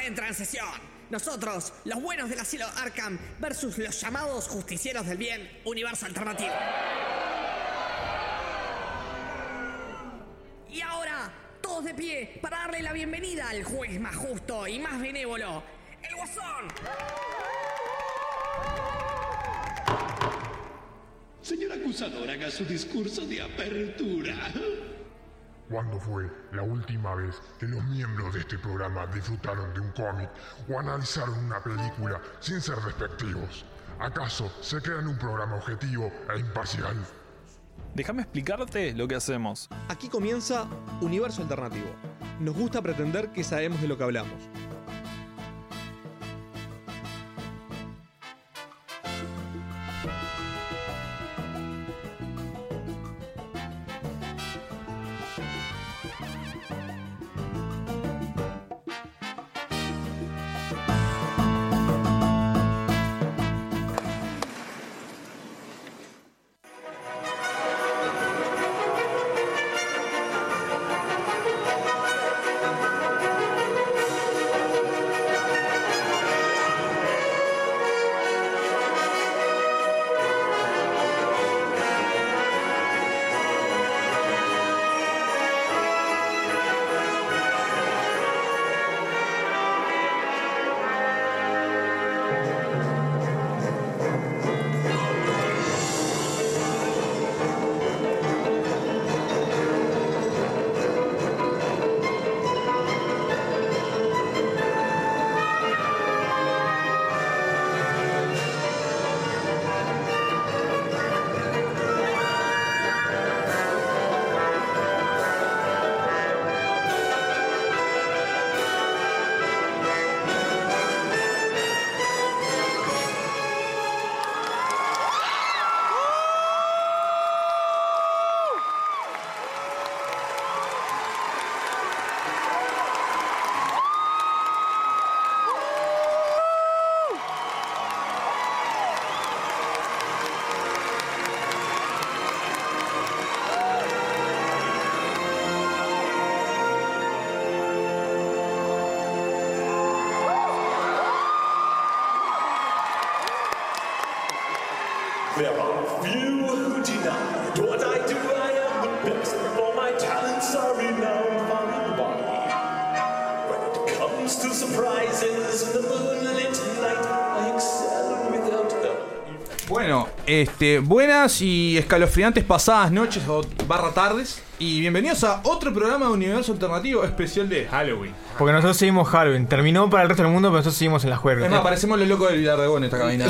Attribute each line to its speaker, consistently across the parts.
Speaker 1: en transición. Nosotros, los buenos del asilo Arkham versus los llamados justicieros del bien, universo alternativo. Y ahora, todos de pie para darle la bienvenida al juez más justo y más benévolo, el Guasón.
Speaker 2: Señora acusadora, haga su discurso de apertura.
Speaker 3: ¿Cuándo fue la última vez que los miembros de este programa disfrutaron de un cómic o analizaron una película sin ser despectivos? ¿Acaso se crean un programa objetivo e imparcial?
Speaker 4: Déjame explicarte lo que hacemos.
Speaker 5: Aquí comienza Universo Alternativo. Nos gusta pretender que sabemos de lo que hablamos.
Speaker 6: There are few who deny what I do, I am the best, for my talents are renowned far and wide. When it comes to surprises in the moonlit night, I excel without effort.
Speaker 7: Bueno, este, buenas y escalofriantes pasadas noches o barra tardes. Y bienvenidos a otro programa de Universo Alternativo especial de Halloween.
Speaker 8: Porque nosotros seguimos Halloween. Terminó para el resto del mundo, pero nosotros seguimos en la juerga.
Speaker 7: Es más, parecemos los locos del Vilar de Bono en esta cabina.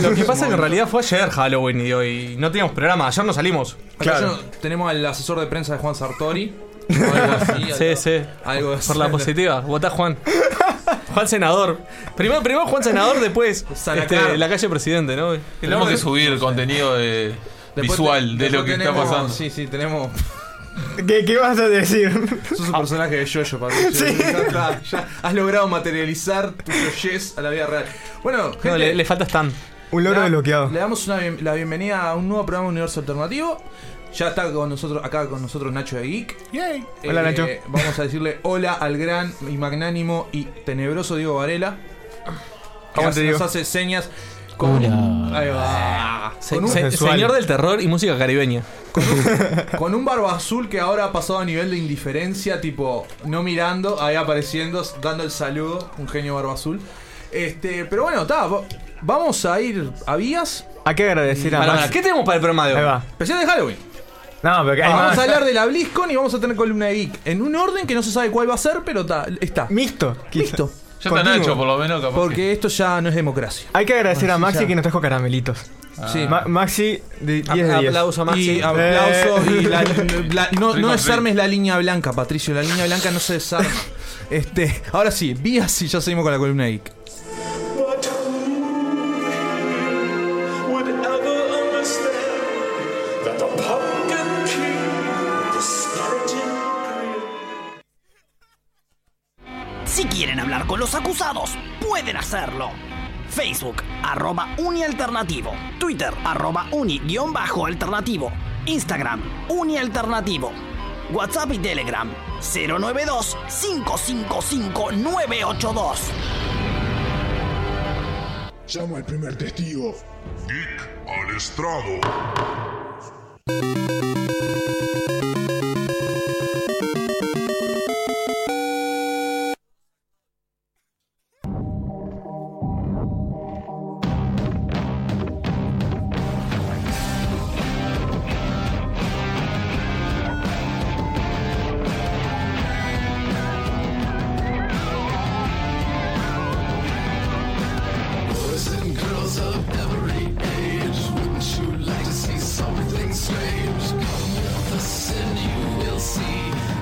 Speaker 9: Lo que pasa es que en realidad fue ayer Halloween y hoy no teníamos programa, ayer no salimos.
Speaker 7: Claro. Tenemos al asesor de prensa de Juan Sartori. o algo así,
Speaker 9: Sí,
Speaker 7: algo-
Speaker 9: sí.
Speaker 7: Algo así.
Speaker 9: Por la positiva, votá Juan. Juan Senador. Primero, primero Juan Senador, después
Speaker 7: Sanacar.
Speaker 9: este, la calle Presidente, ¿no?
Speaker 10: Tenemos que subir contenido de-
Speaker 7: Después
Speaker 10: visual
Speaker 7: te-
Speaker 10: de lo
Speaker 7: después
Speaker 10: que está
Speaker 7: tenemos-
Speaker 10: pasando.
Speaker 7: Sí, sí, tenemos.
Speaker 8: ¿Qué, qué vas a decir?
Speaker 7: Sos un personaje de Jojo, Patricio. Ya, está, ya has logrado materializar tu joyez a la vida real. Bueno, gente,
Speaker 9: No, le, le falta Stan.
Speaker 8: Un logro
Speaker 7: le da-
Speaker 8: desbloqueado.
Speaker 7: Le damos una bien- la bienvenida a un nuevo programa de Universo Alternativo. Ya está con nosotros acá con nosotros Nacho de Geek.
Speaker 11: Eh,
Speaker 7: Eh,
Speaker 8: Hola, Nacho.
Speaker 7: Vamos a decirle hola al gran y magnánimo y tenebroso Diego Varela. Que
Speaker 8: ¿Cómo
Speaker 7: hace-
Speaker 8: te digo?
Speaker 7: nos hace señas con Ahí va.
Speaker 9: Se-
Speaker 7: Con un-
Speaker 9: se-
Speaker 8: sensual.
Speaker 9: señor del terror y música caribeña.
Speaker 7: Con un barba azul que ahora ha pasado a nivel de indiferencia, tipo, no mirando, ahí apareciendo, dando el saludo, un genio barba azul. Este, pero bueno, está, va- vamos a ir a vías.
Speaker 8: ¿A qué agradecer a
Speaker 9: Pará,
Speaker 8: Max?
Speaker 9: pará, ¿Qué tenemos para el programa de hoy?
Speaker 8: Ahí va.
Speaker 7: Especial de Halloween.
Speaker 8: No, pero que hay
Speaker 7: vamos
Speaker 8: más.
Speaker 7: a hablar de la BlizzCon y vamos a tener columna de geek. En un orden que no se sabe cuál va a ser, pero está. Está.
Speaker 8: Mixto.
Speaker 7: Listo.
Speaker 10: Ya está
Speaker 7: Continuo.
Speaker 10: Nacho, por lo menos, capaz. que-
Speaker 7: Porque esto ya no es democracia.
Speaker 8: Hay que agradecer a Maxi
Speaker 7: ya. Ah.
Speaker 8: que nos trajo caramelitos.
Speaker 7: Sí.
Speaker 8: Ma- Maxi, de 10 de 10.
Speaker 9: Aplauso a Maxi.
Speaker 7: Y aplauso
Speaker 8: Eh.
Speaker 7: y la- la- no,
Speaker 10: Rico,
Speaker 7: no
Speaker 10: rico.
Speaker 7: desarmes la línea blanca, Patricio. La línea blanca no se desarma. Este, ahora sí, vías y ya seguimos con la columna de geek.
Speaker 6: But who would ever understand that the pumpkin king, the spirit in green,
Speaker 1: Si quieren hablar con los acusados, pueden hacerlo. Facebook, arroba unialternativo. Twitter, arroba uni-alternativo. Instagram, unialternativo.
Speaker 12: WhatsApp y Telegram 092-555-982.
Speaker 3: Llamo al primer testigo. Geek al estrado.
Speaker 6: Boys and girls of every age, wouldn't you like to see something strange? Come with us and you will see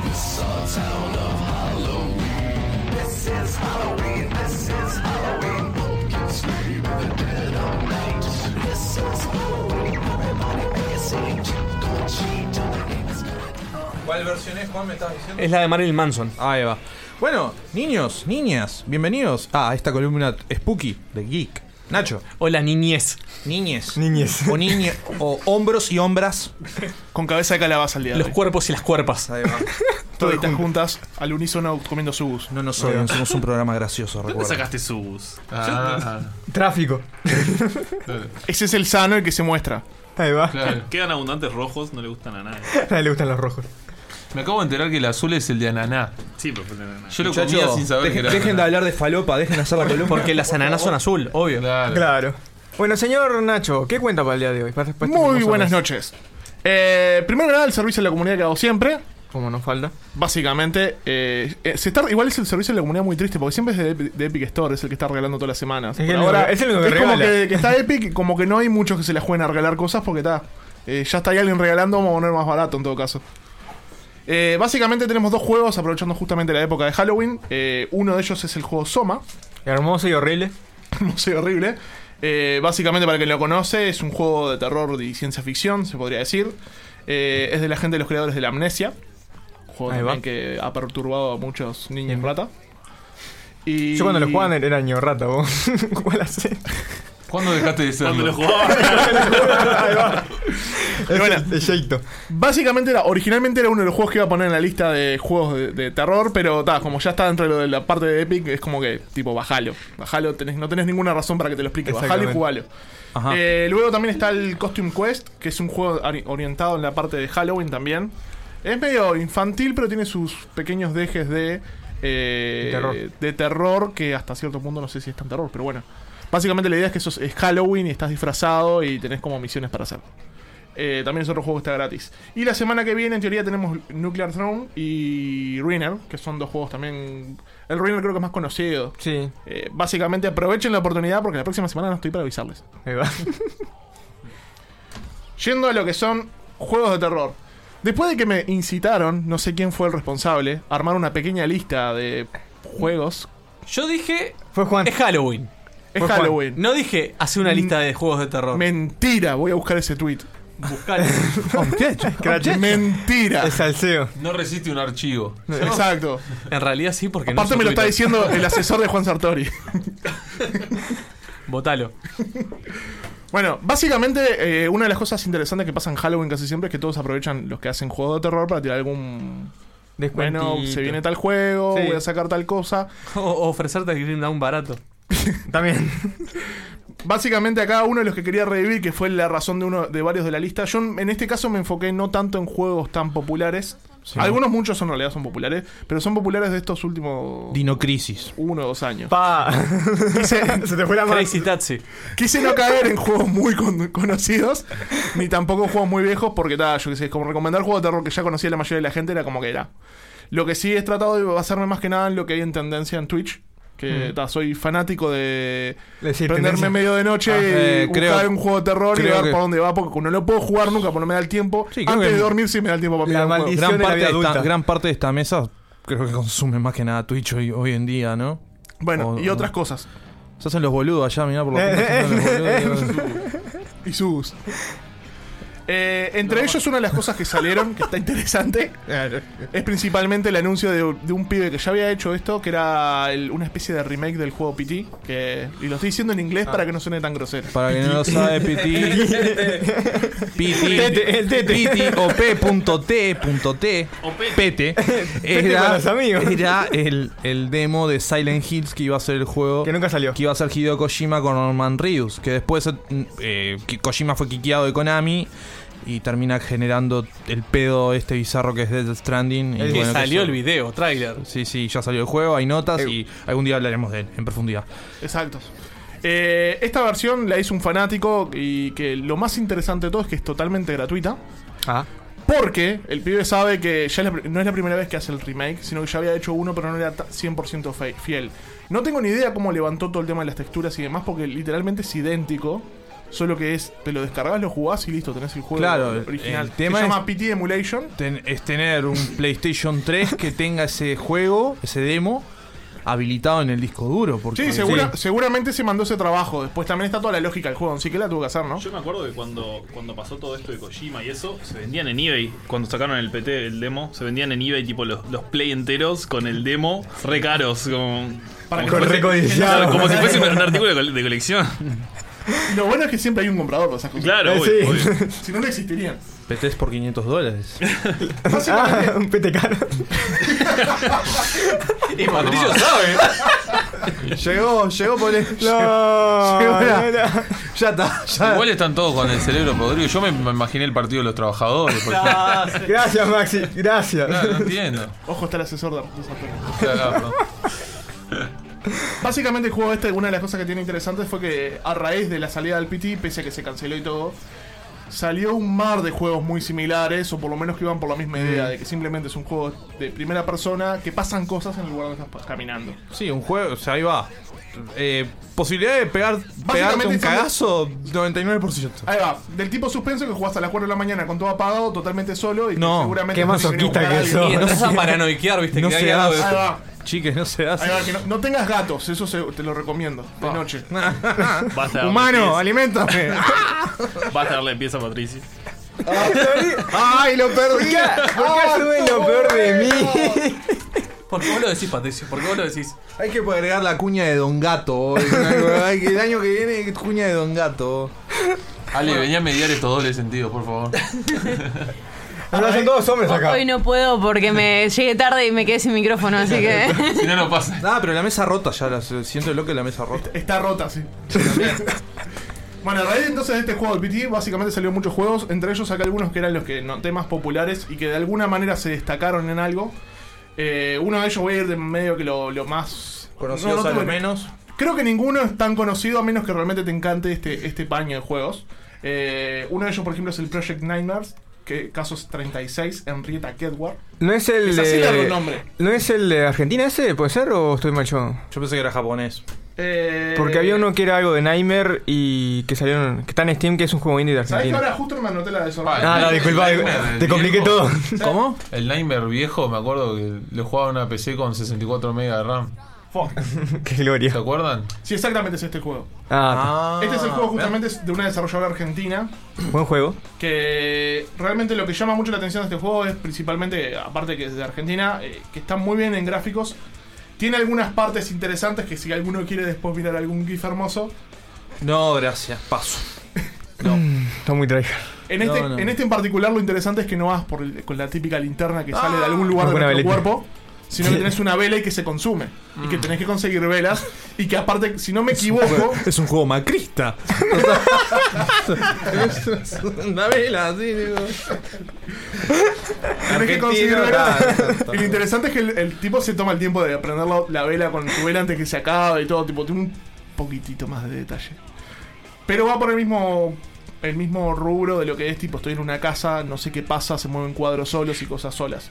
Speaker 6: this our town of Halloween. This is Halloween, this is Halloween. Pumpkins free with the dead of night. This is Halloween, everybody make a scene. Trick or treat, till the neighbors come.
Speaker 11: ¿Cuál versión es, Juan? ¿Me estás diciendo?
Speaker 13: Es la de Marilyn Manson.
Speaker 11: Ahí va. Bueno, niños, niñas, bienvenidos a esta columna spooky de Geek. Nacho.
Speaker 13: Hola, niñez.
Speaker 11: Niñez. Niñez. O, niñe, o hombros y hombras.
Speaker 14: Con cabeza de calabaza al día.
Speaker 13: Los cuerpos y las cuerpas.
Speaker 14: Todas juntas al unísono comiendo subus.
Speaker 11: No nos odian, somos un programa gracioso, recuerda.
Speaker 14: sacaste subus?
Speaker 8: Ah.
Speaker 4: Ah,
Speaker 13: Tráfico.
Speaker 14: Ese es el sano el que se muestra.
Speaker 8: Ahí va.
Speaker 4: Quedan abundantes rojos, no le gustan a nadie.
Speaker 8: A él le gustan los rojos.
Speaker 4: Me acabo de enterar que el azul es el de ananá.
Speaker 14: Sí, pero fue de ananá.
Speaker 4: Yo lo
Speaker 11: Muchacho,
Speaker 4: comía sin saber
Speaker 11: dejen-
Speaker 4: que era
Speaker 11: dejen de
Speaker 4: ananá.
Speaker 11: hablar de falopa, dejen hacer la columna.
Speaker 13: Porque las ananas son azul, obvio.
Speaker 4: Claro.
Speaker 8: Claro. Bueno, señor Nacho, ¿qué cuenta para el día de hoy? Para- para este
Speaker 14: Muy
Speaker 8: hermoso
Speaker 14: buenas
Speaker 8: mes.
Speaker 14: noches. Eh, primero que nada, el servicio a la comunidad que hago siempre.
Speaker 8: Como nos falta.
Speaker 14: Básicamente, eh, eh, se está, igual es el servicio a la comunidad muy triste, porque siempre es de, Epi- de Epic Store, es el que está regalando todas las semanas.
Speaker 8: Es
Speaker 14: Por
Speaker 8: el único- es el único que
Speaker 14: como
Speaker 8: regala.
Speaker 14: que, que está Epic, como que no hay muchos que se la jueguen a regalar cosas, porque está. eh, ya está ahí alguien regalando, vamos a poner más barato en todo caso. Eh, básicamente tenemos dos juegos, aprovechando justamente la época de Halloween. Eh, uno de ellos es el juego Soma.
Speaker 8: Hermoso y horrible.
Speaker 14: Hermoso y horrible. Eh, básicamente, para quien lo conoce, es un juego de terror y ciencia ficción, se podría decir. Eh, es de la gente de los creadores de la amnesia. Un juego
Speaker 8: Ahí
Speaker 14: también
Speaker 8: va.
Speaker 14: que ha perturbado a muchos niños rata. Y...
Speaker 8: Yo cuando lo jugaban era niño rata, vos.
Speaker 4: ¿Cuándo dejaste de serlo?
Speaker 14: Cuando lo jugaba. Pero bueno, Básicamente era, originalmente era uno de los juegos que iba a poner en la lista de juegos de, de terror, pero ta, como ya está dentro de, lo de la parte de Epic, es como que, tipo, bajalo. Bajalo, tenés- no tenés ninguna razón para que te lo explique. Bajalo y
Speaker 8: Exactamente.
Speaker 14: jugalo. Eh, luego también está el Costume Quest, que es un juego ori- orientado en la parte de Halloween también. Es medio infantil, pero tiene sus pequeños dejes de, eh,
Speaker 8: Terror.
Speaker 14: de terror, que hasta cierto punto no sé si es tan terror, pero bueno. Básicamente la idea es que sos- es Halloween y estás disfrazado y tenés como misiones para hacer. Eh, también es otro juego que está gratis. Y la semana que viene, en teoría, tenemos Nuclear Throne y Ruiner, que son dos juegos también. El Ruiner creo que es más conocido.
Speaker 8: Sí.
Speaker 14: Eh, básicamente aprovechen la oportunidad porque la próxima semana no estoy para avisarles.
Speaker 8: Ahí va.
Speaker 14: Yendo a lo que son juegos de terror. Después de que me incitaron, no sé quién fue el responsable, a armar una pequeña lista de juegos.
Speaker 13: Yo dije.
Speaker 8: Fue Juan.
Speaker 13: Es Halloween.
Speaker 14: Es Fue Juan. Halloween.
Speaker 13: No dije hace una lista de juegos de terror.
Speaker 14: Mentira, voy a buscar ese tweet.
Speaker 13: Buscalo.
Speaker 14: Mentira.
Speaker 8: Es salseo.
Speaker 4: No resiste un archivo.
Speaker 14: Exacto.
Speaker 13: En realidad sí, porque
Speaker 14: Aparte
Speaker 13: no
Speaker 14: me lo está
Speaker 13: Twitter.
Speaker 14: diciendo el asesor de Juan Sartori.
Speaker 13: Votalo.
Speaker 14: Bueno, básicamente eh, una de las cosas interesantes que pasa en Halloween casi siempre es que todos aprovechan los que hacen juegos de terror para tirar algún...
Speaker 8: Descuentito.
Speaker 14: Bueno, se viene tal juego,
Speaker 8: Sí.
Speaker 14: voy a sacar tal cosa.
Speaker 13: O, o ofrecerte el Green Down barato.
Speaker 8: También.
Speaker 14: Básicamente acá uno de los que quería revivir, que fue la razón de uno de varios de la lista, yo en este caso me enfoqué no tanto en juegos tan populares. Algunos muchos son en realidad son populares, pero son populares de estos últimos
Speaker 11: Dinocrisis.
Speaker 14: uno o dos años.
Speaker 8: Pa.
Speaker 14: Quise,
Speaker 8: Se te fue la mano.
Speaker 13: Crazy Taxi.
Speaker 14: quise no caer en juegos muy con- conocidos, ni tampoco en juegos muy viejos, porque tal, yo qué sé, como recomendar juegos de terror que ya conocía la mayoría de la gente era como que era. Lo que sí he tratado de basarme más que nada en lo que hay en tendencia en Twitch. Que
Speaker 8: Mm.
Speaker 14: ta, soy fanático de
Speaker 8: Decir
Speaker 14: prenderme
Speaker 8: tendencia.
Speaker 14: medio de noche
Speaker 11: Ah,
Speaker 14: y
Speaker 11: eh, creo-
Speaker 14: buscar un juego de terror y
Speaker 11: creo
Speaker 14: ver
Speaker 11: que-
Speaker 14: por dónde va, porque no lo puedo jugar nunca, porque no me da el tiempo.
Speaker 11: Sí, creo
Speaker 14: Antes
Speaker 11: que
Speaker 14: de dormir sí me da el tiempo para mirar un juego.
Speaker 8: maldición
Speaker 11: Gran
Speaker 8: de la
Speaker 11: parte,
Speaker 8: vida
Speaker 11: de esta,
Speaker 8: adulta.
Speaker 11: gran parte de esta mesa creo que consume más que nada Twitch hoy, hoy en día, ¿no?
Speaker 14: Bueno,
Speaker 11: O-
Speaker 14: y otras cosas.
Speaker 11: Se hacen los boludos allá, mirá por la puerta, se hacen los boludos.
Speaker 14: Y sus. Eh, entre ellos, una de las cosas que salieron, que está interesante, es principalmente el anuncio de, de un pibe que ya había hecho esto, que era el- una especie de remake del juego PT. Que, y lo estoy diciendo en inglés para que no suene tan grosero.
Speaker 7: Ah. Para quien no lo sabe, PT. PT.
Speaker 14: El tete.
Speaker 7: PT o P.T.T. PT. Era,
Speaker 8: para los amigos.
Speaker 7: era el, el demo de Silent Hills que iba a ser el juego. Que nunca salió. Que iba a ser Hideo Kojima con Norman Reedus. Que después mm, eh, Ki- Kojima fue quiqueado de Konami. Y termina generando el pedo este bizarro que es Death Stranding. y
Speaker 9: El que
Speaker 7: bueno,
Speaker 9: salió
Speaker 7: eso-
Speaker 9: el video, tráiler.
Speaker 7: Sí, sí, ya salió el juego, hay notas y algún día hablaremos de él en profundidad.
Speaker 14: Exacto. Eh, esta versión la hizo un fanático y que lo más interesante de todo es que es totalmente gratuita.
Speaker 7: Ah.
Speaker 14: Porque el pibe sabe que ya es la pr- no es la primera vez que hace el remake, sino que ya había hecho uno, pero no era ta- 100% fe- fiel. No tengo ni idea cómo levantó todo el tema de las texturas y demás, porque literalmente es idéntico. Solo que es, te lo descargas, lo jugás y listo, tenés el juego
Speaker 7: Claro, el-
Speaker 14: original.
Speaker 7: el tema
Speaker 14: Se
Speaker 7: es-
Speaker 14: llama PT Emulation.
Speaker 7: Ten- es tener un PlayStation 3 que tenga ese juego, ese demo, habilitado en el disco duro. Porque,
Speaker 14: Sí, segura- seguramente se mandó ese trabajo. Después también está toda la lógica del juego, así que la tuvo que hacer, ¿no?
Speaker 10: Yo me acuerdo que cuando, cuando pasó todo esto de Kojima y eso, se vendían en eBay. Cuando sacaron el PT, el demo, se vendían en eBay tipo los, los play enteros con el demo re caros. Como,
Speaker 14: Para
Speaker 10: como
Speaker 14: que-
Speaker 10: si fuese-
Speaker 14: recodiciado.
Speaker 10: Como si fuese un artículo de cole- de colección.
Speaker 14: Lo bueno es que siempre hay un comprador para esas cosas.
Speaker 10: Claro, Eh, obvio, sí.
Speaker 14: Si no, no existirían.
Speaker 7: PT es por 500 dólares.
Speaker 14: Básicamente-
Speaker 8: un PT caro.
Speaker 10: y Patricio sabe.
Speaker 7: Llegó, llegó por el.
Speaker 8: llegó la-
Speaker 7: Ya está, ya.
Speaker 10: Igual están todos con el cerebro podrido. Yo me, me imaginé el partido de los trabajadores. por ejemplo.
Speaker 8: Gracias, Maxi. Gracias.
Speaker 10: Claro, no entiendo.
Speaker 14: Ah, Ojo, está el asesor de de Sartori.
Speaker 10: Claro,
Speaker 14: Básicamente el juego este, una de las cosas que tiene interesantes fue que a raíz de la salida del PT, pese a que se canceló y todo, salió un mar de juegos muy similares, o por lo menos que iban por la misma idea, de que simplemente es un juego de primera persona, que pasan cosas en el lugar donde estás caminando.
Speaker 7: Sí, un juego, o sea, ahí va. Eh, posibilidad de pegar, pegarte un
Speaker 14: son-
Speaker 7: cagazo, 99%.
Speaker 14: Ahí va, del tipo suspenso que jugás a las 4 de la mañana con todo apagado, totalmente solo y que
Speaker 7: No,
Speaker 14: seguramente...
Speaker 7: qué
Speaker 14: tenés venir a
Speaker 7: masoquista
Speaker 14: buscar
Speaker 7: que
Speaker 14: a alguien.
Speaker 7: sos. No seas paranoiquear, viste,
Speaker 14: No
Speaker 7: que hay
Speaker 14: se
Speaker 7: algo
Speaker 14: hace.
Speaker 7: de-
Speaker 14: Ahí va.
Speaker 7: Chiques, no se Ah. hace.
Speaker 14: Ahí va, que no, no tengas gatos, eso se- te lo recomiendo, de noche.
Speaker 10: Basta,
Speaker 14: Humano,
Speaker 10: Patricio.
Speaker 14: alimentame.
Speaker 10: Basta darle pieza a Patricio.
Speaker 8: ¡Ay, lo perdí! ¿Por qué asumen lo peor de mí?
Speaker 9: ¿Por qué vos lo decís, Patricio? ¿Por qué vos lo decís?
Speaker 7: Hay que agregar la cuña de Don Gato. hoy. Hay que- El año que viene, cuña de Don Gato.
Speaker 10: Ale, venía a mediar estos dobles sentidos, por favor.
Speaker 8: Ahora son todos hombres acá.
Speaker 15: Hoy no puedo porque me llegué tarde y me quedé sin micrófono, así que.
Speaker 10: Si no, no pasa.
Speaker 7: Ah, pero la mesa rota ya. la- siento lo que la mesa rota.
Speaker 14: Está rota, sí. Bueno, a raíz entonces de este juego del PT, básicamente salió muchos juegos, entre ellos acá algunos que eran los que no, temas populares y que de alguna manera se destacaron en algo. Eh, uno de ellos voy a ir de medio que lo, lo más
Speaker 7: Conocidos a lo
Speaker 14: tengo-
Speaker 7: menos.
Speaker 14: Creo que ninguno es tan conocido a menos que realmente te encante este, este paño de juegos. Eh, uno de ellos, por ejemplo, es el Project Nightmares, que casos 36, Henrietta Kedward.
Speaker 8: ¿No es el
Speaker 14: Es así
Speaker 8: de...
Speaker 14: largo el nombre.
Speaker 8: ¿No es el de Argentina ese? ¿Puede ser o estoy mal yo?
Speaker 7: Yo pensé que era japonés.
Speaker 14: Eh,
Speaker 8: Porque había uno que era algo de Nightmare y que salieron... Que está en Steam, que es un juego indie de
Speaker 14: ¿Sabes que
Speaker 8: Argentina.
Speaker 14: ahora justo no me anoté la de sorpresa?
Speaker 8: Ah, no, disculpa,
Speaker 10: El Nightmare
Speaker 8: te compliqué
Speaker 10: viejo.
Speaker 8: todo. ¿Cómo?
Speaker 10: El Nightmare viejo, me acuerdo que lo jugaba en una PC con 64 MB de RAM.
Speaker 8: Qué gloria.
Speaker 10: ¿Se acuerdan?
Speaker 14: Sí, exactamente es este juego.
Speaker 8: Ah,
Speaker 14: Este es el juego justamente de una desarrolladora argentina
Speaker 8: Buen juego.
Speaker 14: que realmente lo que llama mucho la atención de este juego es principalmente, aparte que es de Argentina, eh, que está muy bien en gráficos. Tiene algunas partes interesantes que si alguno quiere después mirar algún GIF hermoso.
Speaker 7: No, gracias. Paso.
Speaker 8: Está muy tryhard.
Speaker 14: En este,
Speaker 8: No, no.
Speaker 14: en este en particular lo interesante es que no vas por el- con la típica linterna que sale de algún
Speaker 8: Ah,
Speaker 14: lugar de
Speaker 8: una
Speaker 14: nuestro
Speaker 8: veleta.
Speaker 14: cuerpo, sino que tenés una vela y que se consume. Y
Speaker 8: Mm.
Speaker 14: que tenés que conseguir velas. Y que aparte, si no me equivoco,
Speaker 7: Es un juego macrista. Una vela, sí, digo.
Speaker 14: Tenés que
Speaker 7: Argentino,
Speaker 14: conseguir
Speaker 7: ta,
Speaker 14: velas.
Speaker 7: ta, ta.
Speaker 14: Y lo interesante es que el, el tipo se toma el tiempo de aprender la, la vela con su vela antes que se acabe y todo. Tipo, tiene un poquitito más de detalle. Pero va por el mismo el mismo rubro de lo que es tipo estoy en una casa, no sé qué pasa, se mueven cuadros solos y cosas solas.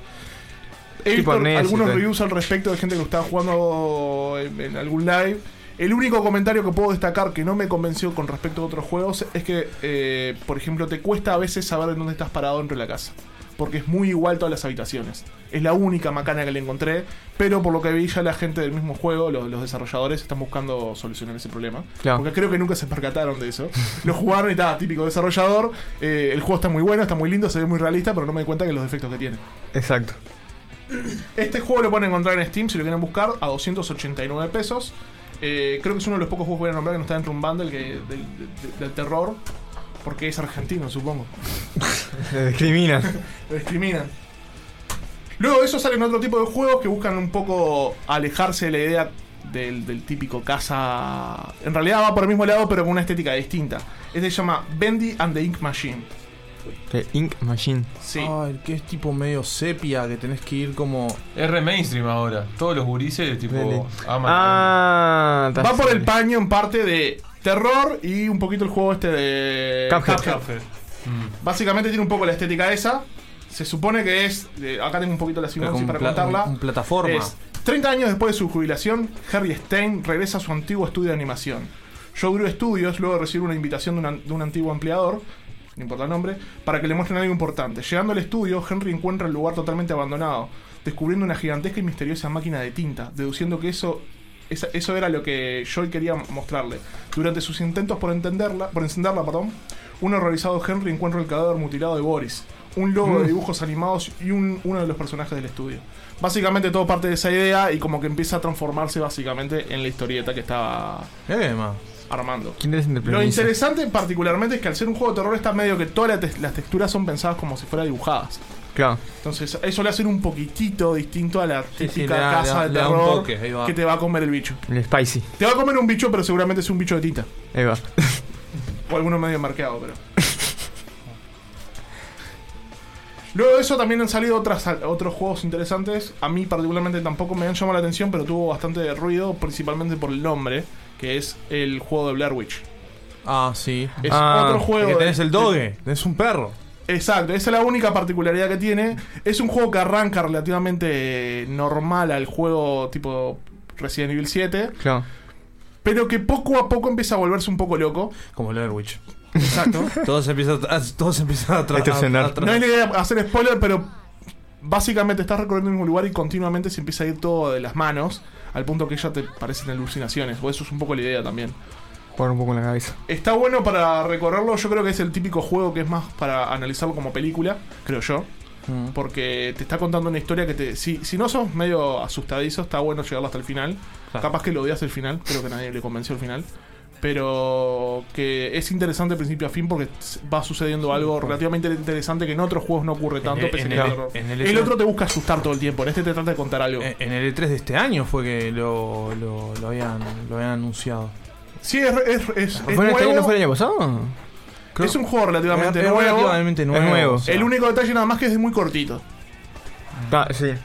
Speaker 14: He
Speaker 8: Tipo
Speaker 14: visto
Speaker 8: NES y
Speaker 14: algunos
Speaker 8: tal.
Speaker 14: reviews al respecto de gente que lo estaba jugando en, en algún live. El único comentario que puedo destacar que no me convenció con respecto a otros juegos es que, eh, por ejemplo, te cuesta a veces saber en dónde estás parado dentro de la casa. porque es muy igual todas las habitaciones. Es la única macana que le encontré, pero por lo que vi ya la gente del mismo juego, lo- los, desarrolladores, están buscando solucionar ese problema.
Speaker 8: Claro.
Speaker 14: Porque creo que nunca se percataron de eso. lo jugaron y está, típico desarrollador, eh, el juego está muy bueno, está muy lindo, se ve muy realista, pero no me di cuenta que los defectos que tiene.
Speaker 8: Exacto.
Speaker 14: Este juego lo pueden encontrar en Steam si lo quieren buscar a 289 pesos. Eh, creo que es uno de los pocos juegos que voy a nombrar que no está dentro de un bundle que, del, del- del terror. Porque es argentino, supongo.
Speaker 8: Le discrimina.
Speaker 14: Lo discriminan. Luego de eso salen otro tipo de juegos que buscan un poco alejarse de la idea del, del típico casa. En realidad va por el mismo lado, pero con una estética distinta. Este se llama Bendy and the Ink Machine.
Speaker 8: The Ink Machine.
Speaker 14: Sí.
Speaker 11: Ay, que es tipo medio sepia, que tenés que ir como.
Speaker 10: Es re mainstream ahora. Todos los gurises, tipo, aman.
Speaker 8: Ah,
Speaker 14: Va por el paño en parte de terror y un poquito el juego este de.
Speaker 8: Cuphead.
Speaker 10: Mm.
Speaker 14: Básicamente tiene un poco la estética esa. Se supone que es. eh, acá tengo un poquito la sinopsis
Speaker 11: un
Speaker 14: para
Speaker 11: pla-
Speaker 14: contarla.
Speaker 11: un- un plataforma.
Speaker 14: Es, 30 años después de su jubilación, Harry Stein regresa a su antiguo estudio de animación. Joe Drew Studios luego recibe una invitación de, una- de un antiguo empleador, no importa el nombre, para que le muestren algo importante. Llegando al estudio, Henry encuentra el lugar totalmente abandonado, descubriendo una gigantesca y misteriosa máquina de tinta, deduciendo que eso esa- eso era lo que Joel quería mostrarle. Durante sus intentos por entenderla, por encenderla, perdón, un horrorizado Henry encuentra el cadáver mutilado de Boris, un logo de
Speaker 8: Mm.
Speaker 14: dibujos animados y un- uno de los personajes del estudio. Básicamente todo parte de esa idea y como que empieza a transformarse básicamente en la historieta que estaba armando.
Speaker 8: ¿Quién es
Speaker 14: Lo interesante particularmente es que al ser un juego de terror está medio que todas las te- las texturas son pensadas como si fueran dibujadas.
Speaker 8: Claro.
Speaker 14: Entonces, eso le hace un poquitito distinto a la
Speaker 8: sí,
Speaker 14: típica
Speaker 8: le da-
Speaker 14: casa
Speaker 8: le da-
Speaker 14: de
Speaker 8: le da un
Speaker 14: terror
Speaker 8: toque, ahí va.
Speaker 14: que te va a comer el bicho.
Speaker 8: El Spicy.
Speaker 14: Te va a comer un bicho, pero seguramente es un bicho de tinta.
Speaker 8: Ahí va.
Speaker 14: O alguno medio marqueado, pero. Luego de eso también han salido otras, otros juegos interesantes. A mí particularmente tampoco me han llamado la atención, pero tuvo bastante ruido, principalmente por el nombre, que es el juego de Blair Witch.
Speaker 11: Ah, sí.
Speaker 14: Es
Speaker 11: Ah,
Speaker 14: otro juego.
Speaker 11: Que tenés
Speaker 14: de-
Speaker 11: el doge, tenés un perro.
Speaker 14: Exacto, esa es la única particularidad que tiene. Es un juego que arranca relativamente eh, normal al juego tipo Resident Evil 7,
Speaker 8: Claro.
Speaker 14: pero que poco a poco empieza a volverse un poco loco.
Speaker 11: Como Blair Witch.
Speaker 14: Exacto.
Speaker 11: Todos empiezan a, tra- todos empiezan a, tra-
Speaker 14: Este
Speaker 11: a- a tra-
Speaker 14: No hay idea de hacer spoiler, pero básicamente estás recorriendo el mismo lugar y continuamente se empieza a ir todo de las manos, al punto que ya te parecen alucinaciones. O eso es un poco la idea también.
Speaker 8: Por un poco en la cabeza.
Speaker 14: Está bueno para recorrerlo, yo creo que es el típico juego que es más para analizarlo como película, creo yo.
Speaker 7: Mm.
Speaker 14: Porque te está contando una historia que te. Si, si no sos medio asustadizo, está bueno llegarlo hasta el final. Capaz que lo odias el final, creo que nadie le convenció el final. Pero que es interesante de principio a fin porque s- va sucediendo algo relativamente interesante que en otros juegos no ocurre tanto.
Speaker 11: el-
Speaker 14: pese
Speaker 11: en
Speaker 14: a que
Speaker 11: el-
Speaker 14: es terror.
Speaker 11: en el- E
Speaker 14: el, otro te busca asustar todo el tiempo, en este te trata de contar algo.
Speaker 11: En el E3 de este año fue que lo, lo, lo habían, lo habían anunciado.
Speaker 14: Sí, es, es, es- es
Speaker 11: ¿Fue en este año, no
Speaker 14: nuevo.
Speaker 11: fue
Speaker 8: el año pasado?
Speaker 14: Es un juego relativamente
Speaker 11: Es- es
Speaker 14: nuevo.
Speaker 11: relativamente nuevo, Es nuevo. o sea.
Speaker 14: El único detalle nada más que es muy cortito.
Speaker 8: Ah, sí. O sea,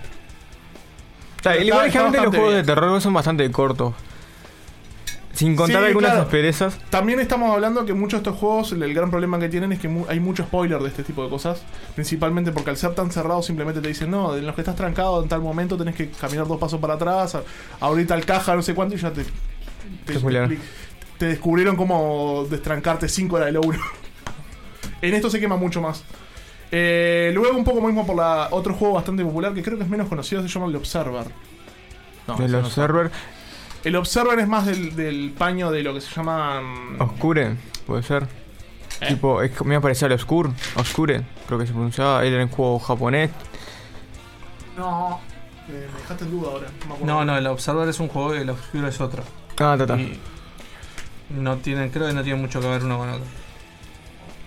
Speaker 14: Pero está- está
Speaker 8: igual generalmente los
Speaker 14: bastante
Speaker 8: juegos
Speaker 14: bien.
Speaker 8: de terror son bastante cortos. Sin contar
Speaker 14: Sí,
Speaker 8: algunas
Speaker 14: claro.
Speaker 8: asperezas.
Speaker 14: También estamos hablando que muchos de estos juegos, el el gran problema que tienen es que mu- hay mucho spoiler de este tipo de cosas. Principalmente porque al ser tan cerrado simplemente te dicen, no, en los que estás trancado en tal momento tenés que caminar dos pasos para atrás, a- abrir tal caja, no sé cuánto, y ya te, te,
Speaker 8: Te spoilearon.
Speaker 14: expli- te descubrieron cómo destrancarte 5 horas de logro. en esto se quema mucho más. Eh, luego un poco mismo por la otro juego bastante popular que creo que es menos conocido, se llama El Observer.
Speaker 8: de los servers
Speaker 14: El Observer es más del, del paño de lo que se llama... mm,
Speaker 8: Oh. Oscure, puede ser.
Speaker 14: Eh.
Speaker 8: Tipo, es, me parecía al Oscure. Oscure, creo que se pronunciaba. Él era un juego japonés.
Speaker 14: No. eh, me dejaste en duda ahora. me acuerdo.
Speaker 9: No, no, el Observer es un juego y el Obscure es otro.
Speaker 8: Ah, tata.
Speaker 9: Y no tienen, creo que no tiene mucho que ver uno con otro.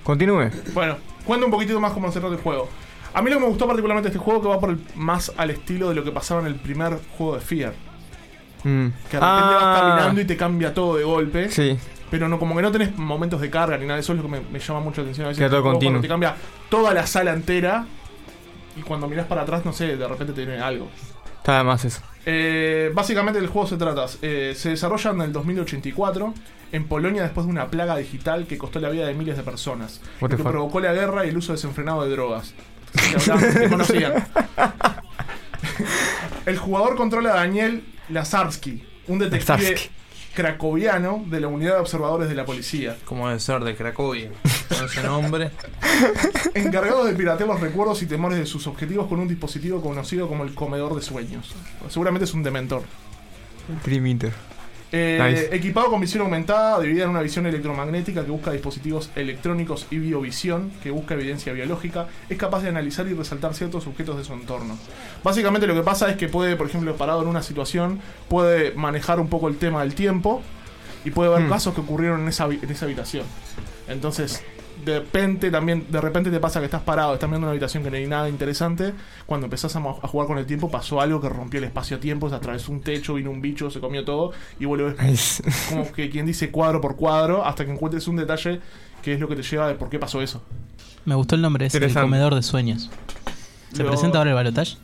Speaker 8: Continúe.
Speaker 14: Bueno, cuento un poquitito más cómo se trata el juego. A mí lo que me gustó particularmente de este juego que va por el- más al estilo de lo que pasaba en el primer juego de Fear.
Speaker 8: Mm.
Speaker 14: Que de repente vas
Speaker 8: Ah.
Speaker 14: caminando y te cambia todo de golpe.
Speaker 8: Sí.
Speaker 14: Pero no, como que no tenés momentos de carga ni nada, eso es lo que me, me llama mucho la atención a veces.
Speaker 8: Queda todo
Speaker 14: en juegos
Speaker 8: continuo.
Speaker 14: cuando Te cambia toda la sala entera y cuando mirás para atrás, no sé, de repente te viene algo.
Speaker 8: Está de más eso.
Speaker 14: Eh, básicamente el juego se trata, eh, se desarrolla en el 2084 en Polonia después de una plaga digital que costó la vida de miles de personas, y
Speaker 8: What the
Speaker 14: que
Speaker 8: fuck?
Speaker 14: provocó la guerra y el uso desenfrenado de drogas. Que hablaban- que conocían. el jugador controla a Daniel Lazarski, un detective
Speaker 11: Lazarski.
Speaker 14: cracoviano de la unidad de observadores de la policía.
Speaker 11: Como debe ser de Cracovia. con ese nombre.
Speaker 14: Encargados de piratear los recuerdos y temores de sus objetivos con un dispositivo conocido como el comedor de sueños. Seguramente es un dementor.
Speaker 8: Dream Eater.
Speaker 14: Eh,
Speaker 8: Nice.
Speaker 14: Equipado con visión aumentada, dividida en una visión electromagnética que busca dispositivos electrónicos y biovisión, que busca evidencia biológica, es capaz de analizar y resaltar ciertos objetos de su entorno. Básicamente lo que pasa es que puede, por ejemplo, parado en una situación, puede manejar un poco el tema del tiempo y puede ver casos que ocurrieron en esa, habi- en esa habitación. Entonces, de repente también, de repente te pasa que estás parado, estás viendo una habitación que no hay nada interesante. Cuando empezás a, mo- a jugar con el tiempo, pasó algo que rompió el espacio-tiempo, se atravesó un techo, vino un bicho, se comió todo y vuelves como que quien dice cuadro por cuadro hasta que encuentres un detalle que es lo que te lleva de por qué pasó eso.
Speaker 16: Me gustó el nombre, es el
Speaker 14: Interesante.
Speaker 16: comedor de sueños. ¿Se
Speaker 14: Lo-
Speaker 16: presenta ahora el balotaje?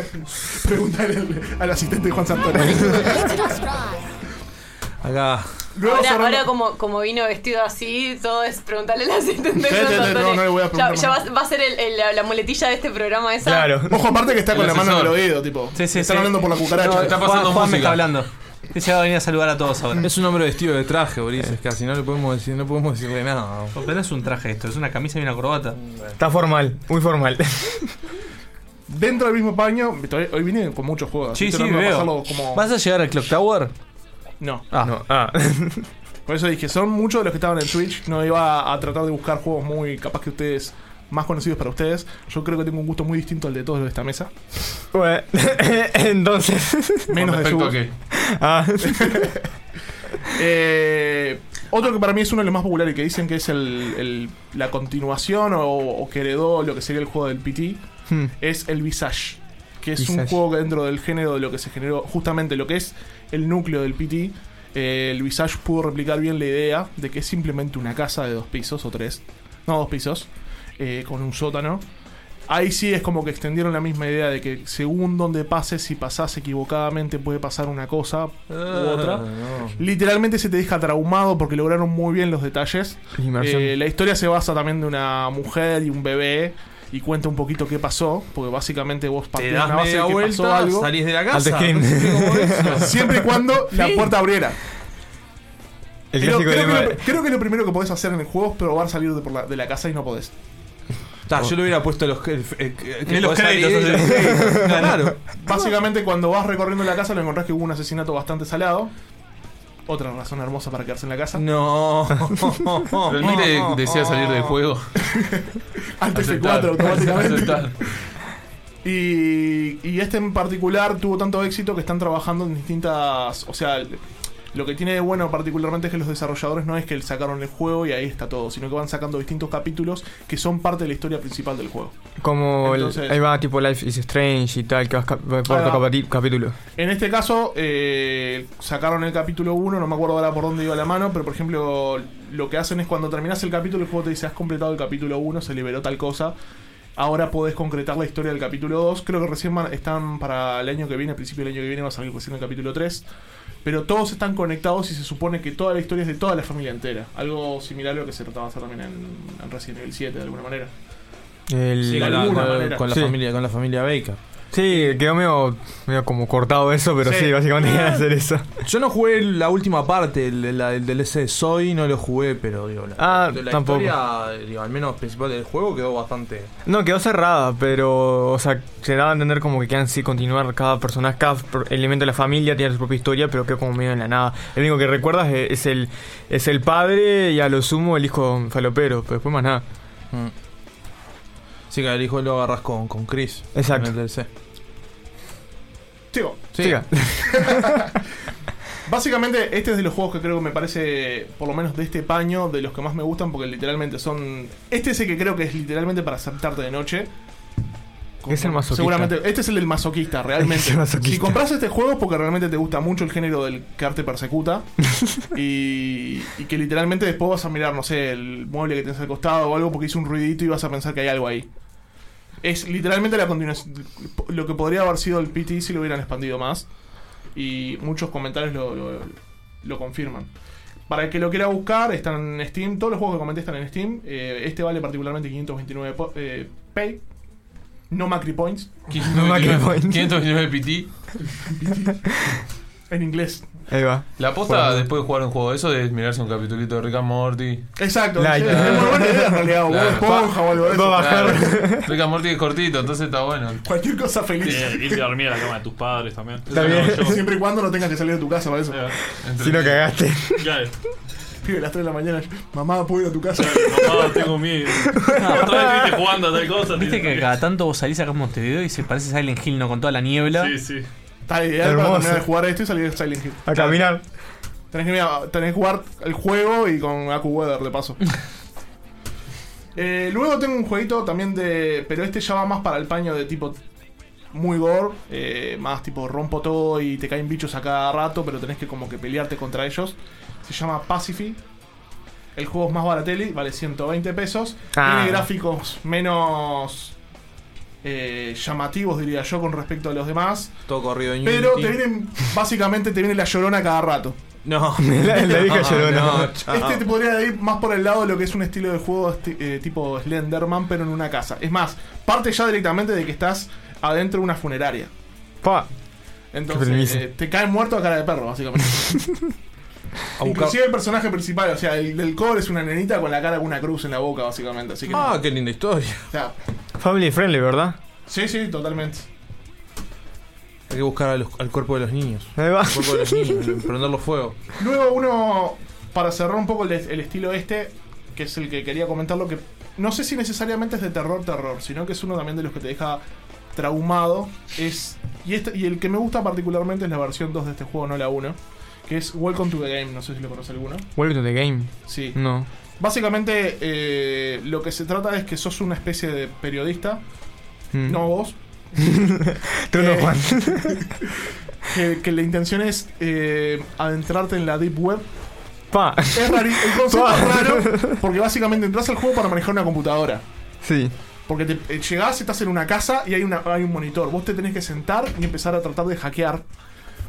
Speaker 14: Pregúntale al, al asistente de Juan Santoro.
Speaker 11: Acá.
Speaker 14: Luego
Speaker 17: ahora,
Speaker 14: cerrando-
Speaker 17: ahora como, como vino vestido así, todo es preguntarle al asistente.
Speaker 14: Sí, sí, sí,
Speaker 17: Antonio.
Speaker 14: no, no le voy a preguntar
Speaker 17: Ya, ya
Speaker 14: más.
Speaker 17: va, va a ser el- el- la, la muletilla de este programa esa.
Speaker 14: Ojo, aparte que está con
Speaker 9: El
Speaker 14: la mano en el
Speaker 9: asesor.
Speaker 14: oído, tipo.
Speaker 9: Sí, sí,
Speaker 14: Están
Speaker 9: sí.
Speaker 14: hablando por la cucaracha.
Speaker 9: No, está pasando
Speaker 11: Juan me
Speaker 9: música.
Speaker 11: está hablando.
Speaker 9: Ese va a venir a saludar a todos ahora.
Speaker 11: Es un hombre vestido de traje, Ulises, casi no le podemos decir, no podemos decirle nada.
Speaker 9: Pero no es un traje esto, es una camisa y una corbata.
Speaker 8: Está formal, muy formal.
Speaker 14: Dentro del mismo paño, todavía- hoy vine con muchos juegos.
Speaker 9: Sí,
Speaker 14: estoy
Speaker 9: sí,
Speaker 14: tratando de
Speaker 9: veo.
Speaker 14: pasarlo como-
Speaker 9: ¿Vas a llegar al Clock Tower?
Speaker 14: No.
Speaker 9: Ah.
Speaker 14: Por eso dije, son muchos de los que estaban en Twitch. No iba a tratar de buscar juegos muy capaz que ustedes, más conocidos para ustedes. Yo creo que tengo un gusto muy distinto al de todos los de esta mesa.
Speaker 8: Entonces.
Speaker 14: Menos de
Speaker 8: ¿Con
Speaker 14: su.
Speaker 8: respecto Ah.
Speaker 14: Eh, otro que para mí es uno de los más populares y que dicen que es el, el- la continuación o, o que heredó lo que sería el juego del PT
Speaker 8: Hmm.
Speaker 14: es el Visage. Que es un
Speaker 8: Visage.
Speaker 14: juego que dentro del género de lo que se generó, justamente lo que es el núcleo del PT, eh, el Visage pudo replicar bien la idea de que es simplemente una casa de dos pisos o tres, no dos pisos, eh, con un sótano. Ahí sí es como que extendieron la misma idea de que según donde pases, si pasás equivocadamente puede pasar una cosa u otra.
Speaker 4: Ah,
Speaker 14: Literalmente se te deja traumado porque lograron muy bien los detalles.
Speaker 8: Inmersión.
Speaker 14: Eh, la historia se basa también de una mujer y un bebé y cuenta un poquito qué pasó, porque básicamente vos partís de
Speaker 11: das
Speaker 14: una base
Speaker 11: media
Speaker 14: de que
Speaker 11: vuelta,
Speaker 14: pasó algo.
Speaker 11: salís de la casa. Antes que- ¿Cómo eso?
Speaker 14: Siempre y cuando la
Speaker 11: Sí.
Speaker 14: puerta abriera.
Speaker 8: El
Speaker 14: Creo,
Speaker 8: clásico
Speaker 14: creo
Speaker 8: tema
Speaker 14: que lo,
Speaker 8: de-
Speaker 14: creo que lo primero que podés hacer en el juego es probar salir de, por la- de la casa y no podés.
Speaker 11: Ta, yo le hubiera puesto los, el- el- el-
Speaker 14: Ni los
Speaker 11: podés Eh, salir,
Speaker 14: créditos,
Speaker 11: los
Speaker 14: o sea.
Speaker 11: créditos. Claro.
Speaker 14: Básicamente, cuando vas recorriendo la casa, lo encontrás que hubo un asesinato bastante salado. Otra razón hermosa para quedarse en la casa.
Speaker 11: No.
Speaker 10: Pero el Mire decía salir
Speaker 8: Oh.
Speaker 10: del juego.
Speaker 14: Alt F4
Speaker 10: Aceptar.
Speaker 14: automáticamente.
Speaker 10: Aceptar.
Speaker 14: Y, y este en particular tuvo tanto éxito que están trabajando en distintas. O sea, el- lo que tiene de bueno particularmente es que los desarrolladores no es que sacaron el juego y ahí está todo, sino que van sacando distintos capítulos que son parte de la historia principal del juego.
Speaker 8: Como el-
Speaker 14: Entonces-
Speaker 8: ahí va tipo Life is Strange y tal, que vas cap- por
Speaker 14: va.
Speaker 8: capi- capítulo.
Speaker 14: En este caso, eh, sacaron el capítulo 1, no me acuerdo ahora por dónde iba la mano, pero por ejemplo, lo que hacen es cuando terminas el capítulo, el juego te dice, has completado el capítulo 1, se liberó tal cosa, ahora podés concretar la historia del capítulo 2, creo que recién van- están para el año que viene, a principio del año que viene va a salir recién el capítulo 3, pero todos están conectados y se supone que toda la historia es de toda la familia entera, algo similar a lo que se trataba de hacer también en, en Resident Evil 7 de alguna manera.
Speaker 8: El-
Speaker 14: Sí,
Speaker 11: con, la,
Speaker 14: alguna
Speaker 11: con-
Speaker 14: manera.
Speaker 11: con la
Speaker 8: Sí.
Speaker 11: familia, con la familia Baker.
Speaker 8: Sí, quedó medio, medio como cortado eso, pero sí, básicamente iban a hacer eso.
Speaker 11: Yo no jugué la última parte, el, el, el DLC de Soy, no lo jugué, pero digo, la,
Speaker 8: Ah,
Speaker 11: la
Speaker 8: tampoco.
Speaker 11: historia, digo, al menos principal del juego, quedó bastante.
Speaker 8: No, quedó cerrada, pero, o sea, se daba a entender como que quedan sí continuar cada personaje, cada per- elemento de la familia tiene su propia historia, pero quedó como medio en la nada. El único que recuerdas es, es el es el padre y a lo sumo el hijo falopero, pero después más nada. Mm.
Speaker 11: Sí, que el hijo lo agarras con, con Chris.
Speaker 8: Exacto.
Speaker 11: en el DLC.
Speaker 14: Sigo.
Speaker 11: Sí.
Speaker 8: Siga.
Speaker 14: Básicamente, este es de los juegos que creo que me parece, por lo menos de este paño, de los que más me gustan, porque literalmente son. Este es el que creo que es literalmente para aceptarte de noche.
Speaker 8: Es el masoquista.
Speaker 14: Seguramente, este es el del masoquista, realmente.
Speaker 8: Es el masoquista.
Speaker 14: Si compras este juego es porque realmente te gusta mucho el género del que arte persecuta. y, y que literalmente después vas a mirar, no sé, el mueble que tenés al costado o algo porque hizo un ruidito y vas a pensar que hay algo ahí. Es literalmente la continuación. Lo que podría haber sido el PT si lo hubieran expandido más. Y muchos comentarios lo, lo- lo confirman. Para el que lo quiera buscar, están en Steam. Todos los juegos que comenté están en Steam. Eh, este vale particularmente 529 po- eh, pay. No Macri Points.
Speaker 10: 529 529 PT.
Speaker 14: En inglés.
Speaker 8: Ahí va.
Speaker 10: La aposta
Speaker 8: Bueno.
Speaker 10: después de jugar un juego de eso es mirarse un capitulito de Rick and Morty.
Speaker 14: Exacto, sí, es muy buena idea, en realidad, Bob Esponja o algo de eso.
Speaker 10: Claro. Rick and Morty es cortito, entonces está bueno.
Speaker 14: Cualquier cosa feliz.
Speaker 4: Eh, irte a dormir a la cama de tus padres también.
Speaker 14: Siempre y cuando no tengas que salir de tu casa para eso.
Speaker 8: Si no cagaste.
Speaker 4: Claro.
Speaker 14: Pibe, a las 3 de la mañana, mamá, ¿puedo ir a tu casa?
Speaker 4: Mamá, tengo miedo. Otra vez viste jugando a tal cosa.
Speaker 9: Viste que cada tanto vos salís acá en Montevideo y se parece Silent Hill, ¿no? Con toda la niebla.
Speaker 4: Sí, sí.
Speaker 14: Está ideal para terminar de jugar esto y salir de Silent Hill.
Speaker 8: A caminar.
Speaker 14: Tenés que, mira, tenés que jugar el juego y con AccuWeather de paso. Eh, luego tengo un jueguito también de. Pero este ya va más para el paño de tipo. Muy gore, eh, más tipo rompo todo y te caen bichos a cada rato, pero tenés que como que pelearte contra ellos. Se llama Pacify. El juego es más barateli, vale 120 pesos.
Speaker 8: Ah.
Speaker 14: Tiene gráficos menos eh, llamativos, diría yo, con respecto a los demás.
Speaker 11: Todo corrido en
Speaker 14: Pero
Speaker 11: Unity.
Speaker 14: te vienen, básicamente te viene la llorona cada rato.
Speaker 11: No,
Speaker 8: La- la vieja llorona.
Speaker 11: No, chao.
Speaker 14: Este te podría ir más por el lado de lo que es un estilo de juego esti- eh, tipo Slenderman, pero en una casa. Es más, parte ya directamente de que estás adentro de una funeraria.
Speaker 8: Pa. Qué
Speaker 14: Entonces,
Speaker 8: premisa.
Speaker 14: eh, te cae muerto a cara de perro, básicamente. Inclusive el personaje principal, o sea, el del core es una nenita con la cara con una cruz en la boca, básicamente. Así que,
Speaker 11: Ah, qué linda historia.
Speaker 14: o sea,
Speaker 8: Family friendly, ¿verdad?
Speaker 14: sí, sí, totalmente.
Speaker 11: Hay que buscar a los- al cuerpo de los niños.
Speaker 8: Ahí va.
Speaker 11: Al cuerpo de los niños, prenderlo fuego.
Speaker 14: Luego uno, para cerrar un poco el, el estilo este, que es el que quería comentarlo, que no sé si necesariamente es de terror, terror, sino que es uno también de los que te deja traumado. Es, y, este, y el que me gusta particularmente es la versión 2 de este juego, no la 1, que es Welcome to the Game, no sé si lo conoce alguno.
Speaker 8: Welcome to the game.
Speaker 14: Sí.
Speaker 8: No.
Speaker 14: Básicamente eh, lo que se trata es que sos una especie de periodista,
Speaker 8: Mm.
Speaker 14: no vos,
Speaker 8: Tú no,
Speaker 14: Eh,
Speaker 8: Juan.
Speaker 14: que, que la intención es eh, adentrarte en la deep web.
Speaker 8: Pa.
Speaker 14: Es raro, el concepto
Speaker 8: Pa.
Speaker 14: es raro porque básicamente entras al juego para manejar una computadora.
Speaker 8: Sí.
Speaker 14: Porque te, eh, llegás, estás en una casa y hay, una, hay un monitor. Vos te tenés que sentar y empezar a tratar de hackear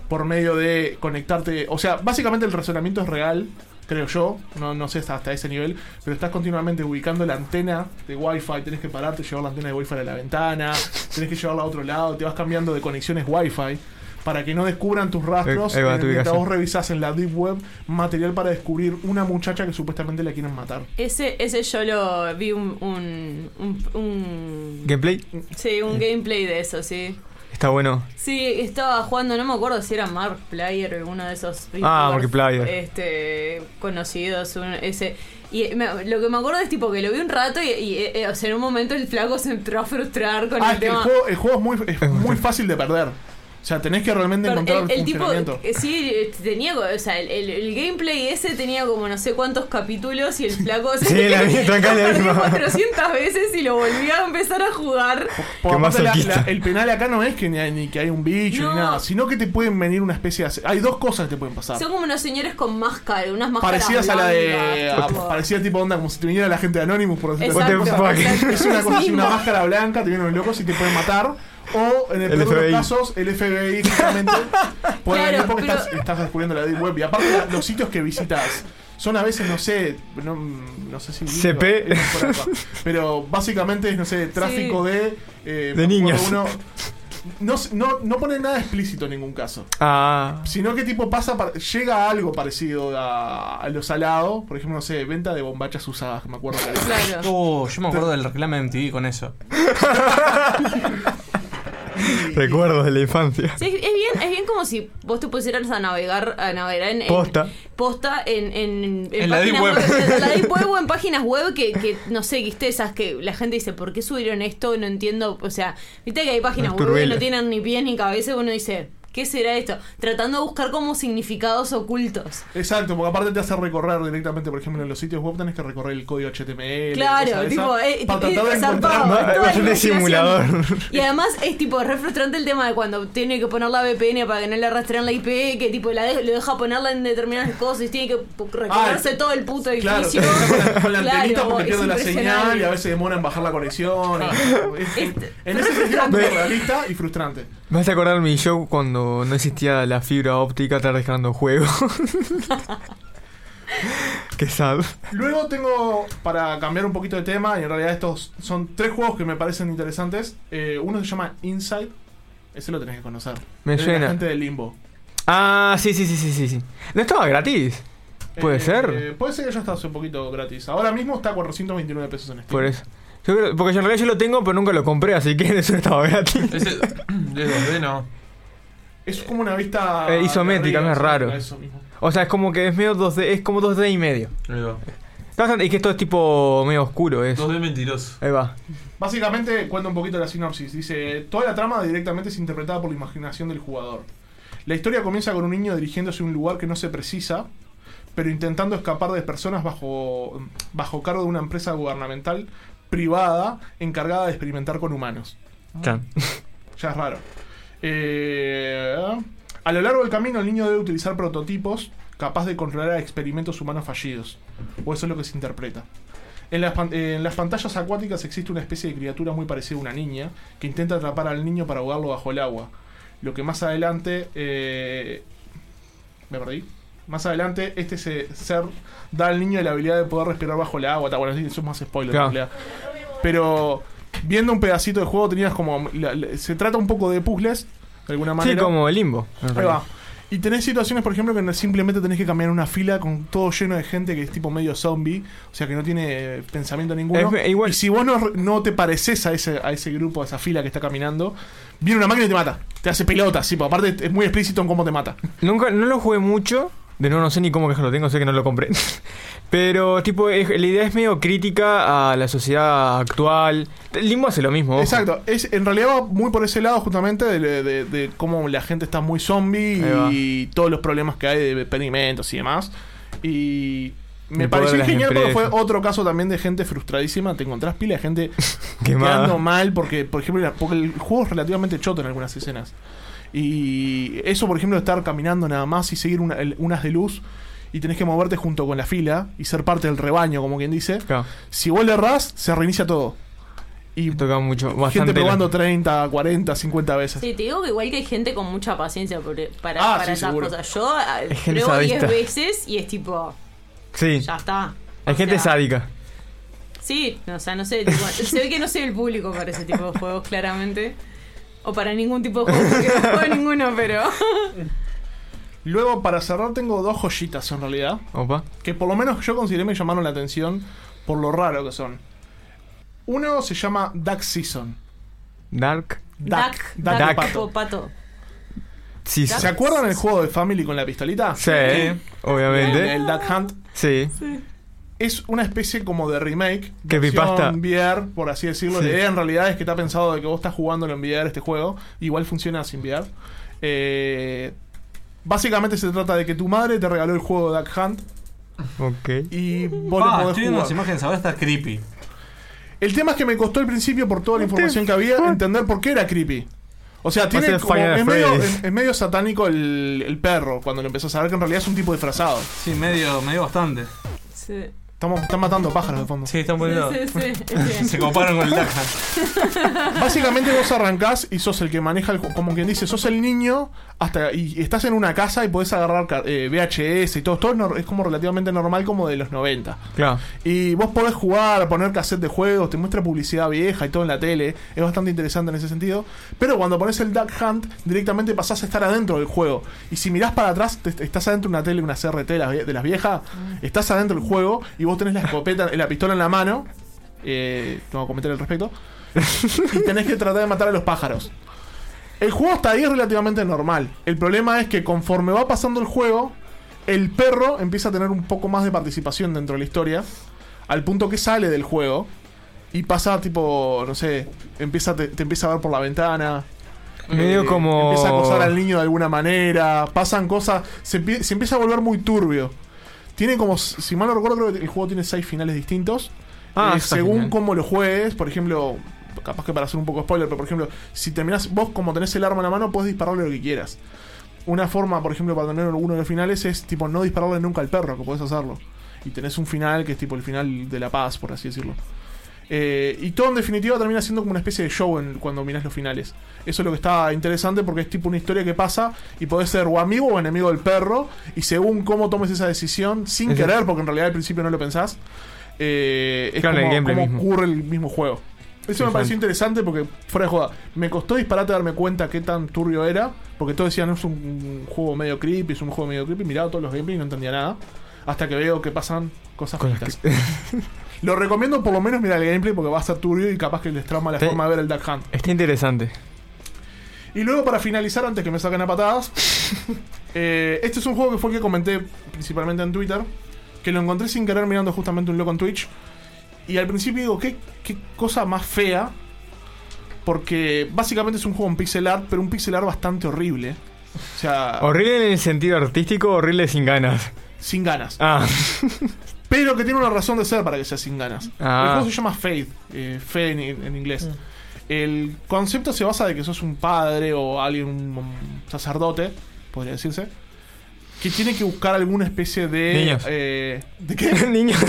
Speaker 14: por medio de conectarte. O sea, básicamente el razonamiento es real, creo yo. No, no sé hasta, hasta ese nivel. Pero estás continuamente ubicando la antena de Wi-Fi. Tenés que pararte, llevar la antena de Wi-Fi a la ventana. Tenés que llevarla a otro lado. Te vas cambiando de conexiones Wi-Fi. Para que no descubran tus rastros
Speaker 8: Eh, ahí va
Speaker 14: eh,
Speaker 8: tu
Speaker 14: mientras
Speaker 8: ubicación.
Speaker 14: vos revisás en la Deep Web material para descubrir una muchacha que supuestamente la quieren matar.
Speaker 15: Ese, ese yo lo vi un, un, un- un-
Speaker 8: Gameplay.
Speaker 15: Sí, un gameplay de eso, sí.
Speaker 8: Está bueno.
Speaker 15: Sí, estaba jugando, no me acuerdo si era Mark Player o uno de esos
Speaker 8: Ah,
Speaker 15: youtubers,
Speaker 8: Markiplier.
Speaker 15: Este, conocidos, un- ese. Y me- lo que me acuerdo es tipo que lo vi un rato y, y, eh, eh, o sea, en un momento el flaco se entró a frustrar con
Speaker 14: Ah,
Speaker 15: el
Speaker 14: es que el
Speaker 15: tema.
Speaker 14: juego, el juego es muy, es muy fácil de perder. O sea, tenés que realmente
Speaker 15: Pero
Speaker 14: encontrar
Speaker 15: el,
Speaker 14: el,
Speaker 15: el tipo
Speaker 14: funcionamiento.
Speaker 15: eh, sí eh, tenía co- o sea el, el- el gameplay ese tenía como no sé cuántos capítulos y el flaco se
Speaker 8: Sí, la vi, tranca, la
Speaker 15: lo
Speaker 8: vi.
Speaker 15: perdió 400 veces y lo volvía a empezar a jugar
Speaker 14: Por
Speaker 8: Qué
Speaker 14: aparte, la-
Speaker 8: masoquista.
Speaker 14: la- el penal acá no es que ni, hay- ni que hay un bicho ni nada, sino que te pueden venir una especie de. Hay dos cosas que te pueden pasar.
Speaker 15: son como unos señores con máscara unas máscaras
Speaker 14: Parecidas a la de.
Speaker 15: blancas,
Speaker 14: a-
Speaker 15: tipo.
Speaker 14: parecía tipo onda como si te viniera la gente de Anonymous, por decirlo
Speaker 15: Exacto,
Speaker 14: así.
Speaker 15: What the fuck.
Speaker 14: Es una cosa así, una
Speaker 15: Sí.
Speaker 14: máscara blanca, te vienen los locos y te pueden matar. O en el,
Speaker 8: El
Speaker 14: peor de
Speaker 8: FBI.
Speaker 14: los casos, el FBI justamente. por
Speaker 15: Claro,
Speaker 14: el tiempo que
Speaker 15: pero-
Speaker 14: estás, estás descubriendo la Deep Web. Y aparte, la- los sitios que visitas son a veces, no sé, no, no sé si.
Speaker 8: CP.
Speaker 14: es por acá. Pero básicamente es, no sé, tráfico
Speaker 8: Sí.
Speaker 14: de. eh,
Speaker 8: De
Speaker 14: me acuerdo
Speaker 8: niños.
Speaker 14: uno- no, no, no pone nada explícito en ningún caso.
Speaker 8: Ah.
Speaker 14: Sino que tipo pasa, par- llega a algo parecido a, a lo salado, por ejemplo, no sé, venta de bombachas usadas, que me acuerdo. que era.
Speaker 9: Oh, yo me acuerdo del reclamo de MTV con eso.
Speaker 8: Recuerdos de la infancia.
Speaker 15: Sí, es es bien es bien como si vos te pusieras a navegar a navegar en, en-
Speaker 8: Posta.
Speaker 15: posta en, en,
Speaker 8: En la
Speaker 15: páginas
Speaker 8: deep web.
Speaker 15: en la deep web o en páginas web que, que, no sé, que esté esas que la gente dice, ¿por qué subieron esto? No entiendo. O sea, viste que hay páginas
Speaker 8: El
Speaker 15: web que
Speaker 8: turbelo.
Speaker 15: no tienen ni pies ni cabeza y uno dice, ¿qué será esto? Tratando de buscar como significados ocultos.
Speaker 14: Exacto, porque aparte te hace recorrer directamente, por ejemplo, en los sitios web tenés que recorrer el código HTML.
Speaker 15: Claro,
Speaker 14: cosas de
Speaker 15: tipo,
Speaker 14: esas,
Speaker 15: eh,
Speaker 14: para
Speaker 15: eh,
Speaker 14: tratar de
Speaker 15: zarpado,
Speaker 14: encontrar
Speaker 15: toda la
Speaker 8: Bastante
Speaker 15: imaginación.
Speaker 8: simulador.
Speaker 15: Y además es tipo re frustrante el tema de cuando tiene que poner la VPN para que no le arrastren la IP, que tipo la de- lo deja ponerla en determinadas cosas y tiene que po- recorrerse todo el puto
Speaker 14: Ah, Claro,
Speaker 15: edificio.
Speaker 14: con la
Speaker 15: Claro,
Speaker 14: antenita porque
Speaker 15: es
Speaker 14: pierde la
Speaker 15: impresionante.
Speaker 14: señal y a veces demora en bajar la conexión. Es- en ese sentido es
Speaker 8: frustrante.
Speaker 14: muy realista y frustrante.
Speaker 8: Me vas a acordar mi show cuando no existía la fibra óptica, estar dejando juegos. Qué sad.
Speaker 14: Luego tengo, para cambiar un poquito de tema, y en realidad estos son tres juegos que me parecen interesantes. Eh, uno se llama Inside. Ese lo tenés que conocer.
Speaker 8: Me
Speaker 14: Es de la
Speaker 8: suena.
Speaker 14: gente de Limbo.
Speaker 8: Ah, sí, sí, sí, sí, sí, sí. ¿No estaba gratis? Puede
Speaker 14: Eh,
Speaker 8: ser.
Speaker 14: eh, puede ser que ya está hace poquito gratis. Ahora mismo está a 429 pesos en este. Steam.
Speaker 8: Por eso. Yo creo- porque yo en realidad yo lo tengo, pero nunca lo compré, así que eso estaba gratis.
Speaker 14: Mm, De 2D no. Es como una vista.
Speaker 8: Eh, isométrica,
Speaker 14: de
Speaker 8: no es raro.
Speaker 14: isométrica, eso mismo.
Speaker 8: O sea, es como que es medio 2D, es como 2D y medio. Está bastante- es que esto es tipo medio oscuro, es.
Speaker 10: 2D mentiroso.
Speaker 8: Ahí va.
Speaker 14: Básicamente cuenta un poquito la sinopsis. Dice, toda la trama directamente es interpretada por la imaginación del jugador. La historia comienza con un niño dirigiéndose a un lugar que no se precisa, pero intentando escapar de personas bajo, bajo cargo de una empresa gubernamental privada encargada de experimentar con humanos. Ya es raro. Eh, a lo largo del camino el niño debe utilizar prototipos capaz de controlar a experimentos humanos fallidos. O eso es lo que se interpreta. En las, pan- eh, en las pantallas acuáticas existe una especie de criatura muy parecida a una niña que intenta atrapar al niño para ahogarlo bajo el agua. Lo que más adelante... eh, me perdí. Más adelante este se- ser da al niño la habilidad de poder respirar bajo el agua. Ta, Bueno, eso es más spoiler.
Speaker 8: Claro.
Speaker 14: en realidad. Pero viendo un pedacito de juego tenías como... la- la- se trata un poco de puzzles, de alguna
Speaker 8: Sí,
Speaker 14: manera.
Speaker 8: como el limbo. en
Speaker 14: Ahí
Speaker 8: realidad.
Speaker 14: va. Y tenés situaciones, por ejemplo, que simplemente tenés que cambiar una fila con todo lleno de gente que es tipo medio zombie, o sea que no tiene eh, pensamiento ninguno.
Speaker 8: Es- igual-
Speaker 14: Y si vos no, no te pareces a ese, a ese grupo, a esa fila que está caminando, viene una máquina y te mata. Te hace pelota, sí, pero aparte es muy explícito en cómo te mata.
Speaker 8: Nunca, no lo jugué mucho. De nuevo, no sé ni cómo que lo tengo, sé que no lo compré. Pero, tipo, es- la idea es medio crítica a la sociedad actual. Limbo hace lo mismo. ojo.
Speaker 14: Exacto, es, en realidad va muy por ese lado justamente de, de- de cómo la gente está muy zombie
Speaker 8: Ahí va.
Speaker 14: y todos los problemas que hay de experimentos y demás. Y me
Speaker 8: El poder de
Speaker 14: pareció
Speaker 8: las
Speaker 14: genial porque fue
Speaker 8: empresas.
Speaker 14: otro caso también de gente frustradísima. Te encontrás pila de gente
Speaker 8: Quemada.
Speaker 14: quedando mal porque, por ejemplo, la- porque el juego es relativamente choto en algunas escenas. Y eso, por ejemplo, de estar caminando nada más y seguir una- el- unas de luz y tenés que moverte junto con la fila y ser parte del rebaño, como quien dice. Si vos le errás, se reinicia todo. Y
Speaker 8: toca mucho,
Speaker 14: Gente
Speaker 8: bastante
Speaker 14: probando 30, 40, 50 veces.
Speaker 15: Sí, te digo que igual que hay gente con mucha paciencia por- para,
Speaker 14: Ah,
Speaker 15: para
Speaker 14: sí,
Speaker 15: esas
Speaker 14: seguro.
Speaker 15: cosas. Yo ah,
Speaker 8: Es gente
Speaker 15: pruebo 10
Speaker 8: sadista.
Speaker 15: veces y es tipo,
Speaker 8: Sí.
Speaker 15: ya está.
Speaker 8: Hay gente
Speaker 15: O sea,
Speaker 8: sádica.
Speaker 15: Sí, no, o sea, no sé. tipo, se ve que no soy el público para ese tipo de juegos, claramente. O para ningún tipo de juego, porque no juego ninguno, pero.
Speaker 14: Luego, para cerrar, tengo dos joyitas en realidad.
Speaker 8: Opa.
Speaker 14: Que por lo menos yo consideré me llamaron la atención por lo raro que son. Uno se llama Duck Season.
Speaker 8: Dark.
Speaker 14: Duck. Duck,
Speaker 15: Duck,
Speaker 14: de pato.
Speaker 15: tipo pato.
Speaker 8: Sí,
Speaker 14: ¿Se acuerdan el juego de Family con la pistolita?
Speaker 8: Sí, obviamente.
Speaker 14: El, el Duck Hunt.
Speaker 8: Sí.
Speaker 14: Es una especie como de remake.
Speaker 8: Que
Speaker 14: versión
Speaker 8: pipasta.
Speaker 14: VR, por así decirlo.
Speaker 8: Sí.
Speaker 14: La idea en realidad es que está pensado de que vos estás jugándolo en VR este juego. Igual funciona sin VR. Eh, básicamente se trata de que tu madre te regaló el juego de Duck Hunt.
Speaker 8: Ok.
Speaker 14: Y vos lo
Speaker 9: Ah,
Speaker 14: podés
Speaker 9: estoy viendo
Speaker 14: jugar.
Speaker 9: las imágenes, ahora está creepy.
Speaker 14: El tema es que me costó al principio, por
Speaker 9: Este
Speaker 14: toda la información que había, entender por qué era creepy. O sea, tiene
Speaker 9: Parece
Speaker 14: como-
Speaker 9: Final
Speaker 14: es, medio,
Speaker 9: Freddy's.
Speaker 14: es- es medio satánico el, el perro cuando lo empezás a ver que en realidad es un tipo disfrazado.
Speaker 9: Sí, medio, medio bastante.
Speaker 15: Sí.
Speaker 14: Estamos, están matando pájaros de fondo.
Speaker 9: Sí, están poniendo.
Speaker 15: Sí, sí, sí.
Speaker 9: Se comparan con el Daja.
Speaker 14: Básicamente vos arrancás y sos el que maneja el ju- como quien dice, sos el niño hasta y estás en una casa y podés agarrar ca- eh, VHS y todo, todo es nor- es como relativamente normal como de los 90.
Speaker 8: Claro.
Speaker 14: Y vos podés jugar, poner cassette de juegos, te muestra publicidad vieja y todo en la tele. Es bastante interesante en ese sentido. Pero cuando pones el Duck Hunt, directamente pasás a estar adentro del juego. Y si mirás para atrás, te- estás adentro de una tele, una CRT de las vie- de las viejas, estás adentro del juego y vos tenés la escopeta, la pistola en la mano. Eh, tengo que comentar al respecto. y tenés que tratar de matar a los pájaros. El juego hasta ahí es relativamente normal. El problema es que conforme va pasando el juego, el perro empieza a tener un poco más de participación dentro de la historia. Al punto que sale del juego y pasa tipo, no sé, empieza, te, te empieza a ver por la ventana. Eh,
Speaker 8: Medio como-
Speaker 14: Empieza a acosar al niño de alguna manera. Pasan cosas. Se, empie- se empieza a volver muy turbio. Tiene como, si mal no recuerdo, creo que el juego tiene seis finales distintos.
Speaker 8: Ah,
Speaker 14: Eh,
Speaker 8: está
Speaker 14: según
Speaker 8: genial.
Speaker 14: cómo lo juegues, por ejemplo, capaz que para hacer un poco spoiler, pero por ejemplo, si terminás, vos como tenés el arma en la mano, podés dispararle lo que quieras. Una forma, por ejemplo, para tener uno de los finales es tipo no dispararle nunca al perro, que podés hacerlo. Y tenés un final que es tipo el final de la paz, por así decirlo. Eh, y todo en definitiva termina siendo como una especie de show en- cuando mirás los finales. Eso es lo que está interesante porque es tipo una historia que pasa y podés ser o amigo o enemigo del perro. Y según cómo tomes esa decisión, sin
Speaker 8: Ese-
Speaker 14: querer, porque en realidad al principio no lo pensás, eh, es
Speaker 8: Claro, en
Speaker 14: como,
Speaker 8: el gameplay
Speaker 14: como
Speaker 8: mismo.
Speaker 14: ocurre el mismo juego. Eso me pareció interesante porque, fuera de joda, me costó disparate darme cuenta qué tan turbio era. Porque todos decían, es un, un juego medio creepy, es un juego medio creepy. Miraba todos los gameplays y no entendía nada. Hasta que veo que pasan cosas bonitas. Lo recomiendo por lo menos mirar el gameplay porque va a ser turbio y capaz que les trauma la
Speaker 8: Te-
Speaker 14: forma de ver el Duck Hunt.
Speaker 8: Está interesante.
Speaker 14: Y luego para finalizar, antes que me saquen a patadas, eh, este es un juego que fue el que comenté principalmente en Twitter, que lo encontré sin querer mirando justamente un loco en Twitch. Y al principio digo, ¿qué, qué cosa más fea, porque básicamente es un juego en pixel art, pero un pixel art bastante horrible. O sea,
Speaker 8: Horrible en el sentido artístico, horrible sin ganas.
Speaker 14: Sin ganas.
Speaker 8: Ah,
Speaker 14: pero que tiene una razón de ser para que sea sin ganas.
Speaker 8: Ah.
Speaker 14: El juego se llama Faith, eh, fe en, en inglés. El concepto se basa de que sos un padre o alguien, un, un sacerdote, podría decirse, que tiene que buscar alguna especie de...
Speaker 8: Niños.
Speaker 14: eh, ¿De qué?
Speaker 8: Niños.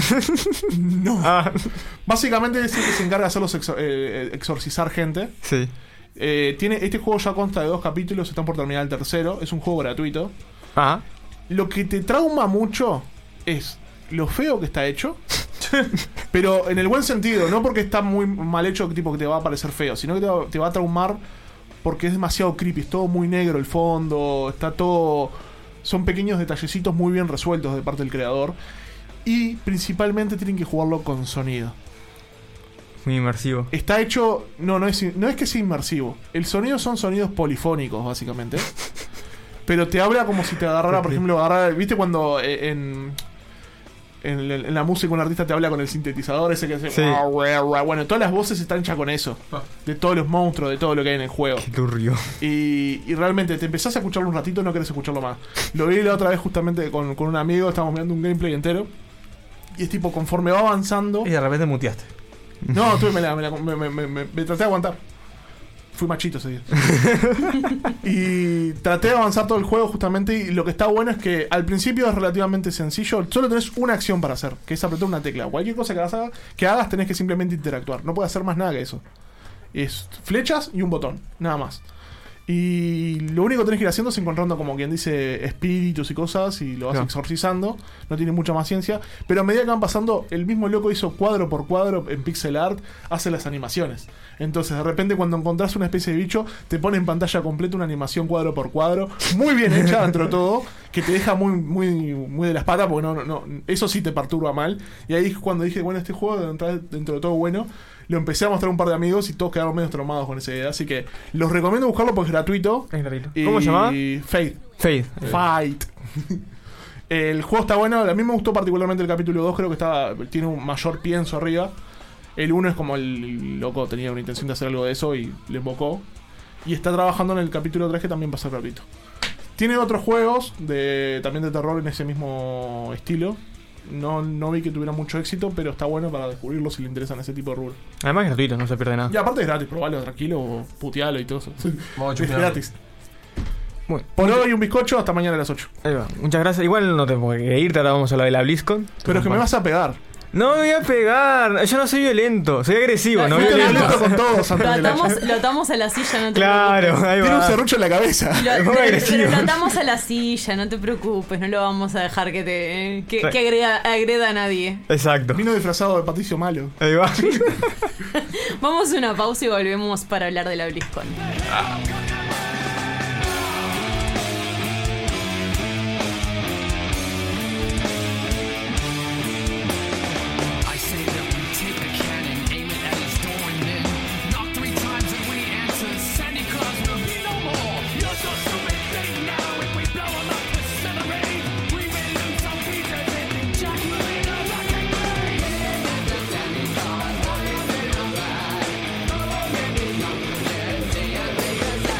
Speaker 14: no. Básicamente es el que se encarga de hacerlos exor- eh, exorcizar gente.
Speaker 8: sí.
Speaker 14: Eh, tiene, este juego ya consta de dos capítulos, están por terminar el tercero. Es un juego gratuito. Lo que te trauma mucho es lo feo que está hecho. pero en el buen sentido, no porque está muy mal hecho, tipo que te va a parecer feo, sino que te va, te va a traumar porque es demasiado creepy. Es todo muy negro el fondo, está todo. Son pequeños detallecitos muy bien resueltos de parte del creador. Y principalmente tienen que jugarlo con sonido.
Speaker 8: Muy inmersivo.
Speaker 14: Está hecho. No, no es, no es que sea inmersivo. El sonido son sonidos polifónicos, básicamente. Pero te habla como si te agarrara, por ejemplo, agarrara. ¿Viste cuando eh, en. En, el- en la música un artista te habla con el sintetizador ese que hace...
Speaker 8: Sí.
Speaker 14: Bueno, todas las voces están hechas con eso. De todos los monstruos, de todo lo que hay en el juego.
Speaker 8: Turbio.
Speaker 14: Y, y realmente te empezás a escucharlo un ratito y no querés escucharlo más. Lo vi la otra vez justamente con, con un amigo, estábamos mirando un gameplay entero. Y es tipo, conforme va avanzando...
Speaker 9: Y de repente muteaste.
Speaker 14: No, tuve, me, la- me, la- me- me- me- me- me traté de aguantar. Fui machito ese día. y traté de avanzar todo el juego justamente. Y lo que está bueno es que al principio es relativamente sencillo. Solo tenés una acción para hacer, que es apretar una tecla. Cualquier cosa que hagas, que hagas tenés que simplemente interactuar. No puedes hacer más nada que eso. Es flechas y un botón, nada más. Y lo único que tenés que ir haciendo es encontrando, como quien dice, espíritus y cosas, y lo vas
Speaker 8: Claro.
Speaker 14: exorcizando. No tiene mucha más ciencia. Pero a medida que van pasando, el mismo loco hizo cuadro por cuadro en pixel art, hace las animaciones. Entonces, de repente, cuando encontrás una especie de bicho, te pone en pantalla completa una animación cuadro por cuadro, muy bien hecha dentro de todo, que te deja muy, muy, muy de las patas, porque no, no, no, eso sí te perturba mal. Y ahí es cuando dije, bueno, este juego dentro dentro de todo bueno. Lo empecé a mostrar a un par de amigos y todos quedaron medio traumados con esa idea. Así que los recomiendo buscarlo porque es gratuito.
Speaker 8: Es gratuito.
Speaker 14: Y-
Speaker 8: ¿Cómo se llamaba? Eh.
Speaker 14: Fate.
Speaker 8: Faith.
Speaker 14: Fight. el juego está bueno. A mí me gustó particularmente el capítulo 2. Creo que está, tiene un mayor pienso arriba. El 1 es como el loco tenía una intención de hacer algo de eso y le invocó. Y está trabajando en el capítulo 3 que también va a ser gratuito. Tiene otros juegos de, también de terror en ese mismo estilo. No, no vi que tuviera mucho éxito, pero está bueno para descubrirlo si le interesan ese tipo de rubro.
Speaker 8: Además es gratuito, no se pierde nada.
Speaker 14: Y aparte es gratis, probalo tranquilo, putealo y todo eso.
Speaker 8: Vamos a
Speaker 14: es
Speaker 8: chupearlo.
Speaker 14: gratis. Por hoy un bizcocho hasta mañana a las 8.
Speaker 8: Ahí va. Muchas gracias. Igual no tengo que irte, ahora vamos a hablar de la BlizzCon.
Speaker 14: Pero es que me vas a pegar.
Speaker 8: No me voy a pegar. Yo no soy violento, soy agresivo, no
Speaker 14: Fuiste
Speaker 8: violento.
Speaker 14: violento con todos
Speaker 15: Lo
Speaker 14: antes de la-
Speaker 15: atamos, lo atamos a la silla, no te
Speaker 8: Claro, ahí va.
Speaker 14: Tiene un serrucho en la cabeza.
Speaker 15: preocupes. Lo-
Speaker 8: Es muy
Speaker 15: pero-
Speaker 8: agresivo.
Speaker 15: pero lo atamos a la silla, no te preocupes, no lo vamos a dejar que te que,
Speaker 8: Sí.
Speaker 15: que agreda, agreda a nadie.
Speaker 8: Exacto.
Speaker 14: Vino disfrazado de Patricio Malo.
Speaker 8: Ahí va.
Speaker 15: Vamos a una pausa y volvemos para hablar de la BlizzCon.
Speaker 6: I say that we take a cannon, aim it at his door, and then knock three times and we answer. Sandy Claus will be no more. You're so stupid thing now. If we blow him up with celery, we will lose some pieces and Jack will be the rocket man. Oh, maybe not the day of the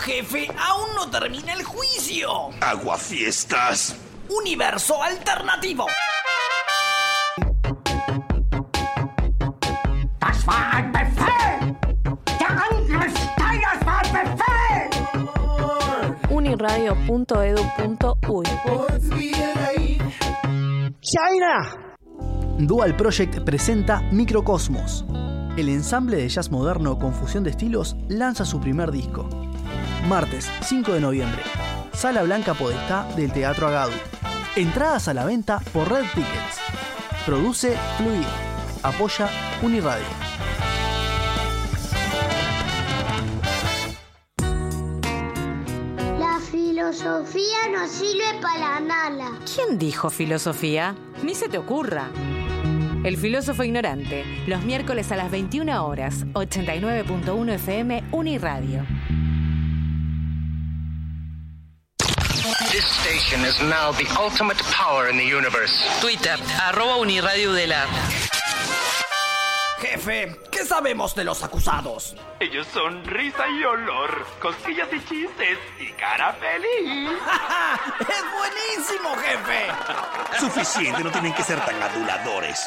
Speaker 12: jefe, aún no termina el juicio.
Speaker 18: Aguafiestas.
Speaker 12: Universo alternativo.
Speaker 6: Das war ein Befehl! Der Angriff Steiners war ein Befehl!
Speaker 19: Uniradio.edu.uy
Speaker 20: ¡China! Dual Project presenta Microcosmos. El ensamble de jazz moderno con fusión de estilos lanza su primer disco. Martes 5 de noviembre. Sala Blanca Podestá del Teatro Agadu. Entradas a la venta por Red Tickets. Produce Fluir. Apoya Uniradio.
Speaker 21: La filosofía no sirve para nada.
Speaker 19: ¿Quién dijo filosofía? Ni se te ocurra. El filósofo ignorante, los miércoles a las 21 horas, 89.1 FM Uniradio.
Speaker 2: This station is now the ultimate power in the universe.
Speaker 12: Twitter, arroba Uniradio Jefe, ¿qué sabemos de los acusados?
Speaker 2: Ellos son risa y olor, cosquillas y chistes y cara feliz.
Speaker 12: ¡Es buenísimo, jefe!
Speaker 18: Suficiente, no tienen que ser tan aduladores.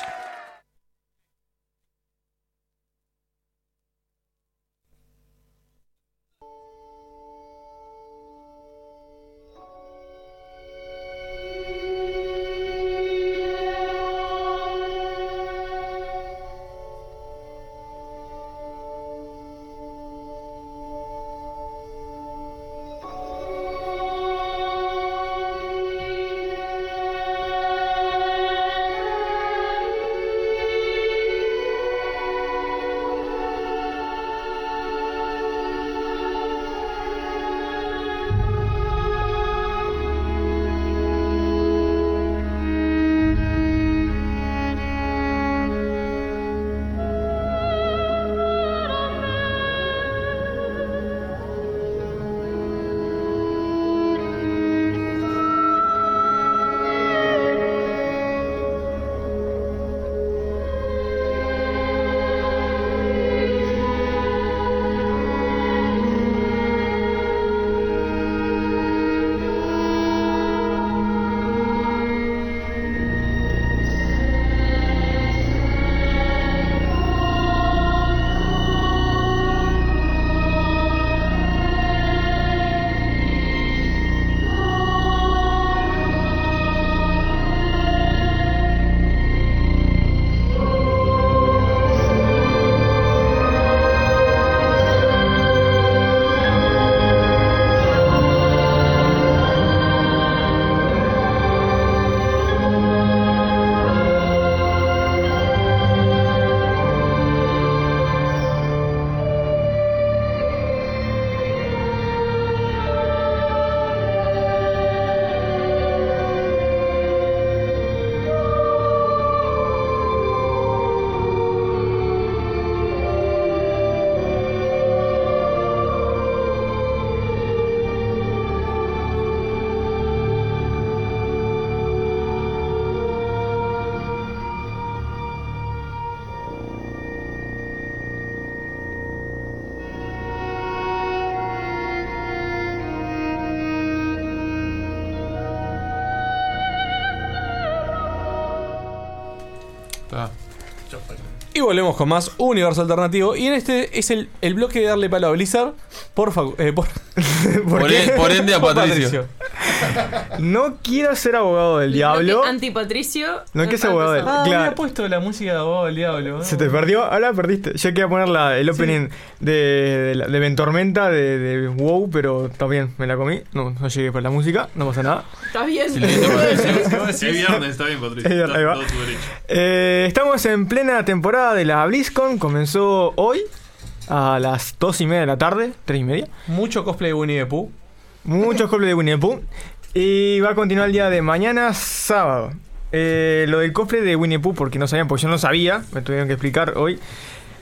Speaker 13: Y volvemos con más Universo Alternativo. Y en este es el, el bloque de darle palo a Blizzard por Facu- eh, por,
Speaker 8: ¿Por
Speaker 13: qué?
Speaker 8: en- por ende a
Speaker 13: Por
Speaker 8: Patricio. No quiero ser abogado del diablo.
Speaker 15: Antipatricio.
Speaker 8: No es que sea abogado del-
Speaker 15: Ah,
Speaker 8: claro.
Speaker 15: mira,
Speaker 9: puesto la música de abogado del diablo.
Speaker 8: Se te perdió, ahora perdiste. Yo quería poner la, el opening de, de, la- de Ventormenta de, de WoW, pero también me la comí. No, no llegué por la música, no pasa nada.
Speaker 15: Está bien.
Speaker 4: Es viernes, está bien, Patricio.
Speaker 8: Es viernes, ahí va.
Speaker 4: Todo tu derecho.
Speaker 8: Eh, estamos en plena temporada de la BlizzCon, comenzó hoy a las 2 y media de la tarde, 3 y media.
Speaker 13: Mucho cosplay de Winnie the Pooh.
Speaker 8: Mucho cosplay de Winnie the Pooh. Y va a continuar el día de mañana, sábado. Eh, lo del cosplay de Winnie the Pooh, porque no sabían, porque yo no sabía, me tuvieron que explicar hoy.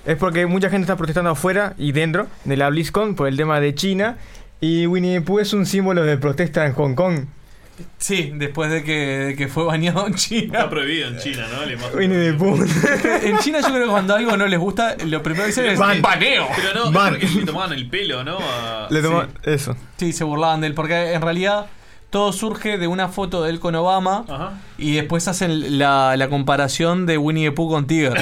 Speaker 8: Es porque mucha gente está protestando afuera y dentro de la BlizzCon por el tema de China. Y Winnie the Pooh es un símbolo de protesta en Hong Kong.
Speaker 9: Sí, después de que, de que fue bañado en China.
Speaker 4: Está prohibido en China, ¿no? La imagen.
Speaker 9: de puta. en China yo creo que cuando algo no les gusta, lo primero que dicen es...
Speaker 4: Ban.
Speaker 9: ¡Baneo!
Speaker 4: Pero no, es porque le tomaban el pelo, ¿no? A-
Speaker 9: Le toma-
Speaker 4: Sí.
Speaker 8: Eso.
Speaker 9: Sí, se burlaban de él, porque en realidad todo surge de una foto de él con Obama
Speaker 4: Ajá.
Speaker 9: y después hacen la, la comparación de Winnie the Pooh con Tiger.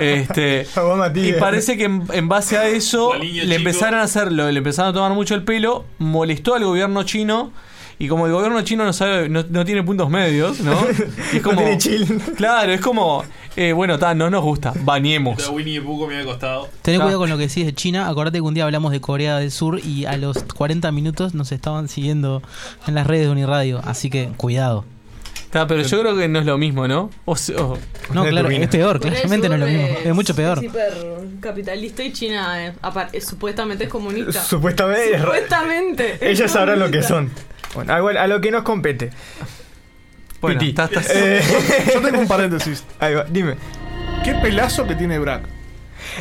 Speaker 9: este, y
Speaker 8: Tiger.
Speaker 9: parece que en, en base a eso le empezaron a hacerlo, le empezaron a tomar mucho el pelo, molestó al gobierno chino. Y como el gobierno chino no sabe, no, no tiene puntos medios, ¿no? Y es como,
Speaker 4: tiene
Speaker 9: Claro, es como, eh, bueno, ta, no nos gusta, bañemos.
Speaker 4: Está Winnie the Pooh comida de costado.
Speaker 16: Tené
Speaker 8: Ah.
Speaker 16: cuidado con lo que decís de China. Acordate que un día hablamos de Corea del Sur y a los 40 minutos nos estaban siguiendo en las redes de Uniradio. Así que cuidado.
Speaker 9: Ta, pero yo creo que no es lo mismo, ¿no? O se- o-
Speaker 16: No, claro, es peor, claramente no es lo mismo. Es mucho peor.
Speaker 15: Es hipercapitalista y China eh, apar- eh, supuestamente es comunista.
Speaker 8: Supuestamente.
Speaker 15: Supuestamente. es
Speaker 8: Ellas sabrán lo que
Speaker 15: comunista.
Speaker 8: son. Bueno, algo- a lo que nos compete.
Speaker 14: Bueno,
Speaker 8: Piti.
Speaker 14: estás- estás-
Speaker 8: Eh,
Speaker 14: Yo tengo un paréntesis.
Speaker 8: Ahí va, dime.
Speaker 14: ¿Qué pelazo que tiene Brack?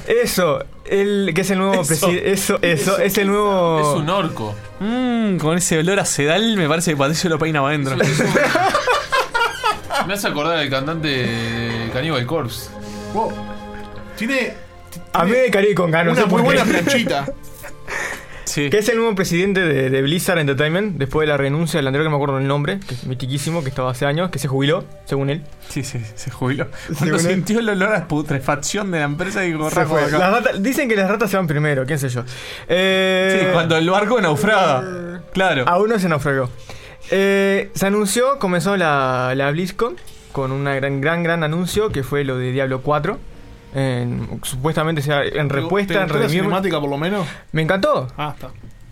Speaker 8: Eso, el que es el nuevo
Speaker 14: Eso.
Speaker 8: presi- Eso, eso,
Speaker 14: Eso.
Speaker 8: es el nuevo.
Speaker 14: Es un
Speaker 9: orco. Mmm, con ese olor a sedal me parece que Patricio lo peina para adentro.
Speaker 10: Me hace acordar del cantante de Cannibal Corpse.
Speaker 14: Wow. Tiene
Speaker 8: A mí me carí con ganas.
Speaker 14: una
Speaker 8: no sé
Speaker 14: muy
Speaker 8: por qué.
Speaker 14: buena planchita.
Speaker 8: Que es el nuevo presidente de, de Blizzard Entertainment, después de la renuncia del anterior que no me acuerdo el nombre, que es mitiquísimo, que estaba hace años, que se jubiló, según él.
Speaker 9: Sí, sí, se jubiló.
Speaker 8: Según
Speaker 9: Cuando
Speaker 8: él.
Speaker 9: sintió el olor a putrefacción de la empresa y
Speaker 8: Se fue.
Speaker 9: acá.
Speaker 8: Las ratas- dicen que las ratas se van primero, quién sé yo. Eh,
Speaker 9: Sí, cuando el barco naufraga. Claro.
Speaker 8: Aún no se naufragó. Eh, se anunció, comenzó la, la BlizzCon con un gran, gran, gran anuncio que fue lo de Diablo 4. En- supuestamente sea en respuesta, en redimir-
Speaker 14: cinemática por lo menos?
Speaker 8: Me encantó.
Speaker 14: Ah, está.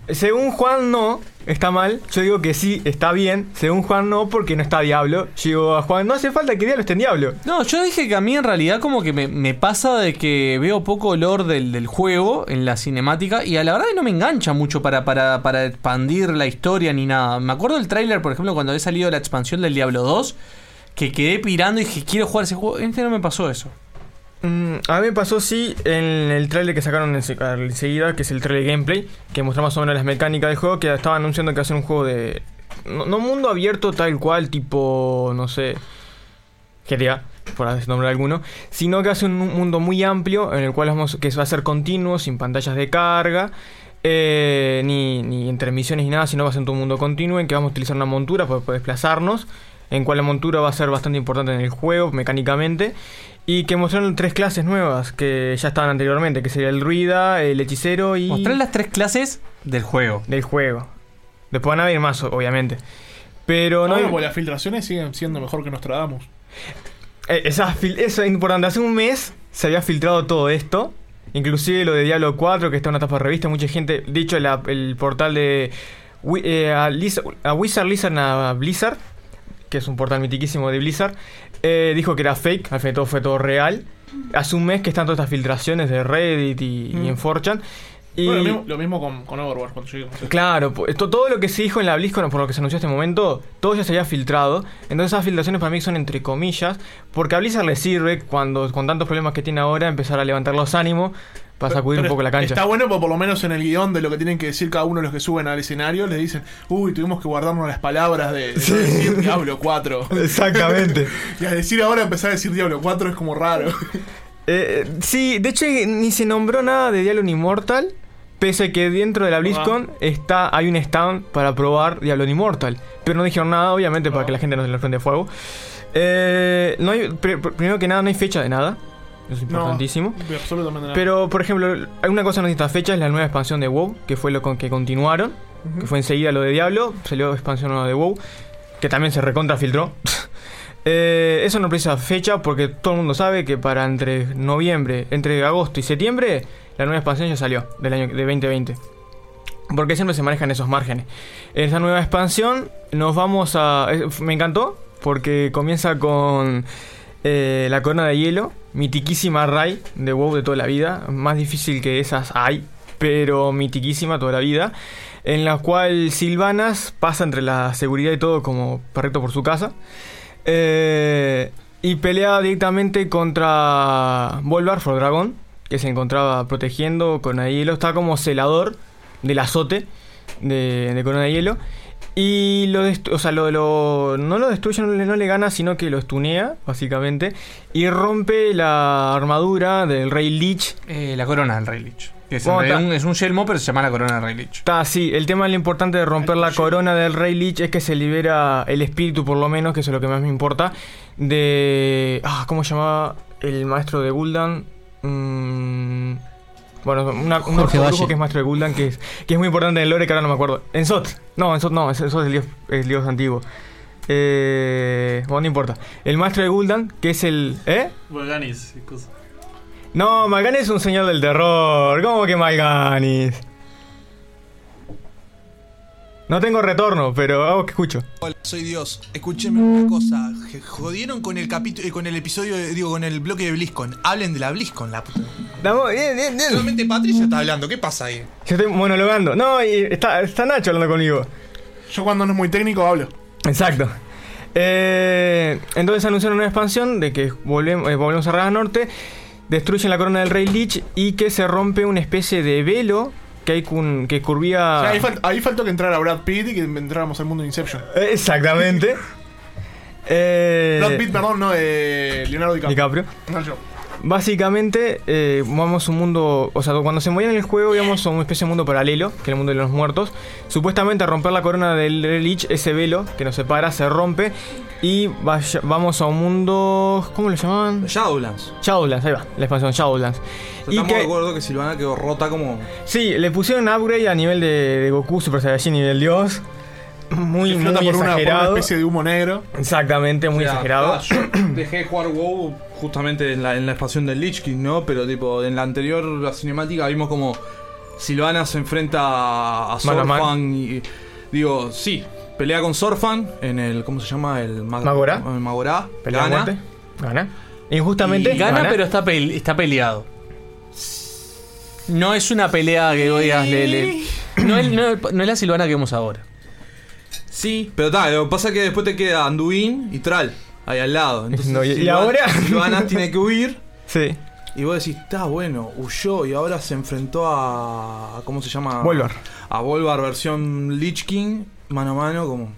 Speaker 8: Según Juan no, está mal. Yo digo que sí, está bien. Según Juan no, porque no está Diablo. Yo digo a Juan, no hace falta que Diablo esté en Diablo.
Speaker 9: No, yo dije que a mí en realidad como que me, me pasa de que veo poco olor del, del juego en la cinemática y a la verdad que no me engancha mucho para, para, para expandir la historia ni nada. Me acuerdo del tráiler, por ejemplo, cuando había salido la expansión del Diablo 2, que quedé pirando y dije, quiero jugar ese juego. En Este no me pasó eso.
Speaker 8: Mm, a mí me pasó sí en el trailer que sacaron ense- enseguida, que es el trailer gameplay, que mostraba más o menos las mecánicas del juego, que estaba anunciando que hacen un juego de... No, no mundo abierto tal cual, tipo, no sé, GTA, por nombrar alguno, sino que hace un mundo muy amplio en el cual vamos, que va a ser continuo, sin pantallas de carga, eh, ni, ni intermisiones ni nada, sino va a ser un mundo continuo en que vamos a utilizar una montura para poder desplazarnos, en cual la montura va a ser bastante importante en el juego mecánicamente, y que mostraron tres clases nuevas que ya estaban anteriormente, que sería el ruida, el hechicero y...
Speaker 9: Mostraron las tres clases del juego.
Speaker 8: Del juego. Después van a venir más, o- obviamente. Pero no...
Speaker 14: Bueno,
Speaker 8: hay-
Speaker 14: pues las filtraciones siguen siendo mejor que Nostradamus.
Speaker 8: Eh, esas fil- eso es importante. Hace un mes se había filtrado todo esto. Inclusive lo de Diablo 4, que está en una tapa de revista. Mucha gente... De hecho, la- el portal de... Wi- eh, a, Liz- a Wizard Lizard, a Blizzard, que es un portal mitiquísimo de Blizzard, eh, dijo que era fake. Al fin y todo fue todo real. Hace un mes que están todas estas filtraciones de Reddit y, y en 4chan. Y,
Speaker 14: Mm. Bueno, lo mismo, lo mismo con, con Overwatch cuando lleguemos.
Speaker 8: Claro, po- esto- todo lo que se dijo en la BlizzCon, por lo que se anunció este momento, todo ya se había filtrado. Entonces esas filtraciones para mí son entre comillas, porque a Blizzard le sirve cuando con tantos problemas que tiene ahora empezar a levantar los ánimos para sacudir un
Speaker 14: Pero
Speaker 8: poco la cancha.
Speaker 14: Está bueno porque por lo menos en el guión de lo que tienen que decir cada uno de los que suben al escenario, les dicen, uy, tuvimos que guardarnos las palabras de, de no decir Diablo 4.
Speaker 8: Exactamente.
Speaker 14: y al decir ahora empezar a decir Diablo 4 es como raro.
Speaker 8: Eh, eh, sí, de hecho eh, ni se nombró nada de Diablo Immortal, pese a que dentro de la BlizzCon está, hay un stand para probar Diablo Immortal. Pero no dijeron nada, obviamente, para que la gente no se le prende fuego. Eh, no hay, pr- pr- primero que nada, no hay fecha de nada. Eso es importantísimo.
Speaker 14: No, absolutamente nada.
Speaker 8: Pero, por ejemplo, alguna cosa que no tiene esta fecha es la nueva expansión de WoW, que fue lo con que continuaron.
Speaker 14: Ujú.
Speaker 8: Que fue enseguida lo de Diablo, salió expansión nueva de WoW, que también se recontrafiltró. Eh, eso no precisa fecha porque todo el mundo sabe que para entre noviembre, entre agosto y septiembre, la nueva expansión ya salió del año de 2020. Porque siempre se manejan esos márgenes. En esta nueva expansión nos vamos a... eh, f- Me encantó porque comienza con eh, la corona de hielo, mitiquísima Rai de WoW de toda la vida, más difícil que esas hay, pero mitiquísima toda la vida, en la cual Silvanas pasa entre la seguridad y todo como perrito por su casa. Eh, y pelea directamente contra Volvar for Dragon, que se encontraba protegiendo Corona de Hielo. Está como celador del azote de, de Corona de Hielo. Y lo dest- o sea, lo, lo- no lo destruye, no le, no le gana, sino que lo estunea, básicamente. Y rompe la armadura del Rey Lich.
Speaker 9: Eh, la corona del Rey Lich. Es, en
Speaker 8: Bueno,
Speaker 9: realidad
Speaker 8: ta-
Speaker 9: un, es un yelmo, pero se llama la corona del Rey Lich.
Speaker 8: Está así. El tema lo importante de romper la corona del Rey Lich es que se libera el espíritu, por lo menos, que eso es lo que más me importa. De. Ah, ¿cómo se llamaba el maestro de Guldan? Mm, bueno, una, un
Speaker 9: Jorge
Speaker 8: orco brujo
Speaker 9: Valle.
Speaker 8: que es maestro de Guldan, que es, que es muy importante en el lore, que ahora no me acuerdo. En Sot. No, en Sot no, en Sot es el dios, el dios antiguo. Eh, bueno, no importa. El maestro de Guldan, que es el. ¿Eh?
Speaker 4: Volganis y cosas.
Speaker 8: No, Malganis es un señor del terror. ¿Cómo que Malganis? No tengo retorno, pero hago que escucho.
Speaker 22: Hola, soy Dios. Escúcheme una cosa. Je- Jodieron con el capítulo, eh, con el episodio, de- digo, con el bloque de BlizzCon. Hablen de la BlizzCon, la puta. Solamente Patricia está hablando. ¿Qué pasa ahí?
Speaker 8: Yo estoy monologando. No, y está, está Nacho hablando conmigo.
Speaker 14: Yo cuando no es muy técnico hablo.
Speaker 8: Exacto. Eh, entonces anunciaron una expansión de que volvemos, eh, volvemos a Raga Norte, destruyen la corona del Rey Lich y que se rompe una especie de velo que, hay cun- que curvía...
Speaker 14: O sea, ahí, fal- ahí faltó que entrara Brad Pitt y que entráramos al mundo de Inception.
Speaker 8: Eh, Exactamente. Eh,
Speaker 14: Brad Pitt, perdón, no, eh, Leonardo DiCaprio.
Speaker 8: DiCaprio.
Speaker 14: No, yo.
Speaker 8: Básicamente, eh, vamos a un mundo. O sea, cuando se movían en el juego, íbamos a una especie de mundo paralelo, que es el mundo de los muertos. Supuestamente, al romper la corona del Rey Lich, ese velo que nos separa se rompe. Y vaya- vamos a un mundo. ¿Cómo lo llamaban?
Speaker 7: Shadowlands.
Speaker 8: Shadowlands, ahí va, la expansión Shadowlands. Y
Speaker 7: Estamos de
Speaker 8: que-
Speaker 7: acuerdo que Silvana quedó rota como.
Speaker 8: Sí, le pusieron upgrade a nivel de, de Goku, Super Saiyajin, nivel Dios. Muy,
Speaker 7: Que
Speaker 8: muy
Speaker 7: flota por una- por una
Speaker 8: exagerado.
Speaker 7: especie
Speaker 14: de humo negro.
Speaker 8: Exactamente, muy
Speaker 7: O sea,
Speaker 8: exagerado.
Speaker 7: ah, yo dejé de jugar WoW justamente en la, en la expansión del Lich King, ¿no? Pero tipo, en la anterior, la cinemática, vimos como Silvana se enfrenta a- a
Speaker 8: Mano a mano.
Speaker 7: Sorfan y. Digo, sí, pelea con Sorfan en el. ¿Cómo se llama? El Mag-
Speaker 8: Magorá.
Speaker 7: el Magorá.
Speaker 8: Pelea a muerte. Gana. Injustamente.
Speaker 7: Justamente,
Speaker 9: Y gana,
Speaker 7: gana.
Speaker 9: pero está, pel- está peleado. No es una pelea que odias, Lele. No es, no, es- no es la Silvana que vemos ahora.
Speaker 7: Sí, pero tal, lo que pasa es que después te queda Anduin y Tral ahí al lado. Entonces,
Speaker 8: No, y- y
Speaker 7: Silvana-
Speaker 8: ahora-
Speaker 7: Silvana tiene que huir.
Speaker 8: Sí.
Speaker 7: Y vos decís, está bueno, huyó y ahora se enfrentó a. ¿Cómo se llama?
Speaker 8: Bolvar.
Speaker 7: A Volvar versión Lich King, mano a mano, como.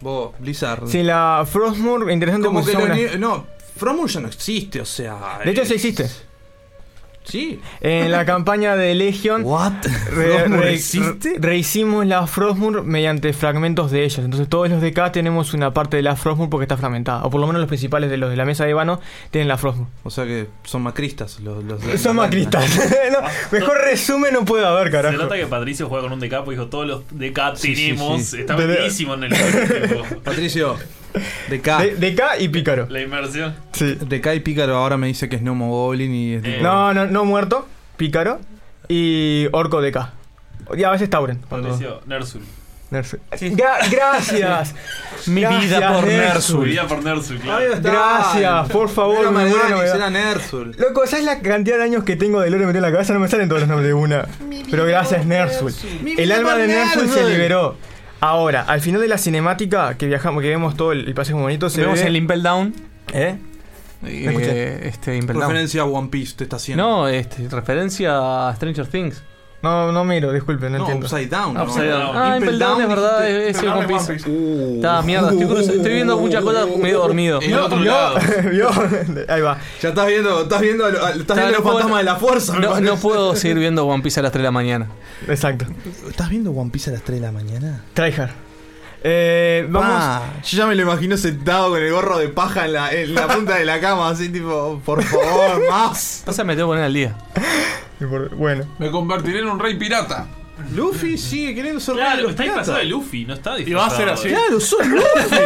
Speaker 7: Vos, Blizzard.
Speaker 8: Sí, la Frostmourne, interesante
Speaker 7: como
Speaker 8: porque
Speaker 7: que
Speaker 8: son
Speaker 7: lo
Speaker 8: una-
Speaker 7: ni- No, Fromur ya no existe, o sea.
Speaker 8: De hecho,
Speaker 7: es-
Speaker 8: sí existe.
Speaker 7: Sí.
Speaker 8: En la campaña de Legion. re-
Speaker 7: ¿Frostmourne
Speaker 8: re-
Speaker 7: existe?
Speaker 8: re- Rehicimos la Frostmourne mediante fragmentos de ellas. Entonces, todos los de acá tenemos una parte de la Frostmourne porque está fragmentada. O por lo menos los principales de los de la mesa de Ivano tienen la Frostmourne.
Speaker 7: O sea que son macristas los. los de-
Speaker 8: Son
Speaker 7: la-
Speaker 8: macristas. Eh, No, mejor resumen no puede haber,
Speaker 4: Ah, Se
Speaker 8: carajo.
Speaker 4: nota que Patricio juega con un DK, porque dijo, todos los DK
Speaker 8: Sí, sí,
Speaker 4: tenemos.
Speaker 8: sí.
Speaker 4: Está
Speaker 8: De- de-
Speaker 4: buenísimo en el juego.
Speaker 7: Patricio. De K.
Speaker 8: De, K y Pícaro.
Speaker 4: La inmersión.
Speaker 7: De K y eh, Pícaro ahora me dice que es Nomo Goblin y es tipo-
Speaker 8: No, no, no muerto. Pícaro. Y Orco de K. Y a veces Tauren. cuando-
Speaker 4: Patricio, Nersul.
Speaker 8: Nerf. Gra- gracias.
Speaker 4: Mi vida por Nersul.
Speaker 8: Nersul.
Speaker 4: Mi vida por Nersul, claro.
Speaker 8: Ahí está. Gracias, por favor.
Speaker 7: Era
Speaker 8: me
Speaker 7: Malganis,
Speaker 8: muero, me da-
Speaker 7: era Nersul.
Speaker 8: Loco, ¿sabes la cantidad de años que tengo de lore metido en la cabeza? No me salen todos los nombres de una. Pero gracias, Nersul.
Speaker 7: Mi
Speaker 8: El
Speaker 7: vida
Speaker 8: alma
Speaker 7: por
Speaker 8: de Nersul se
Speaker 7: Nersul.
Speaker 8: liberó. Ahora, al final de la cinemática que viajamos, que vemos todo el, el paseo muy bonito, se
Speaker 9: Vemos
Speaker 8: ve-
Speaker 9: el Impel Down.
Speaker 8: ¿Eh?
Speaker 9: Eh,
Speaker 8: No escuché.
Speaker 9: este Impel Down.
Speaker 7: Referencia a One Piece te está haciendo.
Speaker 9: No, este, referencia a Stranger Things.
Speaker 8: No, no miro, disculpen, no,
Speaker 7: No,
Speaker 8: entiendo.
Speaker 7: Upside Down.
Speaker 9: Ah, Upside Down. Ah, Impel Down es verdad, es- es el One Piece. Está mierda,
Speaker 8: Uh.
Speaker 9: estoy, cruz- estoy viendo muchas cosas medio dormido.
Speaker 7: El otro lado.
Speaker 8: Ahí va.
Speaker 7: Ya estás viendo, estás viendo, estás viendo los fantasmas de la fuerza. me
Speaker 9: No,
Speaker 7: parece.
Speaker 9: no puedo seguir viendo One Piece a las 3 de la mañana.
Speaker 8: Exacto.
Speaker 7: ¿Estás viendo One Piece a las 3 de la mañana?
Speaker 8: Tryhard. Eh, vamos.
Speaker 7: yo ya me lo imagino sentado con el gorro de paja en la, en la punta de la cama, así tipo, por favor, más.
Speaker 9: Pasa, me tengo que poner al día.
Speaker 8: Bueno.
Speaker 10: Me convertiré en un rey pirata.
Speaker 7: Luffy sigue queriendo ser
Speaker 4: Claro, está disfrazado de Luffy, no está disfrazado.
Speaker 10: va a ser así.
Speaker 7: Claro, soy Luffy.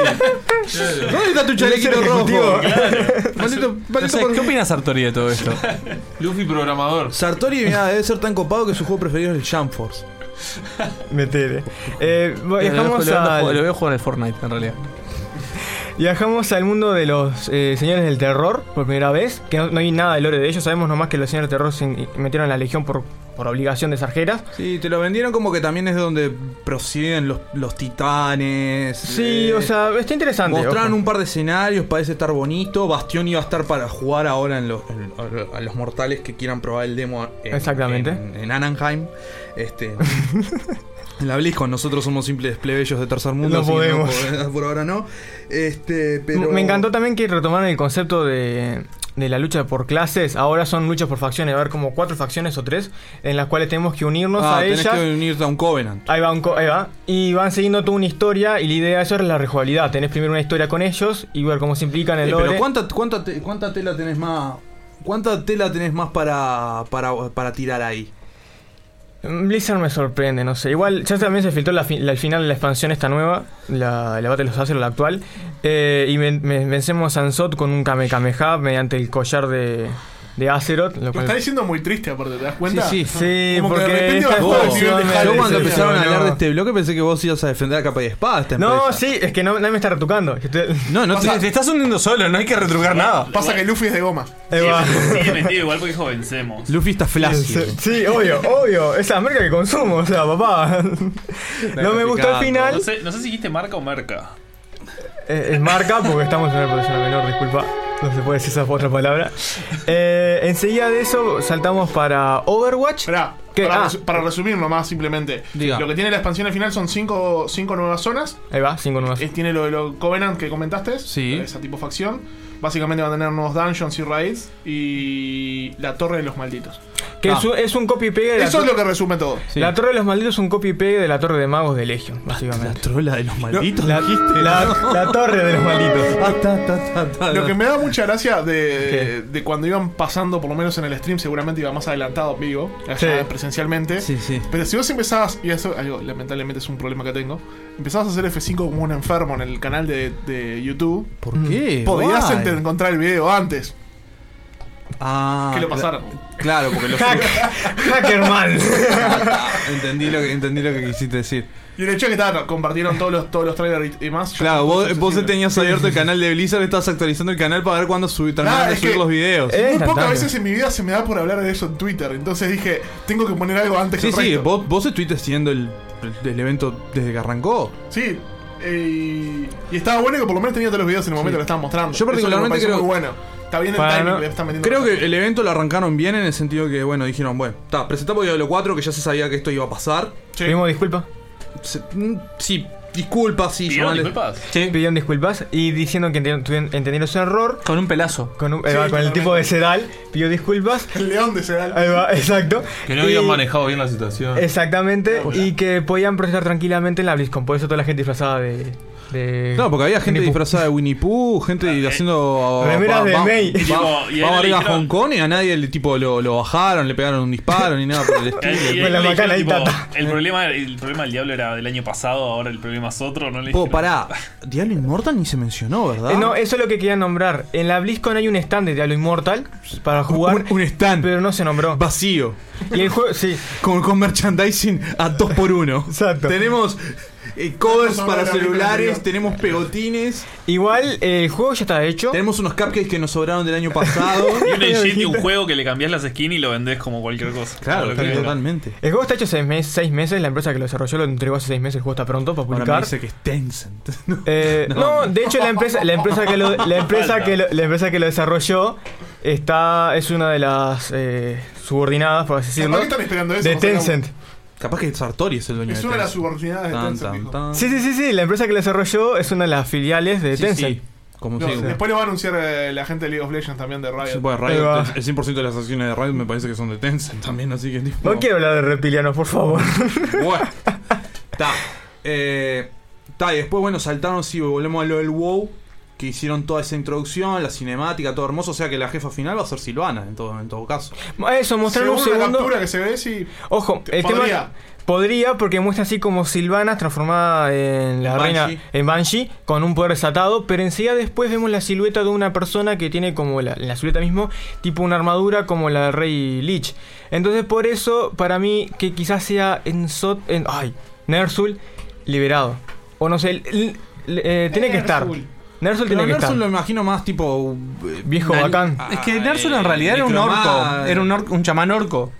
Speaker 7: ¿Dónde está tu chalequito rojo? Maldito- maldito
Speaker 9: Entonces,
Speaker 7: por-
Speaker 9: ¿Qué opina Sartori de todo esto?
Speaker 10: Luffy programador.
Speaker 7: Sartori, mira, debe ser tan copado que su juego preferido es el Jump Force.
Speaker 8: Metele. Eh,
Speaker 9: lo,
Speaker 8: viajamos
Speaker 9: veo,
Speaker 8: al-
Speaker 9: lo veo jugar al Fortnite en realidad.
Speaker 8: Viajamos al mundo de los eh, señores del terror por primera vez, que no, no hay nada de lore de ellos, sabemos nomás que los señores del terror se in- metieron en la legión por, por obligación de sarjeras.
Speaker 7: Sí, te lo vendieron como que también es de donde proceden los, los titanes.
Speaker 8: Sí,
Speaker 7: eh,
Speaker 8: o sea, está interesante.
Speaker 7: Mostraron
Speaker 8: ojo.
Speaker 7: un par de escenarios, parece estar bonito. Bastión iba a estar para jugar ahora en los, en- a- a los mortales que quieran probar el demo en,
Speaker 8: Exactamente.
Speaker 7: en, en Anaheim. Este, En la BlizzCon nosotros somos simples plebeyos de tercer mundo.
Speaker 8: No
Speaker 7: así que
Speaker 8: podemos.
Speaker 7: pod- por ahora no. Este, pero...
Speaker 8: Me encantó también que retomaron el concepto de, de la lucha por clases. Ahora son luchas por facciones. Va a haber como cuatro facciones o tres en las cuales tenemos que unirnos
Speaker 7: Ah,
Speaker 8: a
Speaker 7: tenés
Speaker 8: ellas.
Speaker 7: que unirte a un Covenant.
Speaker 8: Ahí va, un co- ahí va. Y van siguiendo toda una historia y la idea de eso es la rejugabilidad. Tenés primero una historia con ellos y ver cómo se implican en el
Speaker 7: Eh, pero
Speaker 8: lore.
Speaker 7: ¿cuánta, cuánta, te- cuánta tela tenés más? ¿Cuánta tela tenés más para, para, para tirar ahí?
Speaker 8: Mm, Blizzard me sorprende, no sé. Igual ya también se filtró la fi- la- el final de la expansión esta nueva, la, la Battle of Azeroth la actual. eh, y ven- ven- vencemos a Ansot con un Kamehameha mediante el collar de, de Azeroth. Lo
Speaker 14: Lo
Speaker 8: cual-
Speaker 14: está diciendo muy triste, aparte, ¿te das cuenta?
Speaker 8: Pues- Sí, sí. Sí,
Speaker 14: Como que
Speaker 8: porque
Speaker 14: de repente
Speaker 8: está-
Speaker 14: bajó el
Speaker 8: vos,
Speaker 14: nivel de
Speaker 8: obviamente.
Speaker 14: hype.
Speaker 7: Yo cuando
Speaker 8: sí,
Speaker 7: empezaron a
Speaker 8: no.
Speaker 7: hablar de este bloque pensé que vos ibas a defender a capa y espada esta
Speaker 8: No,
Speaker 7: empresa.
Speaker 8: sí, es que no, nadie me está retucando.
Speaker 7: No, no
Speaker 4: Pasa- te- te
Speaker 7: estás hundiendo solo, no hay que retrucar nada.
Speaker 14: Pasa que Luffy es de goma.
Speaker 4: Sigue, sigue metido igual porque dijo vencemos.
Speaker 7: Luffy está flácido.
Speaker 8: Sí, obvio, obvio. Es la marca que consumo, o sea, papá. No me gustó el final.
Speaker 4: No sé, no sé si dijiste marca o marca.
Speaker 8: Eh, es marca porque estamos en una producción menor, disculpa. No se puede decir esa otra palabra. Eh, enseguida de eso saltamos para Overwatch. ¿Qué?
Speaker 14: Para,
Speaker 8: Ah,
Speaker 14: resu- para resumir nomás, simplemente.
Speaker 8: Diga.
Speaker 14: Lo que tiene la expansión al final son cinco, cinco nuevas zonas.
Speaker 8: ahí va, cinco nuevas.
Speaker 14: Eh, Tiene lo de lo Covenant que comentaste. Esa tipo facción. Básicamente va a tener nuevos dungeons y raids. Y la Torre de los Malditos.
Speaker 8: Que es un- es un copy y pega de la
Speaker 14: Ah. Eso es
Speaker 8: tor-
Speaker 14: lo que resume todo.
Speaker 8: La Torre de los Malditos es un copy y pega de la Torre de Magos de Legion, básicamente. La
Speaker 7: Trola de los Malditos,
Speaker 8: la, la- la Torre de los Malditos.
Speaker 7: Ah,
Speaker 14: Lo que me da mucha gracia de, de cuando iban pasando, por lo menos en el stream, seguramente iba más adelantado vivo, allá
Speaker 7: Sí.
Speaker 14: presencialmente.
Speaker 7: Sí, sí.
Speaker 14: Pero si vos empezabas, y eso algo, lamentablemente es un problema que tengo, empezabas a hacer F5 como un enfermo en el canal de, de YouTube.
Speaker 8: Mm.
Speaker 7: ¿Por qué?
Speaker 14: Podías
Speaker 7: Guay.
Speaker 14: ent- encontrar el video antes.
Speaker 7: Ah,
Speaker 14: Que lo
Speaker 7: cla-
Speaker 14: pasaron.
Speaker 7: Claro, porque lo
Speaker 14: Hack-
Speaker 8: Hackerman.
Speaker 7: entendí, lo que, entendí lo que quisiste decir.
Speaker 14: Y el hecho de que ta, compartieron todos los, todos los trailers y y más. yo
Speaker 7: Claro,
Speaker 14: no
Speaker 7: vos,
Speaker 14: puse
Speaker 7: vos
Speaker 14: sensible.
Speaker 7: tenías abierto el canal de Blizzard, estás actualizando el canal para ver cuándo subir, terminan
Speaker 14: Ah,
Speaker 7: de
Speaker 14: es
Speaker 7: subir
Speaker 14: que
Speaker 7: los videos.
Speaker 14: Muy pocas veces en mi vida se me da por hablar de eso en Twitter. Entonces dije, tengo que poner algo antes
Speaker 7: Sí,
Speaker 14: que el
Speaker 7: sí,
Speaker 14: resto.
Speaker 7: vos, vos estuviste haciendo el, el evento desde que arrancó.
Speaker 14: Sí. eh, y estaba bueno que por lo menos tenía todos los videos en el momento que lo estaban mostrando.
Speaker 7: Yo particularmente
Speaker 14: Eso me pareció
Speaker 7: creo-
Speaker 14: muy bueno. Está bien el
Speaker 7: Para
Speaker 14: timing
Speaker 7: no-
Speaker 14: que le están metiendo.
Speaker 7: Creo que el evento lo arrancaron bien en el sentido que, bueno, dijeron, bueno, está, presentamos Diablo 4, que ya se sabía que esto iba a pasar.
Speaker 8: Pedimos disculpas.
Speaker 7: Se- mm, sí, disculpas, sí,
Speaker 8: ¿Pidieron
Speaker 7: llamale-
Speaker 8: disculpas? Pidieron disculpas y diciendo que entendieron, tuvieron- entendieron su error.
Speaker 9: Con un pelazo.
Speaker 8: Con, un- ahí va, con el tipo de Sedal. Pidió disculpas.
Speaker 14: El león de Sedal.
Speaker 8: Ahí va, exacto.
Speaker 10: Que no habían
Speaker 8: Y-
Speaker 10: manejado bien la situación.
Speaker 8: Exactamente,
Speaker 7: Pues
Speaker 8: y que podían procesar tranquilamente en la BlizzCon. Por eso toda la gente disfrazada de. de-
Speaker 7: No, porque había gente
Speaker 8: Winnie Pooh.
Speaker 7: disfrazada de Winnie Pooh, gente haciendo.
Speaker 8: Remeras de May.
Speaker 7: Va,
Speaker 8: Y tipo,
Speaker 7: va-
Speaker 8: y
Speaker 7: va
Speaker 8: a él
Speaker 7: arriba
Speaker 8: le
Speaker 7: a
Speaker 8: dijeron-
Speaker 7: Hong Kong y a nadie le, tipo, lo, lo bajaron, le pegaron un disparo ni nada por
Speaker 4: Y
Speaker 7: el
Speaker 4: ahí
Speaker 7: estilo.
Speaker 4: le dijeron, tipo, el problema el problema del diablo era del año pasado, ahora el problema es otro, no le
Speaker 7: Po,
Speaker 4: dijeron-
Speaker 7: pará, Diablo Immortal ni se mencionó, ¿verdad?
Speaker 8: Eh, no, eso es lo que quería nombrar. En la BlizzCon hay un stand de Diablo Immortal para jugar.
Speaker 7: Un, un stand.
Speaker 8: Pero no se nombró.
Speaker 7: Vacío.
Speaker 8: Y el juego, sí.
Speaker 7: Con, con merchandising a 2x1.
Speaker 8: Exacto.
Speaker 7: Tenemos eh, covers
Speaker 8: Vamos a
Speaker 7: para
Speaker 8: hablar de la
Speaker 7: celulares,
Speaker 8: película.
Speaker 7: tenemos pegotines.
Speaker 8: Igual, el juego ya está hecho.
Speaker 7: Tenemos unos cupcakes que nos sobraron del año pasado.
Speaker 4: Y un engine y un juego que le cambiás las skins y lo vendés como cualquier cosa. Como lo que venga.
Speaker 8: El juego está hecho seis, mes- seis meses. La empresa que lo desarrolló lo entregó hace seis meses. El juego está pronto para
Speaker 7: Ahora
Speaker 8: publicar.
Speaker 7: me dice que es Tencent.
Speaker 8: Eh, no. de hecho la empresa, la empresa que lo, la empresa que lo, la empresa que lo desarrolló está es una de las eh, subordinadas, por así decirlo,
Speaker 14: Capaz que están esperando eso,
Speaker 8: de
Speaker 14: no sé,
Speaker 8: Tencent.
Speaker 7: Capaz que Sartori es el dueño
Speaker 14: Es una de las subordinadas de Tencent. dijo.
Speaker 8: Sí, sí, sí, sí, la empresa que lo desarrolló es una de las filiales de
Speaker 7: Sí,
Speaker 8: Tencent.
Speaker 7: sí. Como
Speaker 14: No,
Speaker 7: si-
Speaker 14: Después lo va a anunciar eh, la gente de League of Legends también de Riot.
Speaker 7: Bueno, Riot,
Speaker 8: Ahí va.
Speaker 7: el 100% de las acciones de Riot me parece que son de Tencent también, así que tipo.
Speaker 8: No quiero hablar de reptilianos, por favor.
Speaker 7: Bueno, está. Eh, está, y después, bueno, saltaron, sí, volvemos a lo del WoW. Que hicieron toda esa introducción, la cinemática, todo hermoso. O sea que la jefa final va a ser Silvana, en todo, en todo caso.
Speaker 8: Eso, mostraron un
Speaker 14: Según la
Speaker 8: segundo.
Speaker 14: captura que se ve, sí.
Speaker 8: Ojo, el tema-
Speaker 14: Podría.
Speaker 8: Este podría porque muestra así como Silvana transformada en la
Speaker 7: Banshee.
Speaker 8: reina en Banshee con un poder desatado, pero enseguida después vemos la silueta de una persona que tiene como la, en la silueta mismo tipo una armadura como la del rey Lich. Entonces por eso para mí que quizás sea en Sot en ay, Nersul liberado o no sé, l- l- eh, tiene que estar.
Speaker 7: Ner'zhul.
Speaker 8: Nersul
Speaker 7: Pero
Speaker 8: tiene que
Speaker 7: Ner'zhul
Speaker 8: estar.
Speaker 7: lo imagino más tipo. eh,
Speaker 8: Viejo
Speaker 7: nal-
Speaker 8: bacán.
Speaker 7: Ah,
Speaker 9: Es que Nersul en
Speaker 7: eh,
Speaker 9: realidad era un
Speaker 7: necromante.
Speaker 9: orco. Era un, orco, un chamán orco.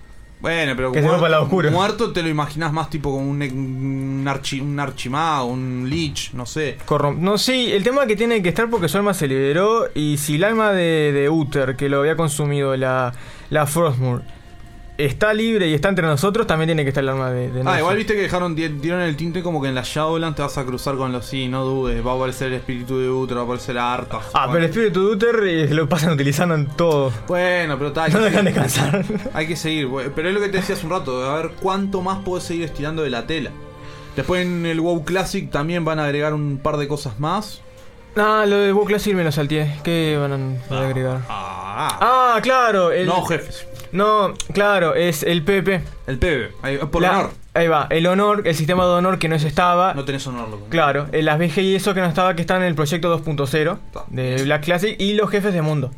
Speaker 7: Bueno, pero
Speaker 9: Que se va para el lado oscuro.
Speaker 7: muerto te lo imaginas más tipo como un, un, archi- un archimago, un lich, no sé.
Speaker 8: Corrom- No, sí, el tema es que tiene que estar porque su alma se liberó y si el alma de, de Uther, que lo había consumido la, la Frostmourne, está libre y está entre nosotros, también tiene que estar el arma de, de
Speaker 7: Ah,
Speaker 8: Nelson.
Speaker 7: igual viste que dejaron, di- dieron el tinte como que en la Shadowlands te vas a cruzar con los sí, no dudes. Va a aparecer el espíritu de Uther, va a aparecer Arthas.
Speaker 8: Ah, pero el espíritu de Uther eh, lo pasan utilizando en todo.
Speaker 7: Bueno, pero está. hay
Speaker 8: No
Speaker 7: que
Speaker 8: dejan
Speaker 7: seguir.
Speaker 8: descansar.
Speaker 7: Hay que seguir, güey. pero es lo que te decía hace un rato, a ver cuánto más puedes seguir estirando de la tela. Después en el WoW Classic también van a agregar un par de cosas más.
Speaker 8: No, lo de WoW Classic me lo salteé. ¿Qué van a- van a agregar?
Speaker 7: Ah,
Speaker 8: Ah, claro. el-
Speaker 7: No, jefes.
Speaker 8: No, claro, es el PP.
Speaker 7: El PP, ahí, por
Speaker 8: La-
Speaker 7: honor.
Speaker 8: Ahí va, el honor, el sistema de honor que no es estaba.
Speaker 7: No tenés honor, loco.
Speaker 8: Claro, eh, las BG y eso que no estaba, que están en el proyecto 2.0 de Black Classic y los jefes de mundo.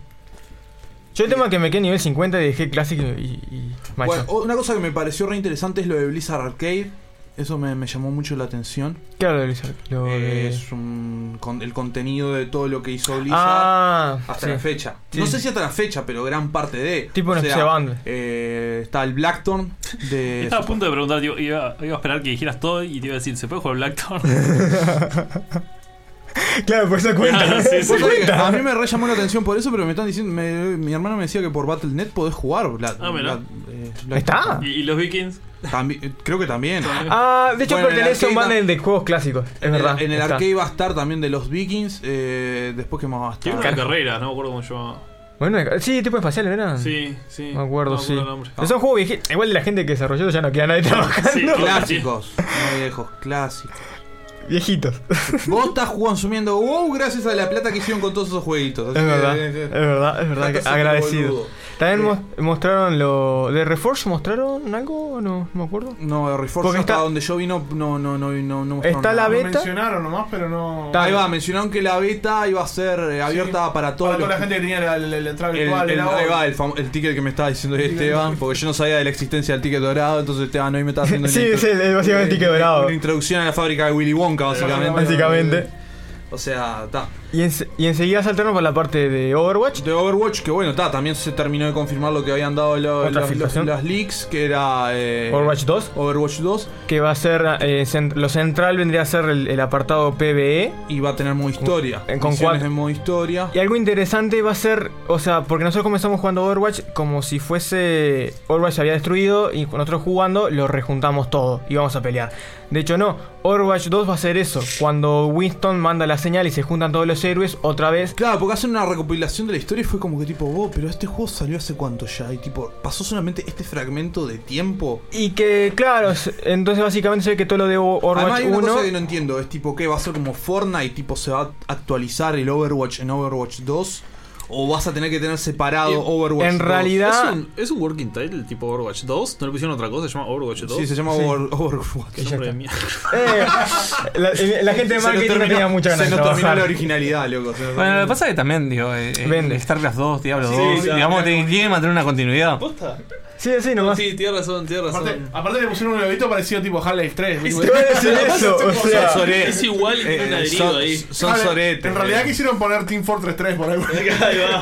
Speaker 8: Yo el tema que me quedé nivel 50 y dejé Classic y. y macho.
Speaker 7: Ah. Bueno, o- una cosa que me pareció re interesante es lo de Blizzard Arcade. Eso me, me llamó mucho la atención.
Speaker 8: ¿Qué habla de Blizzard? Lo de-
Speaker 7: Es un, con- el contenido de todo lo que hizo Blizzard
Speaker 8: Ah,
Speaker 7: hasta
Speaker 8: sí.
Speaker 7: la fecha.
Speaker 8: Sí.
Speaker 7: No sé si hasta la fecha, pero gran parte de.
Speaker 8: Tipo
Speaker 7: O
Speaker 8: una
Speaker 7: sea,
Speaker 8: especie de bundle.
Speaker 7: eh, está el Blackthorn de.
Speaker 4: Estaba a punto de preguntar, digo, iba, iba a esperar que dijeras todo y te iba a decir, ¿se puede jugar Blackthorn?
Speaker 8: Claro, por eso cuenta.
Speaker 4: Ah, Sí, sí.
Speaker 7: Vos sabés que
Speaker 4: Cuenta.
Speaker 7: A mí me re llamó la atención por eso, pero me están diciendo. me- mi hermano me decía que por BattleNet podés jugar. Bla-
Speaker 4: Ah, mirá.
Speaker 7: Bla- eh, Black-
Speaker 8: ¿Está?
Speaker 4: ¿Y, y los vikings?
Speaker 7: Tambi- eh, creo que también.
Speaker 8: Ah, de hecho
Speaker 7: Bueno, en el
Speaker 8: pertenece a un
Speaker 7: arcade
Speaker 8: banner de juegos clásicos. Es
Speaker 7: En el-
Speaker 8: verdad.
Speaker 7: en el
Speaker 8: está.
Speaker 7: arcade va a estar también de los Vikings. eh, después que más va a estar.
Speaker 4: Tiene una carrera, no me acuerdo cómo se llama.
Speaker 8: Bueno, sí, tipo espacial, ¿verdad?
Speaker 4: Sí, sí.
Speaker 8: Ah. Me acuerdo,
Speaker 4: No me
Speaker 8: sí. Ah,
Speaker 4: acuerdo el nombre.
Speaker 8: Es un juego viejito. Igual de la gente que desarrolló ya no queda nadie trabajando.
Speaker 7: Sí, clásicos. No viejos, clásicos.
Speaker 8: Viejitos.
Speaker 7: Vos estás consumiendo wow gracias a la plata que hicieron con todos esos jueguitos.
Speaker 8: Es
Speaker 7: Así que-
Speaker 8: verdad, es verdad, es verdad. que
Speaker 7: Tanto
Speaker 8: agradecido.
Speaker 7: boludo.
Speaker 8: También mos- mostraron lo. ¿De Reforge mostraron algo o no? No me acuerdo.
Speaker 7: No, Reforge
Speaker 8: Porque
Speaker 7: hasta
Speaker 8: está-
Speaker 7: donde yo vino, no, no, no, no, no mostraron
Speaker 8: Está la
Speaker 7: nada.
Speaker 8: beta.
Speaker 14: Lo mencionaron nomás, pero no.
Speaker 7: Ahí va, mencionaron que la beta iba a ser eh, abierta para todos
Speaker 14: Para toda
Speaker 7: los-
Speaker 14: la gente que tenía la, la- la entrada
Speaker 7: El,
Speaker 14: virtual.
Speaker 7: el-
Speaker 14: era
Speaker 7: ahí
Speaker 14: hoy.
Speaker 7: va, el, famo- el ticket que me estaba diciendo hoy
Speaker 14: Ticket
Speaker 7: Esteban,
Speaker 14: dorado.
Speaker 7: porque yo no sabía de la existencia del ticket dorado, entonces Esteban hoy me está haciendo
Speaker 8: Sí,
Speaker 7: una
Speaker 8: es el- es
Speaker 7: intro-
Speaker 8: básicamente el ticket
Speaker 7: una-
Speaker 8: dorado.
Speaker 7: Una introducción a la fábrica de Willy Wonka, básicamente.
Speaker 8: Básicamente.
Speaker 7: eh, O sea, está.
Speaker 8: Y, ense- y enseguida saltaron para la parte de Overwatch.
Speaker 7: De Overwatch, que bueno, está, también se terminó de confirmar lo que habían dado lo-
Speaker 8: Otra
Speaker 7: los-
Speaker 8: filtración.
Speaker 7: los- las leaks, que era... eh,
Speaker 8: Overwatch 2.
Speaker 7: Overwatch 2.
Speaker 8: Que va a ser. eh, cent- lo central vendría a ser el, el apartado E, PBE.
Speaker 7: Y va a tener modo historia.
Speaker 8: Con, con
Speaker 7: Misiones
Speaker 8: cuatro.
Speaker 7: de modo historia.
Speaker 8: Y algo interesante va a ser, o sea, porque nosotros comenzamos jugando Overwatch como si fuese Overwatch se había destruido y nosotros jugando lo rejuntamos todo y vamos a pelear. De hecho no, Overwatch 2 va a ser eso, cuando Winston manda la señal y se juntan todos los héroes otra vez.
Speaker 7: Claro, porque hacen una recopilación de la historia y fue como que tipo, vos, pero este juego salió hace cuánto ya, y tipo, pasó solamente este fragmento de tiempo.
Speaker 8: Y que claro, s- entonces básicamente se ve que todo lo de O-
Speaker 7: Además,
Speaker 8: Overwatch
Speaker 7: hay una
Speaker 8: 1
Speaker 7: cosa que no entiendo, es tipo, ¿qué? ¿Va a ser como Fortnite? Tipo, ¿se va a actualizar el Overwatch en Overwatch 2? ¿O vas a tener que tener separado Overwatch 2?
Speaker 4: ¿Es un, es un working title tipo Overwatch 2? ¿No le pusieron otra cosa? ¿Se llama Overwatch 2?
Speaker 7: Sí, se llama
Speaker 4: Sí.
Speaker 7: Over- Overwatch.
Speaker 4: Qué nombre de mierda.
Speaker 8: Eh, la, eh,
Speaker 23: eh,
Speaker 8: la gente de
Speaker 7: Se nos
Speaker 8: marketing no
Speaker 7: terminó-
Speaker 8: tenía mucha ganas
Speaker 7: Se
Speaker 8: de
Speaker 7: nos terminó
Speaker 8: trabajar.
Speaker 7: la originalidad, loco. se nos
Speaker 9: Bueno, lo
Speaker 7: terminó.
Speaker 9: que pasa es que también, digo, eh, eh, StarCraft 2, Diablo
Speaker 7: Sí,
Speaker 9: 2,
Speaker 7: ya,
Speaker 9: digamos,
Speaker 7: ya,
Speaker 9: tienen que mantener una continuidad.
Speaker 8: Sí, sí, nomás.
Speaker 4: Sí, tienes razón, tienes razón.
Speaker 14: Aparte, aparte le pusieron un levito parecido tipo Half-Life 3.
Speaker 4: Es-
Speaker 14: tipo,
Speaker 4: te iba a decir
Speaker 14: ¿qué
Speaker 4: eso,
Speaker 14: pasa?
Speaker 4: o
Speaker 14: Tipo,
Speaker 4: sea,
Speaker 14: son soretes.
Speaker 4: es igual y tiene un adherido
Speaker 14: son-
Speaker 4: ahí.
Speaker 14: son
Speaker 4: Claro,
Speaker 14: soretes. eh. En
Speaker 8: eh,
Speaker 14: realidad quisieron poner Team Fortress 3 por ahí.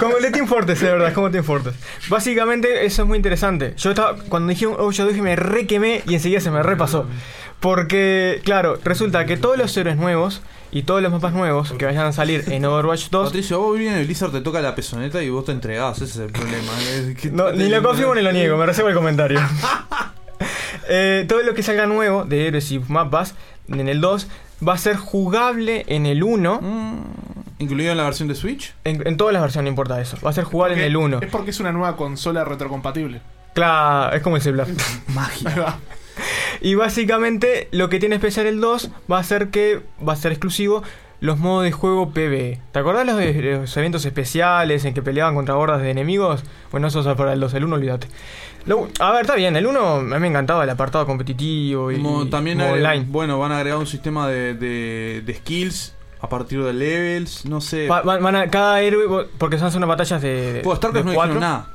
Speaker 8: Como el de Team Fortress, de verdad, es como Team Fortress. Básicamente, eso es muy interesante. Yo estaba, cuando dije un Overwatch 2 me re quemé y enseguida se me repasó. Porque, claro, resulta que todos los héroes nuevos y todos los mapas nuevos que vayan a salir en Overwatch 2.
Speaker 7: Patricio, vos bien en el Blizzard, te toca la pezoneta y vos te entregás, ese es el problema. ¿eh? Es que-
Speaker 8: No, ni lo confirmo ni lo niego, me recibo el comentario. Eh, todo lo que salga nuevo de héroes y mapas en el 2 va a ser jugable en el 1.
Speaker 7: Mm, ¿Incluido en la versión de Switch?
Speaker 8: En, todas las versiones, no importa eso. Va a ser jugable en el 1.
Speaker 14: Es porque es una nueva consola retrocompatible.
Speaker 8: Claro, es como el celular.
Speaker 14: Magia.
Speaker 8: Y básicamente lo que tiene especial el 2 va a ser que va a ser exclusivo los modos de juego PvE. ¿Te acordás los, de- los eventos especiales en que peleaban contra hordas de enemigos? Bueno, eso es para el 2, el 1 olvídate. Lo- a ver, está bien, el 1 a mí me encantaba el apartado competitivo y,
Speaker 7: Mo-
Speaker 8: y
Speaker 7: también
Speaker 8: modo
Speaker 7: agre-
Speaker 8: online.
Speaker 7: bueno, van a agregar un sistema de, de- de skills a partir de levels, no sé.
Speaker 8: Va- van- van a- cada héroe, vos- porque son unas batallas de... de
Speaker 7: Pues StarCraft no
Speaker 8: de
Speaker 7: dijeron
Speaker 8: Eh, cuatro.
Speaker 7: nada.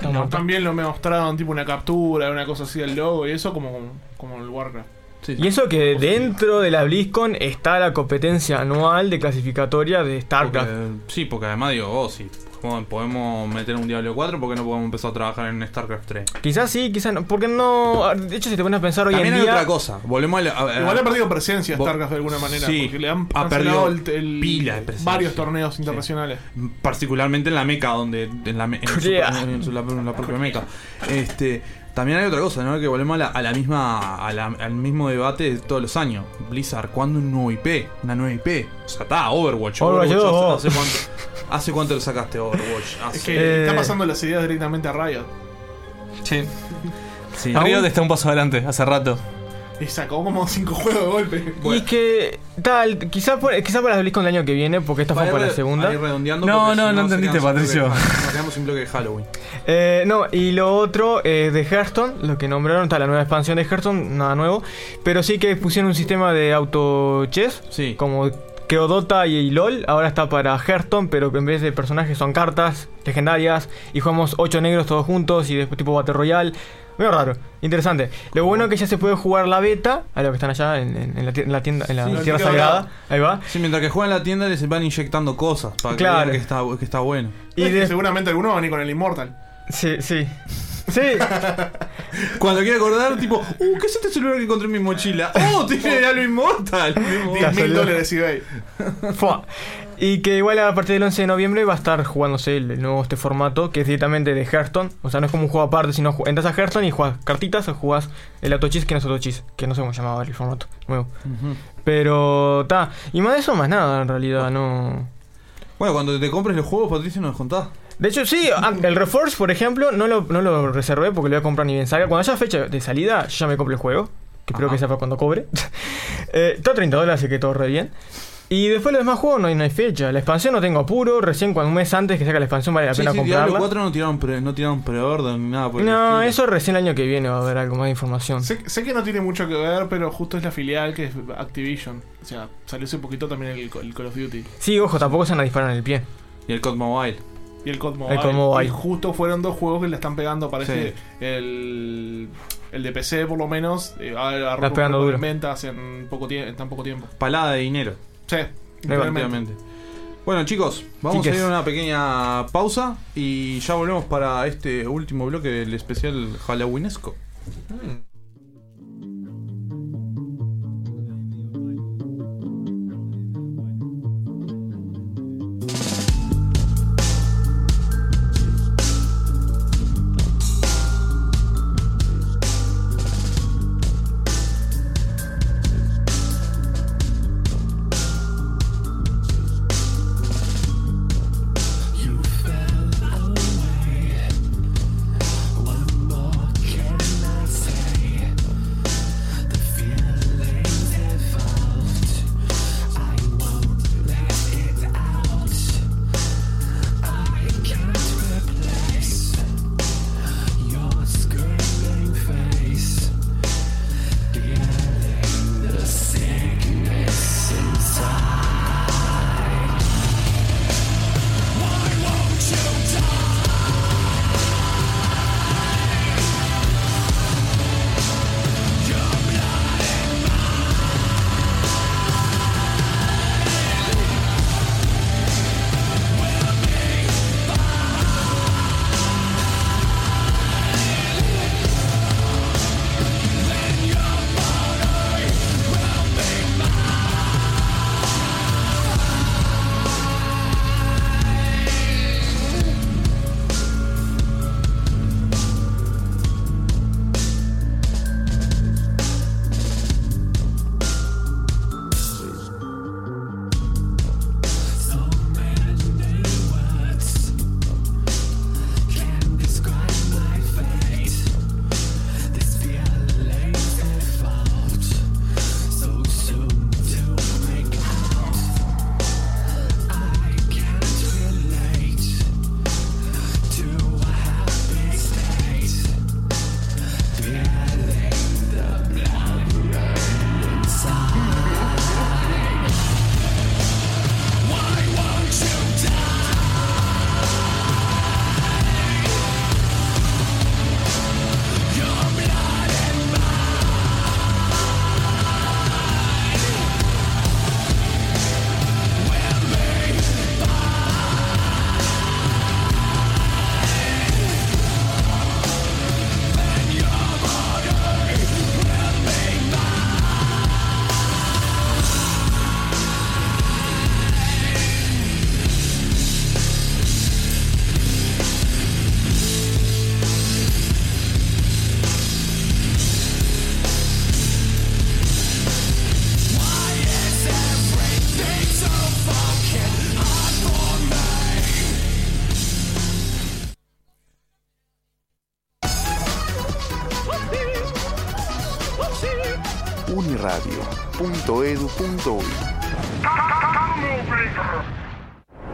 Speaker 8: No,
Speaker 14: No,
Speaker 8: no.
Speaker 14: también lo me mostraron tipo una captura, una cosa así del logo y eso como, como el Warcraft.
Speaker 8: Y eso que dentro de la BlizzCon está la competencia anual de clasificatoria de StarCraft.
Speaker 7: Sí, porque además digo, vos si joder, podemos meter un Diablo 4 porque no podemos empezar a trabajar en StarCraft 3.
Speaker 8: Quizás sí, quizás no. Porque no. De hecho, si te pones a pensar hoy
Speaker 7: También
Speaker 8: en
Speaker 7: hay
Speaker 8: día.
Speaker 7: otra cosa. Volvemos a la- a- a-
Speaker 14: Igual ha perdido presencia
Speaker 7: Vo-
Speaker 14: StarCraft de alguna manera.
Speaker 7: Sí,
Speaker 14: porque le han
Speaker 7: ha
Speaker 14: cancelado
Speaker 7: perdido
Speaker 14: el- el-
Speaker 7: pila de presencia.
Speaker 14: varios torneos internacionales.
Speaker 7: particularmente en la meca donde en la, me- en su- en su- la- en la propia meca este también hay otra cosa no que volvemos a la, a la misma a la- al mismo debate de todos los años Blizzard ¿cuándo un nuevo IP una nueva IP o sea está Overwatch
Speaker 8: Overwatch dos.
Speaker 7: hace, hace cuánto hace cuánto lo sacaste Overwatch Hace-
Speaker 14: Es que
Speaker 8: Eh,
Speaker 14: está pasando las ideas directamente a Riot.
Speaker 9: Sí.
Speaker 7: Sí.
Speaker 9: Riot está un paso adelante, hace rato.
Speaker 14: Y sacó como cinco juegos de golpe.
Speaker 8: Y que. Tal, quizás por, quizás para las BlizzCon del año que viene, porque esta fue
Speaker 7: Para ir
Speaker 8: para la
Speaker 7: re-
Speaker 8: segunda.
Speaker 7: para ir redondeando porque si se quedan sin bloque de Halloween. Nos quedamos sin bloque de Halloween.
Speaker 8: Eh, no, y lo otro es de Hearthstone, lo que nombraron, está la nueva expansión de Hearthstone, nada nuevo, pero sí que pusieron un sistema de auto chess, como quedó Dota y, LOL, ahora está para Hearthstone, pero que en vez de personajes son cartas legendarias y jugamos ocho negros todos juntos y después tipo Battle Royale. Medio raro, interesante. Lo bueno es que ya se puede jugar la beta, a los que están allá en, en- en la tie- en la tienda, en la
Speaker 7: Sí,
Speaker 8: Tierra
Speaker 7: sí,
Speaker 8: Sagrada. Ahí va.
Speaker 7: Sí, mientras que juegan en la tienda les van inyectando cosas para
Speaker 8: Claro.
Speaker 7: que vean que está, que está bueno.
Speaker 8: Y de-
Speaker 14: seguramente alguno va a venir con el Immortal.
Speaker 8: Sí, sí. Sí.
Speaker 7: Cuando quiera acordar, tipo, uh, ¿qué es este celular que encontré en mi mochila? ¡Oh, tiene Diablo Inmortal!
Speaker 14: 10 mil dólares eBay.
Speaker 8: Fua. Y que igual a partir del 11 de noviembre va a estar jugándose el, el nuevo este formato, que es directamente de Hearthstone. O sea, no es como un juego aparte, sino ju- entras a Hearthstone y juegas cartitas o jugás el autochis, que no es autochis, que no sé cómo llamaba el formato nuevo. Pero, ta. Y más de eso, más nada, en realidad, no.
Speaker 7: Bueno, cuando te compres los juegos, Patricio, nos contás.
Speaker 8: De hecho, sí, ah, el Reforce, por ejemplo, no lo, no lo reservé porque lo voy a comprar ni bien salga. Cuando haya fecha de salida, yo ya me compro el juego. Que espero que sea para cuando cobre. Eh, está a 30 dólares, así que todo re bien. Y después los demás juegos no hay, no hay fecha. La expansión no tengo apuro. Recién cuando un mes antes que saca la expansión vale la
Speaker 7: Sí,
Speaker 8: pena
Speaker 7: sí, Diablo
Speaker 8: comprarla.
Speaker 7: 4 no tiraron, pre, no tiraron preorden ni nada por el
Speaker 8: No,
Speaker 7: estilo.
Speaker 8: eso recién el año que viene va a haber algo más de información.
Speaker 14: Sé, sé que no tiene mucho que ver, pero justo es la filial que es Activision. O sea, salió hace poquito también el, el Call of Duty.
Speaker 8: Sí, ojo, tampoco se van a disparar en el pie.
Speaker 7: Y el COD Mobile.
Speaker 14: Y el COD Mobile.
Speaker 8: COD Mobile.
Speaker 14: Y Oh, justo fueron dos juegos que le están pegando, parece.
Speaker 8: Sí.
Speaker 14: El, el de PC, por lo menos, eh, ha- ha roto
Speaker 7: pegando
Speaker 14: récord
Speaker 7: duro.
Speaker 14: en ventas en, poco tie- en tan poco tiempo.
Speaker 7: Palada de dinero.
Speaker 14: Sí,
Speaker 7: Efectivamente. Bueno, chicos, vamos
Speaker 14: Chiques.
Speaker 7: a ir a una pequeña pausa y ya volvemos para este último bloque del especial Halloweenesco.
Speaker 6: What more can I say?
Speaker 24: uniradio.edu.uy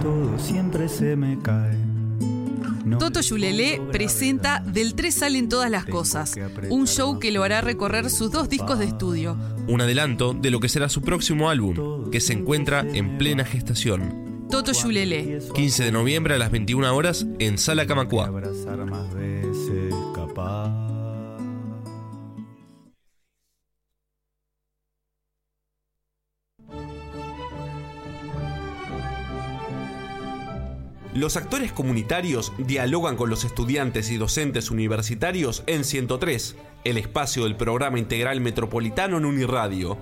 Speaker 20: Todo siempre se me cae. No
Speaker 25: Toto Yulelé presenta Del 3 salen todas las cosas, un show que lo hará recorrer sus dos discos de estudio,
Speaker 26: Un adelanto de lo que será su próximo álbum, que se encuentra en plena gestación.
Speaker 25: Toto Yulelé.
Speaker 26: 15 de noviembre a las 21 horas en Sala Camacua.
Speaker 20: veces capaz.
Speaker 27: Los actores comunitarios dialogan con los estudiantes y docentes universitarios en 103, el espacio del programa integral metropolitano en Uniradio.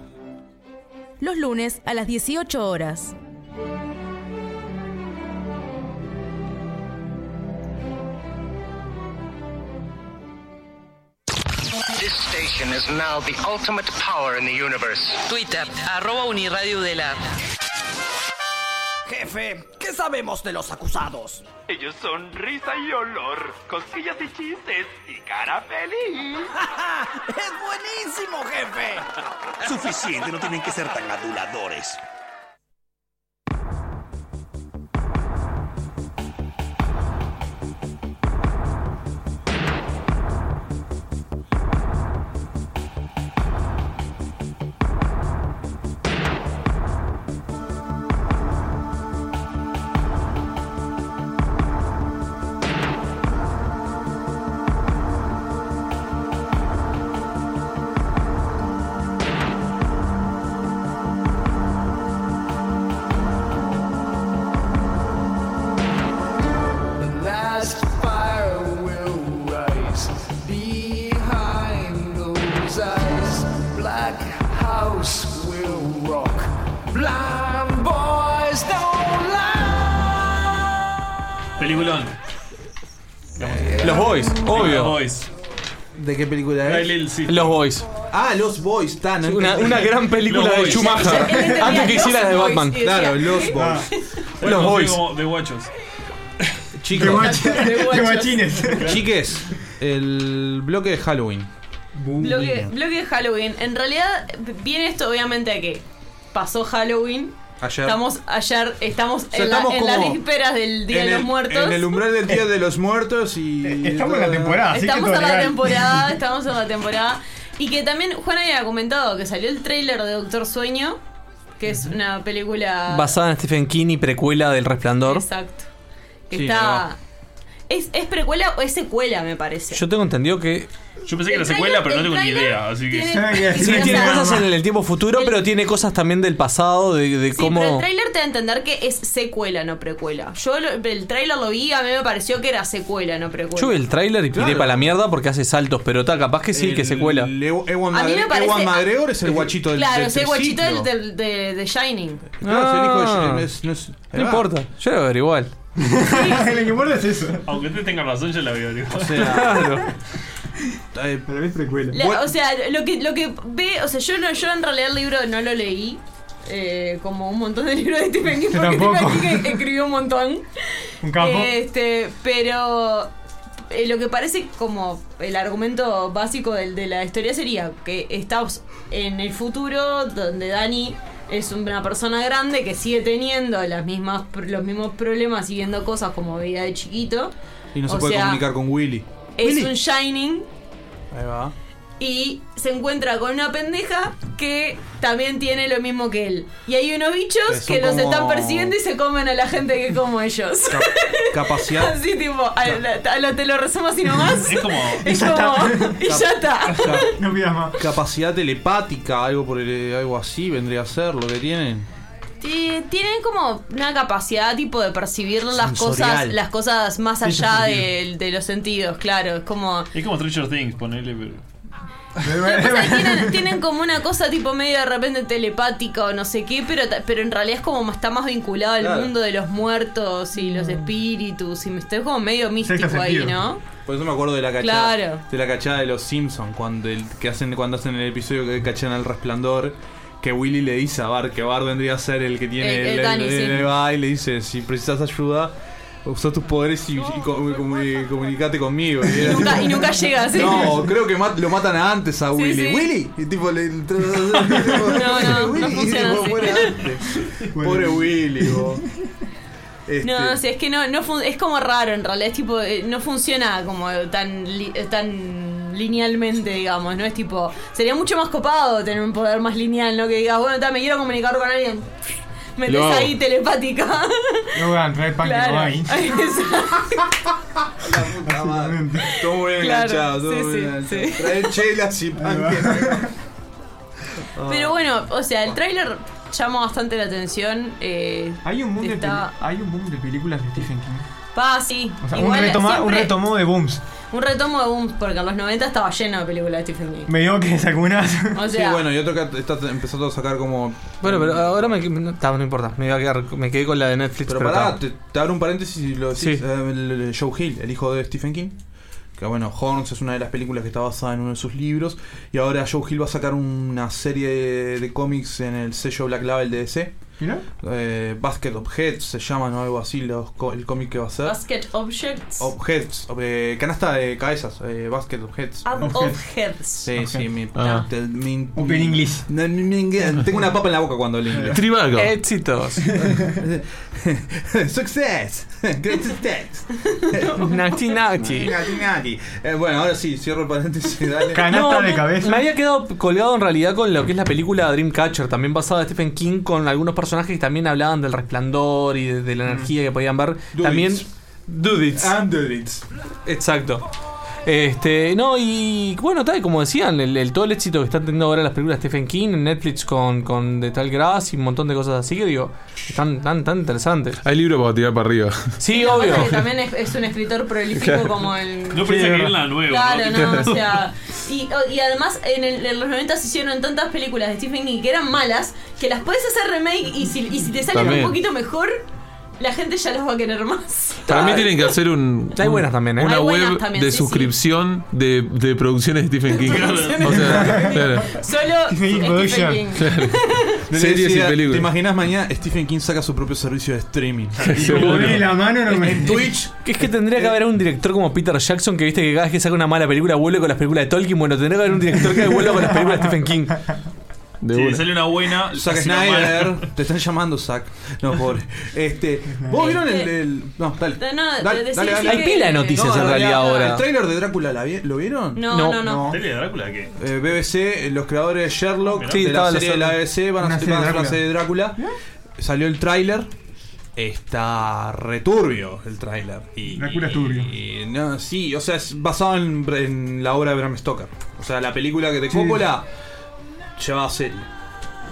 Speaker 19: Los lunes a las 18 horas.
Speaker 28: This station is now the ultimate power in the universe.
Speaker 1: Twitter, arroba Uniradio de la. Jefe, ¿qué sabemos de los acusados?
Speaker 2: Ellos son risa y olor, cosquillas y chistes y cara feliz.
Speaker 1: ¡Es buenísimo, jefe!
Speaker 18: Suficiente, no tienen que ser tan aduladores.
Speaker 6: last fire will rise behind those eyes. Black house will rock. Blind boys don't lie.
Speaker 4: Peliculón.
Speaker 7: Eh,
Speaker 23: Los Boys, obvio.
Speaker 4: Los Boys.
Speaker 7: ¿De qué película es?
Speaker 23: Los Boys.
Speaker 7: Ah, Los Boys, tan.
Speaker 23: Una, una gran película de Schumacher. Antes que hiciera la de Batman.
Speaker 7: Claro, Los Boys.
Speaker 23: Los Boys.
Speaker 4: De guachos.
Speaker 7: Chicos.
Speaker 4: De guach- de guachos.
Speaker 7: Chiques, el bloque de Halloween.
Speaker 15: Bloque, bloque de Halloween. En realidad viene esto obviamente a que pasó Halloween.
Speaker 7: Ayer.
Speaker 15: Estamos ayer, estamos,
Speaker 7: O sea,
Speaker 15: en, la-
Speaker 7: estamos
Speaker 15: en las
Speaker 7: como
Speaker 15: vísperas del Día
Speaker 7: en
Speaker 15: de los
Speaker 7: el-
Speaker 15: Muertos.
Speaker 7: En el umbral del Día de los Muertos y.
Speaker 15: Estamos en la
Speaker 7: temporada,
Speaker 15: estamos en la temporada, estamos en la temporada. Y que también Juan había comentado que salió el tráiler de Doctor Sueño, que es una película
Speaker 9: Basada en Stephen King y precuela del Resplandor.
Speaker 15: Ah. Exacto. Que
Speaker 9: Sí,
Speaker 15: está.
Speaker 9: ahí va.
Speaker 15: ¿Es, ¿Es precuela o es secuela, me parece?
Speaker 9: Yo tengo entendido que.
Speaker 4: Yo pensé que era secuela, pero no tengo ni idea, así que.
Speaker 15: tiene-
Speaker 9: Sí, tiene
Speaker 15: o sea,
Speaker 9: cosas en el tiempo futuro, pero tiene cosas también del pasado, de, de
Speaker 15: Sí, pero el
Speaker 9: cómo.
Speaker 15: tráiler te da a entender que es secuela, no precuela. Yo lo- el tráiler lo vi, a mí me pareció que era secuela, no precuela.
Speaker 9: Yo vi el tráiler y tiré
Speaker 15: Claro.
Speaker 9: para la mierda porque hace saltos, pero está capaz que sí, que se cuela.
Speaker 15: A mí me parece-
Speaker 7: Ewan Madregor es el guachito del.
Speaker 15: Claro,
Speaker 7: del
Speaker 15: es el guachito
Speaker 7: triciclo.
Speaker 15: del, del- de, de Shining.
Speaker 7: Claro, es el hijo de-
Speaker 9: Ah.
Speaker 7: no es- no es-
Speaker 9: No importa, yo lo voy a ver igual.
Speaker 4: Lo que importa es eso. Aunque usted tenga razón, yo la veo, digo. O
Speaker 7: sea,
Speaker 4: Para mí es precuela.
Speaker 15: La- o sea, lo que, lo que ve, o sea, yo, no, yo en realidad el libro no lo leí. eh, como un montón de libros de Stephen King,
Speaker 8: Yo
Speaker 15: porque
Speaker 8: tampoco.
Speaker 15: Stephen King escribió un montón.
Speaker 8: Un capo.
Speaker 15: Este, pero eh, lo que parece como el argumento básico del- de la historia sería que estamos en el futuro donde Dani es una persona grande que sigue teniendo las mismas, pr- los mismos problemas y viendo cosas como veía de chiquito.
Speaker 7: Y no se
Speaker 15: O
Speaker 7: puede
Speaker 15: sea,
Speaker 7: comunicar con Willy.
Speaker 15: Es un Shining
Speaker 7: Ahí va.
Speaker 15: y se encuentra con una pendeja que también tiene lo mismo que él. Y hay unos bichos
Speaker 7: Son
Speaker 15: que los
Speaker 7: como-
Speaker 15: están persiguiendo y se comen a la gente que como ellos.
Speaker 7: Capacidad.
Speaker 15: Así tipo, a la- a la- te lo resumo así nomás.
Speaker 7: Es como-
Speaker 15: Es
Speaker 7: Y ya
Speaker 15: como-
Speaker 7: está.
Speaker 15: y ya está.
Speaker 7: No más. Capacidad telepática, algo por el- algo así vendría a ser lo que tienen.
Speaker 15: Ti- Tienen como una capacidad tipo de percibir las
Speaker 7: Sensorial.
Speaker 15: cosas, las cosas más
Speaker 4: Quinto
Speaker 15: allá
Speaker 4: sentido.
Speaker 15: del- de, los sentidos, claro. Es como.
Speaker 4: Es como Stranger Things, ponele, pero.
Speaker 15: Tienen, tienen como una cosa tipo medio de repente telepática o no sé qué, pero, ta- pero en realidad es como está más vinculado al
Speaker 7: Claro.
Speaker 15: mundo de los muertos y
Speaker 7: Mm.
Speaker 15: los espíritus. Y me estoy como medio místico ahí, ¿no?
Speaker 7: Por eso me acuerdo de la cachada.
Speaker 15: Claro.
Speaker 7: De la cachada de los Simpsons, cuando el, que hacen, cuando hacen el episodio que cachan al resplandor. Que Willy le dice a Bart que Bart vendría a ser el que tiene
Speaker 15: El-
Speaker 7: el,
Speaker 15: el Danny,
Speaker 7: el-
Speaker 15: sí.
Speaker 7: el- el- y le dice, si precisas ayuda, Usa tus poderes y, y co- y comu- comunicate conmigo. Y, era
Speaker 15: nunca-
Speaker 7: tipo-
Speaker 15: y nunca llega, sí.
Speaker 7: No, creo que mat- lo matan antes a Willy.
Speaker 15: sí.
Speaker 7: ¡Willy! Y tipo le.
Speaker 15: No, no, no funciona así.
Speaker 7: Pobre Willy, vos. Este,
Speaker 15: No, si es que no, no fun- es como raro en realidad, es tipo, eh, no funciona como tan, li- eh, tan linealmente, digamos, ¿no? Es tipo, sería mucho más copado tener un poder más lineal, ¿no? Que digas, bueno, ta, me quiero comunicar con alguien. Metes
Speaker 8: Lo hago.
Speaker 15: ahí telepática.
Speaker 8: Logan, Red Pack
Speaker 15: claro.
Speaker 8: no hay.
Speaker 7: Todo muy
Speaker 15: Claro,
Speaker 7: enganchado, todo
Speaker 15: sí,
Speaker 7: muy
Speaker 15: sí,
Speaker 7: enganchado.
Speaker 15: sí.
Speaker 7: Trae chelas y pan.
Speaker 15: Pero bueno, o sea, el tráiler llama bastante la atención. eh,
Speaker 8: Hay un boom, de,
Speaker 15: está-
Speaker 8: peli- hay un boom de películas de Stephen King.
Speaker 15: Pa, sí.
Speaker 8: O sea, un,
Speaker 15: Igual
Speaker 8: retoma- un
Speaker 15: siempre-
Speaker 8: retomo de booms.
Speaker 15: un retomo de boom, porque en los 90 estaba lleno de películas de Stephen King.
Speaker 8: Me digo que es algunas.
Speaker 15: O sea,
Speaker 7: sí, bueno, y otro que está empezando a sacar como.
Speaker 9: Bueno, pero ahora me, no, está, no importa. Me, iba a quedar- me quedé con la de Netflix.
Speaker 7: Pero, pará, te, te abro un paréntesis y lo decís. Eh, el- el Joe Hill, el hijo de Stephen King. Que bueno, Horns es una de las películas que está basada en uno de sus libros. Y ahora Joe Hill va a sacar una serie de, de cómics en el sello Black Label de DC.
Speaker 8: Mirá.
Speaker 7: Eh, Basket of Heads se llaman o algo así los co- el cómic que va a ser.
Speaker 15: Basket Objects.
Speaker 7: Of Heads, ob- eh, canasta de cabezas, eh, Basket of Heads.
Speaker 15: Ab- Ah, of Heads.
Speaker 7: Sí,
Speaker 15: Of
Speaker 7: sí,
Speaker 15: heads.
Speaker 7: mi,
Speaker 15: Ah.
Speaker 7: te- mi-
Speaker 8: Open
Speaker 7: mi-
Speaker 8: English.
Speaker 7: No, mi- mi inglés. Tengo una papa en la boca cuando hablo inglés.
Speaker 13: Trivago.
Speaker 7: Éxitos. Success. Great success.
Speaker 9: Nati Nati.
Speaker 7: Nati, nati. Eh, bueno, ahora sí, cierro el paréntesis. Dale.
Speaker 9: No, me- Me había quedado colgado en realidad con lo que es la película Dreamcatcher, también basada de Stephen King, con algunos personajes que también hablaban del resplandor y de, de la energía que podían ver. también. Dudits.
Speaker 8: Ah,
Speaker 7: And
Speaker 9: Exacto. Este, no, y bueno, tal, como decían, el, el- todo el éxito que están teniendo ahora las películas de Stephen King en Netflix con, con The Tal Grass y un montón de cosas así que digo, están tan, tan interesantes.
Speaker 22: Hay libro para tirar para arriba.
Speaker 9: Sí, obvio.
Speaker 15: Que también es, es un escritor prolífico
Speaker 22: Claro.
Speaker 15: como el.
Speaker 22: No piensa Sí, que es la nueva,
Speaker 15: Claro,
Speaker 22: ¿no?
Speaker 15: no, o sea. Y, o- y además, en, el- en los 90 se hicieron tantas películas de Stephen King que eran malas que las puedes hacer remake y si, y si te salen
Speaker 22: También.
Speaker 15: un poquito mejor, la gente ya las va a querer más.
Speaker 22: Para mí tienen que hacer un,
Speaker 9: Hay buenas también, ¿eh?
Speaker 22: una
Speaker 15: Hay buenas
Speaker 22: web
Speaker 15: también,
Speaker 22: de
Speaker 15: sí,
Speaker 22: suscripción De, de producciones de Stephen King. o sea, claro.
Speaker 15: Solo Stephen King.
Speaker 22: Claro.
Speaker 7: Le
Speaker 22: Series y
Speaker 7: decía, ah, ¿Te
Speaker 22: películas.
Speaker 7: imaginas mañana Stephen King saca su propio servicio de streaming?
Speaker 22: Sí, boludo.
Speaker 8: La mano no me.
Speaker 7: Twitch.
Speaker 9: Eh, Que es que tendría que haber un director como Peter Jackson que viste que cada vez que saca una mala película vuelve con las películas de Tolkien. Bueno, tendría que haber un director que vuelva con las películas de Stephen King.
Speaker 4: si le sale una buena,
Speaker 7: Zack
Speaker 4: hace una mala.
Speaker 7: Snyder, te están llamando Zack. No, pobre. Este, ¿Vos vieron el, el- No, dale.
Speaker 15: No, no,
Speaker 7: Dale,
Speaker 15: de-
Speaker 7: dale,
Speaker 15: decir
Speaker 7: dale.
Speaker 15: Hay que- pila de
Speaker 9: noticias en realidad ahora.
Speaker 7: ¿El trailer de Drácula la vi- lo vieron?
Speaker 15: No, no, No. no.
Speaker 4: ¿Serie de Drácula qué?
Speaker 7: Eh, BBC, eh, los creadores de Sherlock,
Speaker 4: Sí,
Speaker 7: de la
Speaker 4: estaba la
Speaker 7: serie de la
Speaker 4: serie.
Speaker 7: BBC, van
Speaker 4: Una serie de
Speaker 7: a hacer van a hacer una
Speaker 4: Drácula.
Speaker 7: serie de Drácula. Salió el tráiler. Está returbio el tráiler. Y-
Speaker 22: Drácula es
Speaker 8: turbio.
Speaker 7: y- no, sí, o sea, es basado en, en la obra de Bram Stoker. O sea, la película que de Coppola lleva a serie.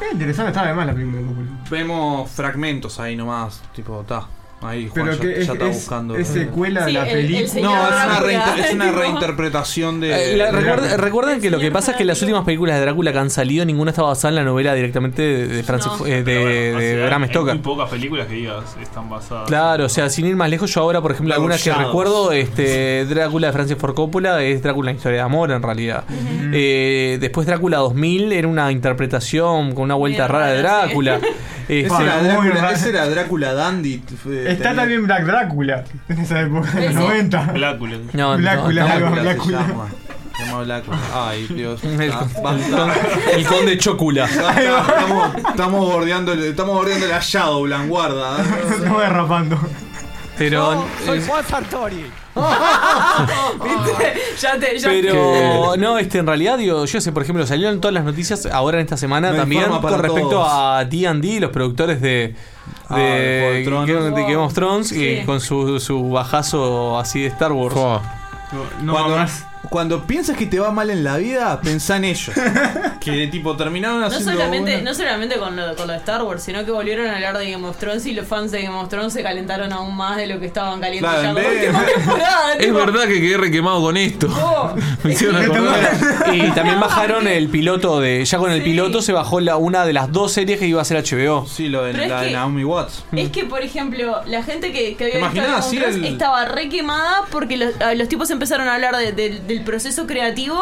Speaker 8: Qué interesante está además la película de Coppola.
Speaker 7: Vemos fragmentos ahí nomás, tipo, está. Ahí Juan
Speaker 8: Pero
Speaker 7: ya,
Speaker 8: que es-
Speaker 7: ya está
Speaker 8: es-
Speaker 7: buscando.
Speaker 8: es secuela de Sí, la el- el película. señor
Speaker 7: No, es una,
Speaker 8: Drácula.
Speaker 7: reinter- es una reinterpretación de.
Speaker 9: Eh, la- recuerden, recuerden que lo que pasa es que las últimas películas de Drácula que han salido, ninguna está basada en la novela directamente de, de Francis-
Speaker 4: No.
Speaker 9: eh, de, de
Speaker 4: Hay-
Speaker 9: Bram
Speaker 4: hay
Speaker 9: Stoker.
Speaker 4: muy pocas películas que digas están basadas.
Speaker 9: Claro, o sea, sin ir más lejos, yo ahora, por ejemplo, algunas que
Speaker 4: Shadows.
Speaker 9: recuerdo, este, Drácula de Francis Ford Coppola es Drácula una historia de amor, en realidad. Eh, después Drácula 2000 era una interpretación con una vuelta rara de Drácula. Este,
Speaker 7: Ese era,
Speaker 9: muy
Speaker 7: Drácula,
Speaker 9: raro.
Speaker 7: ese era Drácula Dandy. eh,
Speaker 8: Está
Speaker 7: tenía-
Speaker 8: también Black Drácula en esa época, en los 90.
Speaker 4: Blácula.
Speaker 9: No,
Speaker 8: Blácula,
Speaker 9: no,
Speaker 8: algo,
Speaker 9: Blácula se
Speaker 8: Blácula.
Speaker 7: llama. Se llama Drácula. Ay, Dios.
Speaker 9: El,
Speaker 7: Ah,
Speaker 9: con-
Speaker 7: basta.
Speaker 9: el conde Chocula.
Speaker 7: Estamos, estamos bordeando, el- estamos bordeando la Shadow, Guarda. ¿eh?
Speaker 8: Estamos derrapando.
Speaker 9: Pero,
Speaker 8: Juan Sartori.
Speaker 15: ¿Viste? Ya te. Ya
Speaker 9: pero no, este, en realidad, digo, yo sé, por ejemplo, salieron todas las noticias ahora en esta semana
Speaker 7: Me
Speaker 9: también
Speaker 7: informa para
Speaker 9: con respecto
Speaker 7: todos.
Speaker 9: a D&D, los productores de de,
Speaker 7: Ah, de Juego de Tronos.
Speaker 9: Game- de Game of Thrones que
Speaker 7: Sí.
Speaker 9: con su, su bajazo así de Star Wars.
Speaker 7: cuando, cuando piensas que te va mal en la vida, pensá en ellos. que tipo terminaron
Speaker 15: No
Speaker 7: haciendo.
Speaker 15: solamente,
Speaker 7: una-
Speaker 15: no solamente con, lo, con lo de Star Wars, sino que volvieron a hablar de Game of Thrones y los fans de Game of Thrones se calentaron aún más de lo que estaban calientes
Speaker 22: Claro,
Speaker 15: ya
Speaker 22: en
Speaker 15: con la
Speaker 22: vez-
Speaker 15: última temporada.
Speaker 22: Es
Speaker 15: tipo,
Speaker 22: verdad que quedé requemado con esto.
Speaker 15: no.
Speaker 22: Me hicieron acordar.
Speaker 9: Y también bajaron el piloto de. Ya con el piloto se bajó la, una de las dos series que iba a ser HBO.
Speaker 7: Sí, lo
Speaker 15: Pero es la de que-
Speaker 7: Naomi Watts.
Speaker 4: Mm.
Speaker 15: Es
Speaker 9: Mm.
Speaker 15: que, por ejemplo, la gente que, que había
Speaker 7: ¿Te
Speaker 15: visto
Speaker 7: imaginás
Speaker 15: Game of
Speaker 7: así
Speaker 15: Thrones
Speaker 7: el-
Speaker 15: estaba re quemada porque los, a- los tipos empezaron a hablar de- del- del proceso creativo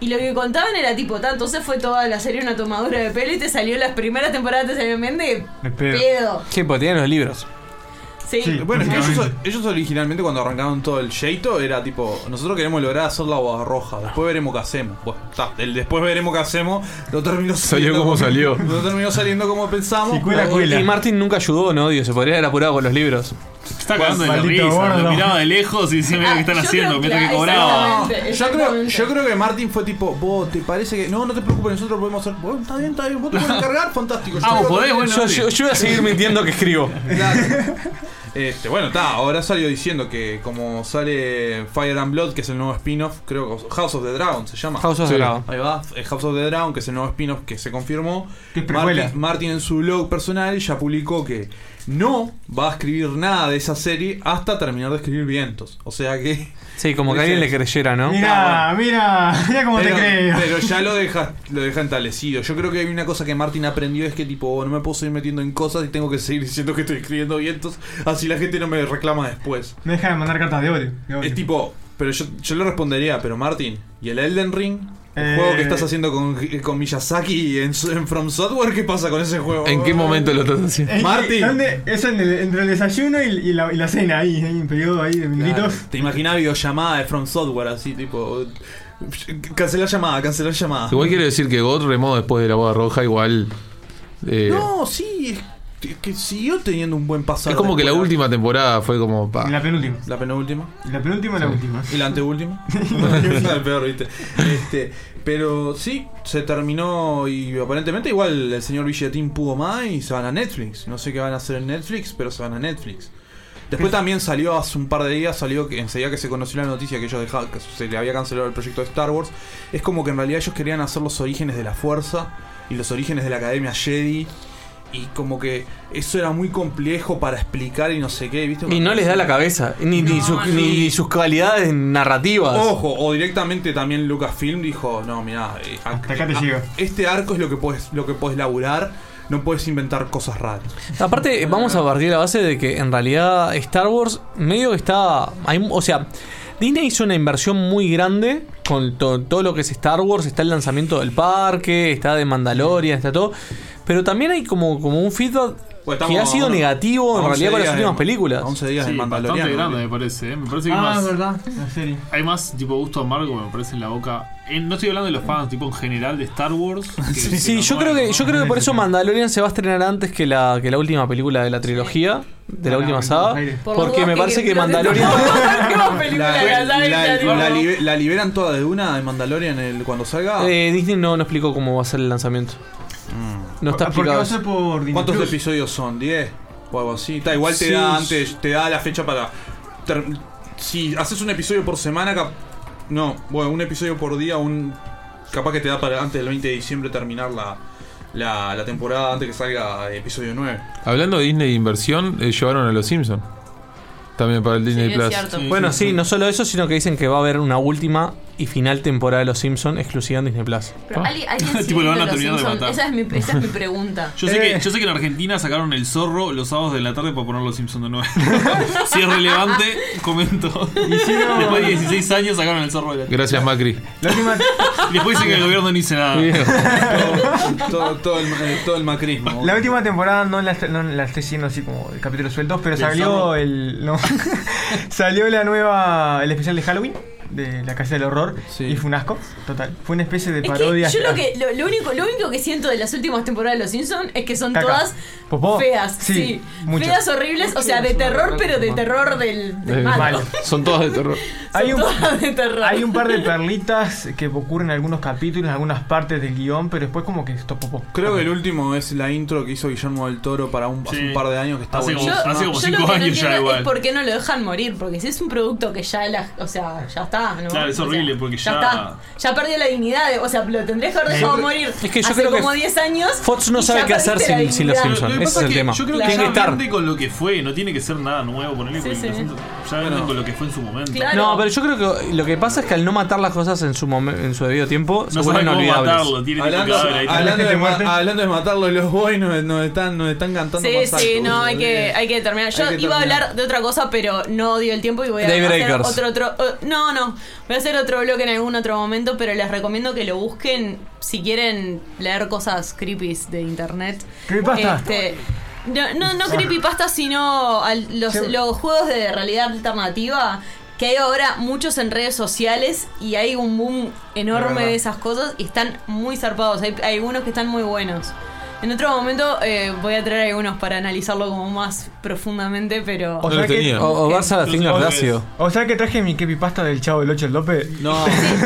Speaker 15: y lo que contaban era tipo, tanto entonces fue toda la serie una tomadura de pelo y te salió las primeras temporadas, te salió en mente. Pedo.
Speaker 9: Sí, porque tenían los libros.
Speaker 15: Sí.
Speaker 7: Bueno, es que ellos, ellos originalmente cuando arrancaron todo el Sheito era tipo, nosotros queremos lograr hacer la boda roja, después veremos qué hacemos. Bueno, está, el después veremos qué hacemos, lo terminó
Speaker 22: Salió
Speaker 7: saliendo
Speaker 22: como salió.
Speaker 7: Lo terminó saliendo como pensamos.
Speaker 9: Y Martin nunca ayudó, ¿no? Dios, se podría haber apurado con los libros.
Speaker 4: Está cagando de la risa. Lo miraba de lejos y decía, mira lo que están haciendo, mira que cobraba.
Speaker 7: Yo creo, yo creo que Martin fue tipo, vos te parece que. No, no te preocupes, nosotros podemos hacer. Bueno, está bien, está bien, vos te podés cargar, fantástico.
Speaker 4: Ah,
Speaker 7: yo
Speaker 9: Vamos,
Speaker 7: te voy a
Speaker 9: podés,
Speaker 7: cargar".
Speaker 9: bueno, Yo- sí. yo- yo voy a seguir mintiendo que escribo.
Speaker 7: Este, bueno, está, ahora salió diciendo que como sale Fire and Blood, que es el nuevo spin-off, creo que House of the Dragon se llama.
Speaker 9: House of the Dragon.
Speaker 7: Ahí va, eh, House of the Dragon, que es el nuevo spin-off que se confirmó.
Speaker 9: precuela.
Speaker 7: Martin, Martin en su blog personal ya publicó que no va a escribir nada de esa serie hasta terminar de escribir Vientos. O sea que...
Speaker 9: Sí, como que alguien le creyera, ¿no?
Speaker 7: Mirá,
Speaker 3: mira, mira cómo
Speaker 7: pero,
Speaker 3: te creo.
Speaker 7: Pero ya lo deja, lo deja entalecido. Yo creo que hay una cosa que Martin aprendió es que tipo, oh, no me puedo seguir metiendo en cosas y tengo que seguir diciendo que estoy escribiendo vientos, así la gente no me reclama después.
Speaker 3: Me deja de mandar cartas de odio. de odio.
Speaker 7: Es tipo, pero yo, yo le respondería, pero Martin, ¿y el Elden Ring? El
Speaker 3: Eh.
Speaker 7: juego que estás haciendo con, con Miyazaki en, en From Software, ¿qué pasa con ese juego?
Speaker 22: ¿En qué momento lo estás haciendo?
Speaker 3: Eh,
Speaker 7: Martín.
Speaker 3: ¿Dónde? Es en el- entre el desayuno y, y la, y la cena, ahí, ahí, un periodo ahí de
Speaker 7: Claro,
Speaker 3: minutitos.
Speaker 7: Te imaginas videollamada de From Software así, tipo. Cancelar llamada, cancelar
Speaker 10: Ah.
Speaker 7: llamada.
Speaker 22: Igual quiero decir que God remó después de la boda roja, igual. eh,
Speaker 7: No, sí, es que- que siguió teniendo un buen pasado.
Speaker 22: es como que la última temporada fue como. pa.
Speaker 3: La penúltima.
Speaker 7: La penúltima.
Speaker 3: La penúltima y la última.
Speaker 7: Y la anteúltima. Es el peor, ¿viste? Este, pero sí, se terminó y aparentemente igual el señor Villatín pudo más y se van a Netflix. No sé qué van a hacer en Netflix, pero se van a Netflix. Después también salió hace un par de días, salió que enseguida que se conoció la noticia que ellos dejaban, que se le había cancelado el proyecto de Star Wars, es como que en realidad ellos querían hacer los orígenes de la fuerza y los orígenes de la Academia Jedi. Y como que eso era muy complejo para explicar y no sé qué, ¿viste?
Speaker 9: Y no les da la cabeza, ni, ni, sus-
Speaker 7: no.
Speaker 9: ni- ni sus cualidades narrativas.
Speaker 4: Oh.
Speaker 7: Ojo, o directamente también Lucasfilm dijo, no, mirá, eh, a-
Speaker 3: acá te
Speaker 7: a-
Speaker 3: llega.
Speaker 7: este arco es lo que puedes, lo que puedes laburar, no puedes inventar cosas raras.
Speaker 9: Aparte, eh, vamos a partir de la base de que en realidad Star Wars medio que está. hay- o sea, Disney hizo una inversión muy grande con to- todo lo que es Star Wars. Está el lanzamiento del parque, está de Mandalorian, está todo. Pero también hay como, como un feedback
Speaker 7: Pues
Speaker 9: que
Speaker 7: estamos
Speaker 9: ha sido
Speaker 7: a-
Speaker 9: negativo
Speaker 7: a
Speaker 9: en
Speaker 7: 11
Speaker 9: realidad con las
Speaker 7: días de-
Speaker 9: últimas películas.
Speaker 7: a 11 días
Speaker 4: Sí,
Speaker 7: del Mandaloriano.
Speaker 4: bastante grande me parece. ¿eh? Me parece que
Speaker 3: Ah,
Speaker 4: más,
Speaker 3: es verdad, la serie.
Speaker 4: hay más tipo gusto amargo me parece en la boca. En- no estoy hablando de los fans, tipo en general de Star Wars. que-
Speaker 9: Sí, sí, yo creo que yo creo que por eso Mandalorian se va a estrenar antes que la que la última película de la trilogía, de la última saga,
Speaker 15: Por las
Speaker 9: porque
Speaker 15: dudas
Speaker 9: me
Speaker 15: que
Speaker 9: parece que
Speaker 15: quiero decir-
Speaker 9: Mandalorian
Speaker 15: Última película
Speaker 7: La,
Speaker 15: de la saga y
Speaker 7: la-
Speaker 15: la digo.
Speaker 7: la libe- la liberan toda de una de Mandalorian el- cuando salga.
Speaker 9: Eh, Disney no, no explicó cómo va a ser el lanzamiento. No está
Speaker 7: Mm. Porque
Speaker 9: explicado.
Speaker 7: va a ser ¿Cuántos episodios son? ¿10? O algo así. Ta, igual te
Speaker 9: Sí,
Speaker 7: da
Speaker 9: sí.
Speaker 7: antes, te da la fecha para. ter- si haces un episodio por semana, cap- no, bueno, un episodio por día, un. Capaz que te da para antes del 20 de diciembre terminar la, la, la temporada antes que salga episodio 9.
Speaker 22: Hablando de Disney e inversión, eh, llevaron a los Simpsons. También para el Disney
Speaker 7: es
Speaker 22: Plus.
Speaker 7: cierto. Sí,
Speaker 9: Bueno,
Speaker 7: sí,
Speaker 9: sí, no solo eso, sino que dicen que va a haber una última y final temporada de Los Simpsons exclusiva en Disney Plus.
Speaker 15: Pero alguien- alguien
Speaker 4: Ah. Tipo,
Speaker 15: sigue
Speaker 4: lo van a
Speaker 15: viendo Los
Speaker 4: terminar de
Speaker 15: Simpsons.
Speaker 4: matar.
Speaker 15: Esa es mi, esa es mi pregunta.
Speaker 4: Yo sé,
Speaker 7: Eh.
Speaker 4: que, yo sé que en Argentina sacaron el zorro los sábados de la tarde para poner los Simpsons de nuevo. si es relevante, comento.
Speaker 3: Hicieron-
Speaker 4: Después de 16 años sacaron el zorro de la tarde.
Speaker 22: Gracias, Macri.
Speaker 4: Y después dicen que el gobierno no hizo nada.
Speaker 7: todo, todo el, eh, todo el macrismo.
Speaker 3: La última temporada no la, est- no la estoy siguiendo así como de capítulos sueltos, pero
Speaker 7: ¿Del
Speaker 3: salió
Speaker 7: zorro?
Speaker 3: el. no. salió la nueva. el especial de Halloween, de la casa del horror, y fue un asco, total. Fue una especie de
Speaker 15: Es que
Speaker 3: parodia.
Speaker 15: yo lo que lo, lo único lo único que siento de las últimas temporadas de Los Simpsons es que son
Speaker 3: Caca.
Speaker 15: todas
Speaker 3: Popó.
Speaker 15: feas,
Speaker 3: Sí,
Speaker 15: sí,
Speaker 3: mucho.
Speaker 15: feas horribles, o sea, de terror, pero de terror del, del malo.
Speaker 22: Son todas de terror.
Speaker 3: Hay un,
Speaker 15: de terror.
Speaker 3: hay un par de perlitas que ocurren en algunos capítulos, en algunas partes del guión, pero después como que esto popó.
Speaker 7: Creo que el último es la intro que hizo Guillermo del Toro para un, hace
Speaker 3: Sí.
Speaker 7: un par de años que está
Speaker 4: Hace como-
Speaker 7: buenísima.
Speaker 4: hace como
Speaker 15: Yo lo que no entiendo es por qué no lo dejan morir, porque si es un producto que ya la, o sea, ya está, ¿no?
Speaker 4: Claro, es
Speaker 15: O sea,
Speaker 4: horrible porque ya-
Speaker 15: está, ya perdió la dignidad, de- o sea, lo tendrías que haber dejado
Speaker 9: Sí.
Speaker 15: morir.
Speaker 9: Eh, Es que yo
Speaker 15: hace
Speaker 9: creo que
Speaker 15: como 10 años.
Speaker 9: Fox no
Speaker 15: y
Speaker 9: sabe
Speaker 15: ya
Speaker 9: qué hacer
Speaker 15: perdiste la
Speaker 9: sin- sin los
Speaker 15: dignidad.
Speaker 9: Simpsons.
Speaker 4: Lo que pasa
Speaker 9: Ese es el
Speaker 4: que
Speaker 9: tema.
Speaker 4: Yo creo que
Speaker 9: Tiene
Speaker 4: ya
Speaker 9: que estar.
Speaker 4: vende con lo que fue, no tiene que ser nada nuevo, ponerle
Speaker 15: Sí, sí.
Speaker 4: Ya venden con lo que fue en su momento.
Speaker 9: No, pero yo creo que lo que pasa es que al no matar las cosas en su momen- en su debido tiempo, se
Speaker 4: sabe
Speaker 9: vuelven
Speaker 4: cómo
Speaker 9: olvidables.
Speaker 4: matarlo, tiene
Speaker 7: Hablando, hablando de, ma- hablando de matarlos, los boys nos, nos están, nos están cantando
Speaker 15: Sí,
Speaker 7: más
Speaker 15: sí,
Speaker 7: alto.
Speaker 15: no, hay que, hay que terminar. Yo
Speaker 7: Hay que
Speaker 15: iba a
Speaker 7: terminar.
Speaker 15: hablar de otra cosa, pero no dio el tiempo y voy a hacer
Speaker 7: Daybreakers.
Speaker 15: otro, otro. eh, no, no. Voy a hacer otro bloque en algún otro momento, pero les recomiendo que lo busquen si quieren leer cosas creepy de internet.
Speaker 3: Creepypasta.
Speaker 15: Este, No, no, no creepypasta, sino al- los, los juegos de realidad alternativa que hay ahora muchos en redes sociales y hay un boom
Speaker 19: Es
Speaker 15: enorme
Speaker 19: verdad.
Speaker 15: de esas cosas y están muy zarpados. Hay, hay algunos que están muy buenos. En otro momento eh, voy a traer algunos para analizarlo como más profundamente, pero...
Speaker 8: O sea que-
Speaker 9: O- o Barça la Fingers de ácido.
Speaker 8: O sea que traje mi creepypasta del Chavo del 8 el López.
Speaker 7: No.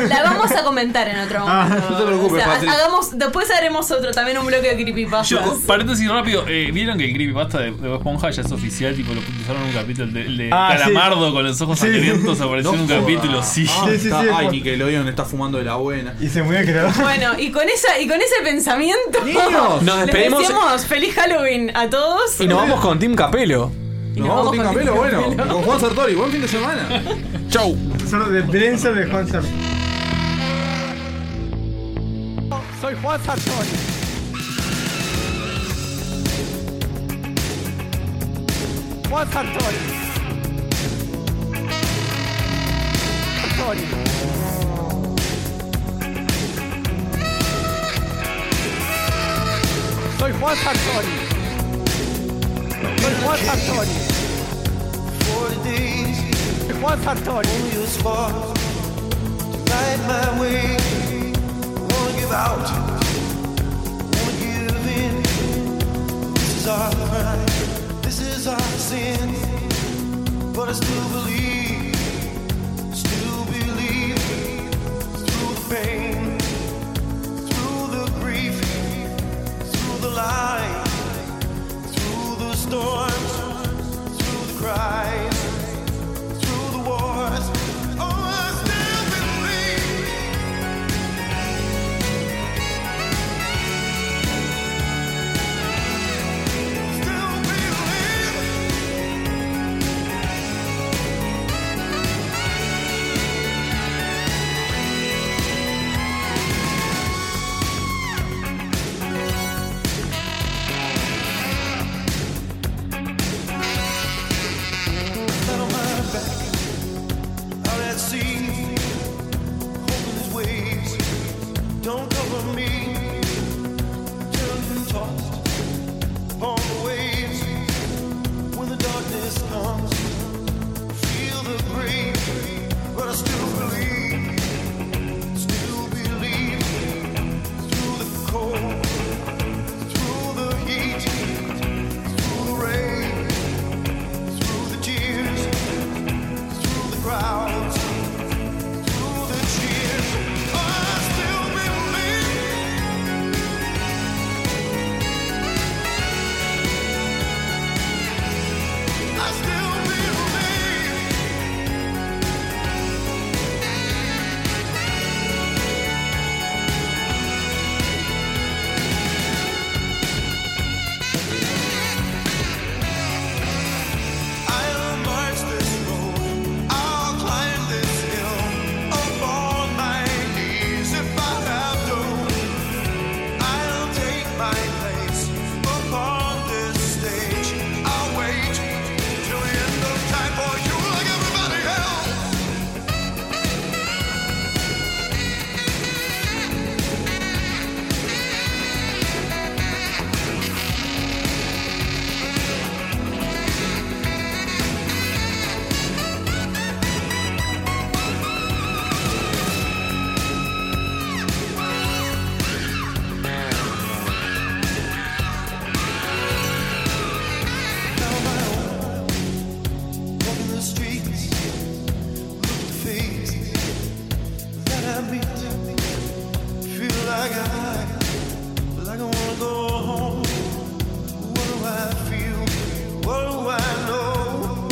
Speaker 15: La vamos a comentar en otro
Speaker 8: Ah,
Speaker 15: momento.
Speaker 8: no te preocupes,
Speaker 15: O sea,
Speaker 8: Patrick.
Speaker 15: hagamos, después haremos otro, también un bloque de creepypastas.
Speaker 4: Yo, paréntesis rápido, eh, ¿vieron que el creepypasta de, de Bob Esponja ya es oficial? Tipo, lo publicaron en un capítulo, el de, el de
Speaker 7: Ah, sí.
Speaker 4: Calamardo con los ojos
Speaker 7: Sí.
Speaker 4: sangrientos apareció en un
Speaker 7: jodas.
Speaker 4: capítulo, sí.
Speaker 7: Ah, está- Ay,
Speaker 4: Ay,
Speaker 7: Nickelodeon está fumando de la buena.
Speaker 8: Y se mueve
Speaker 15: Bueno, y con esa, y con ese pensamiento
Speaker 9: Niños, nos
Speaker 15: les
Speaker 9: despedimos.
Speaker 15: deseamos feliz Halloween a todos.
Speaker 9: Y nos vamos con Tim Capelo.
Speaker 15: nos vamos
Speaker 7: con Tim Capelo, bueno. Con Juan Sartori, buen fin de semana.
Speaker 8: Chau. Solo de prensa de Juan Sartori.
Speaker 2: Soy Juan Sartori. Juan Sartori. Sartori. Soy Juan Sartori. Soy Juan Sartori. Soy Juan Sartori.
Speaker 29: Light my way. Won't give out. Won't give in. This is our crime. This is our sin. But I still believe. Still believe. Through the pain. Through the grief. Through the light. Through the storms. Through the cries. Through the wars. Oh, I still believe. Flat on my back, out at sea, hoping these waves don't cover me. Turned and tossed on the waves when the darkness comes. Feel the pain, but I still believe, still believe through the cold, through the heat, through the rain through the tears, through the crowds, through the cheers. I still believe. I still believe. I'll march this road. I'll climb this hill. Upon my knees, if I have to, I'll take my place upon this stage. I'll wait till the end of time for you, like everybody else. Walking the streets, look the face that I meet. Feel like I, like I wanna go home. What do I feel? What do I know?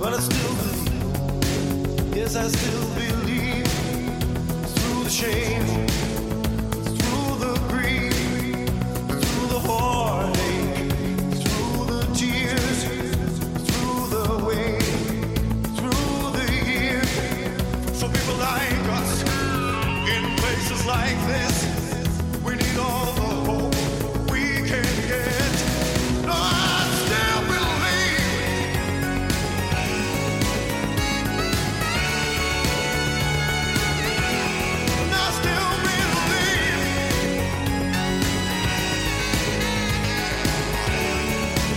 Speaker 29: But I still believe. Yes, I still believe. Through the shame, through the grief, through the heartache, through the tears through the way, through the years, for people like us in places like this, we need all the hope we can get. No, I still believe. I still believe.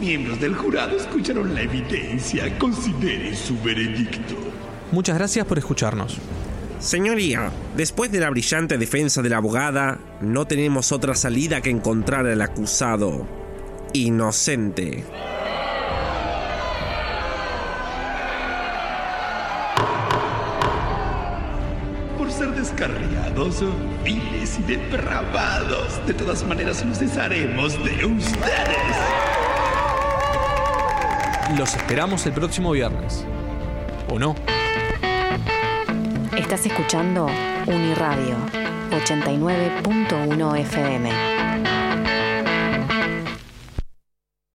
Speaker 2: miembros del jurado escucharon la evidencia. Consideren su veredicto.
Speaker 9: Muchas gracias por escucharnos.
Speaker 30: Señoría, después de la brillante defensa de la abogada, no tenemos otra salida que encontrar al acusado inocente.
Speaker 2: Por ser descarriados, viles y depravados, de todas maneras nos desharemos de ustedes.
Speaker 9: Los esperamos el próximo viernes. ¿O no?
Speaker 19: Estás escuchando Uniradio 89.1 FM.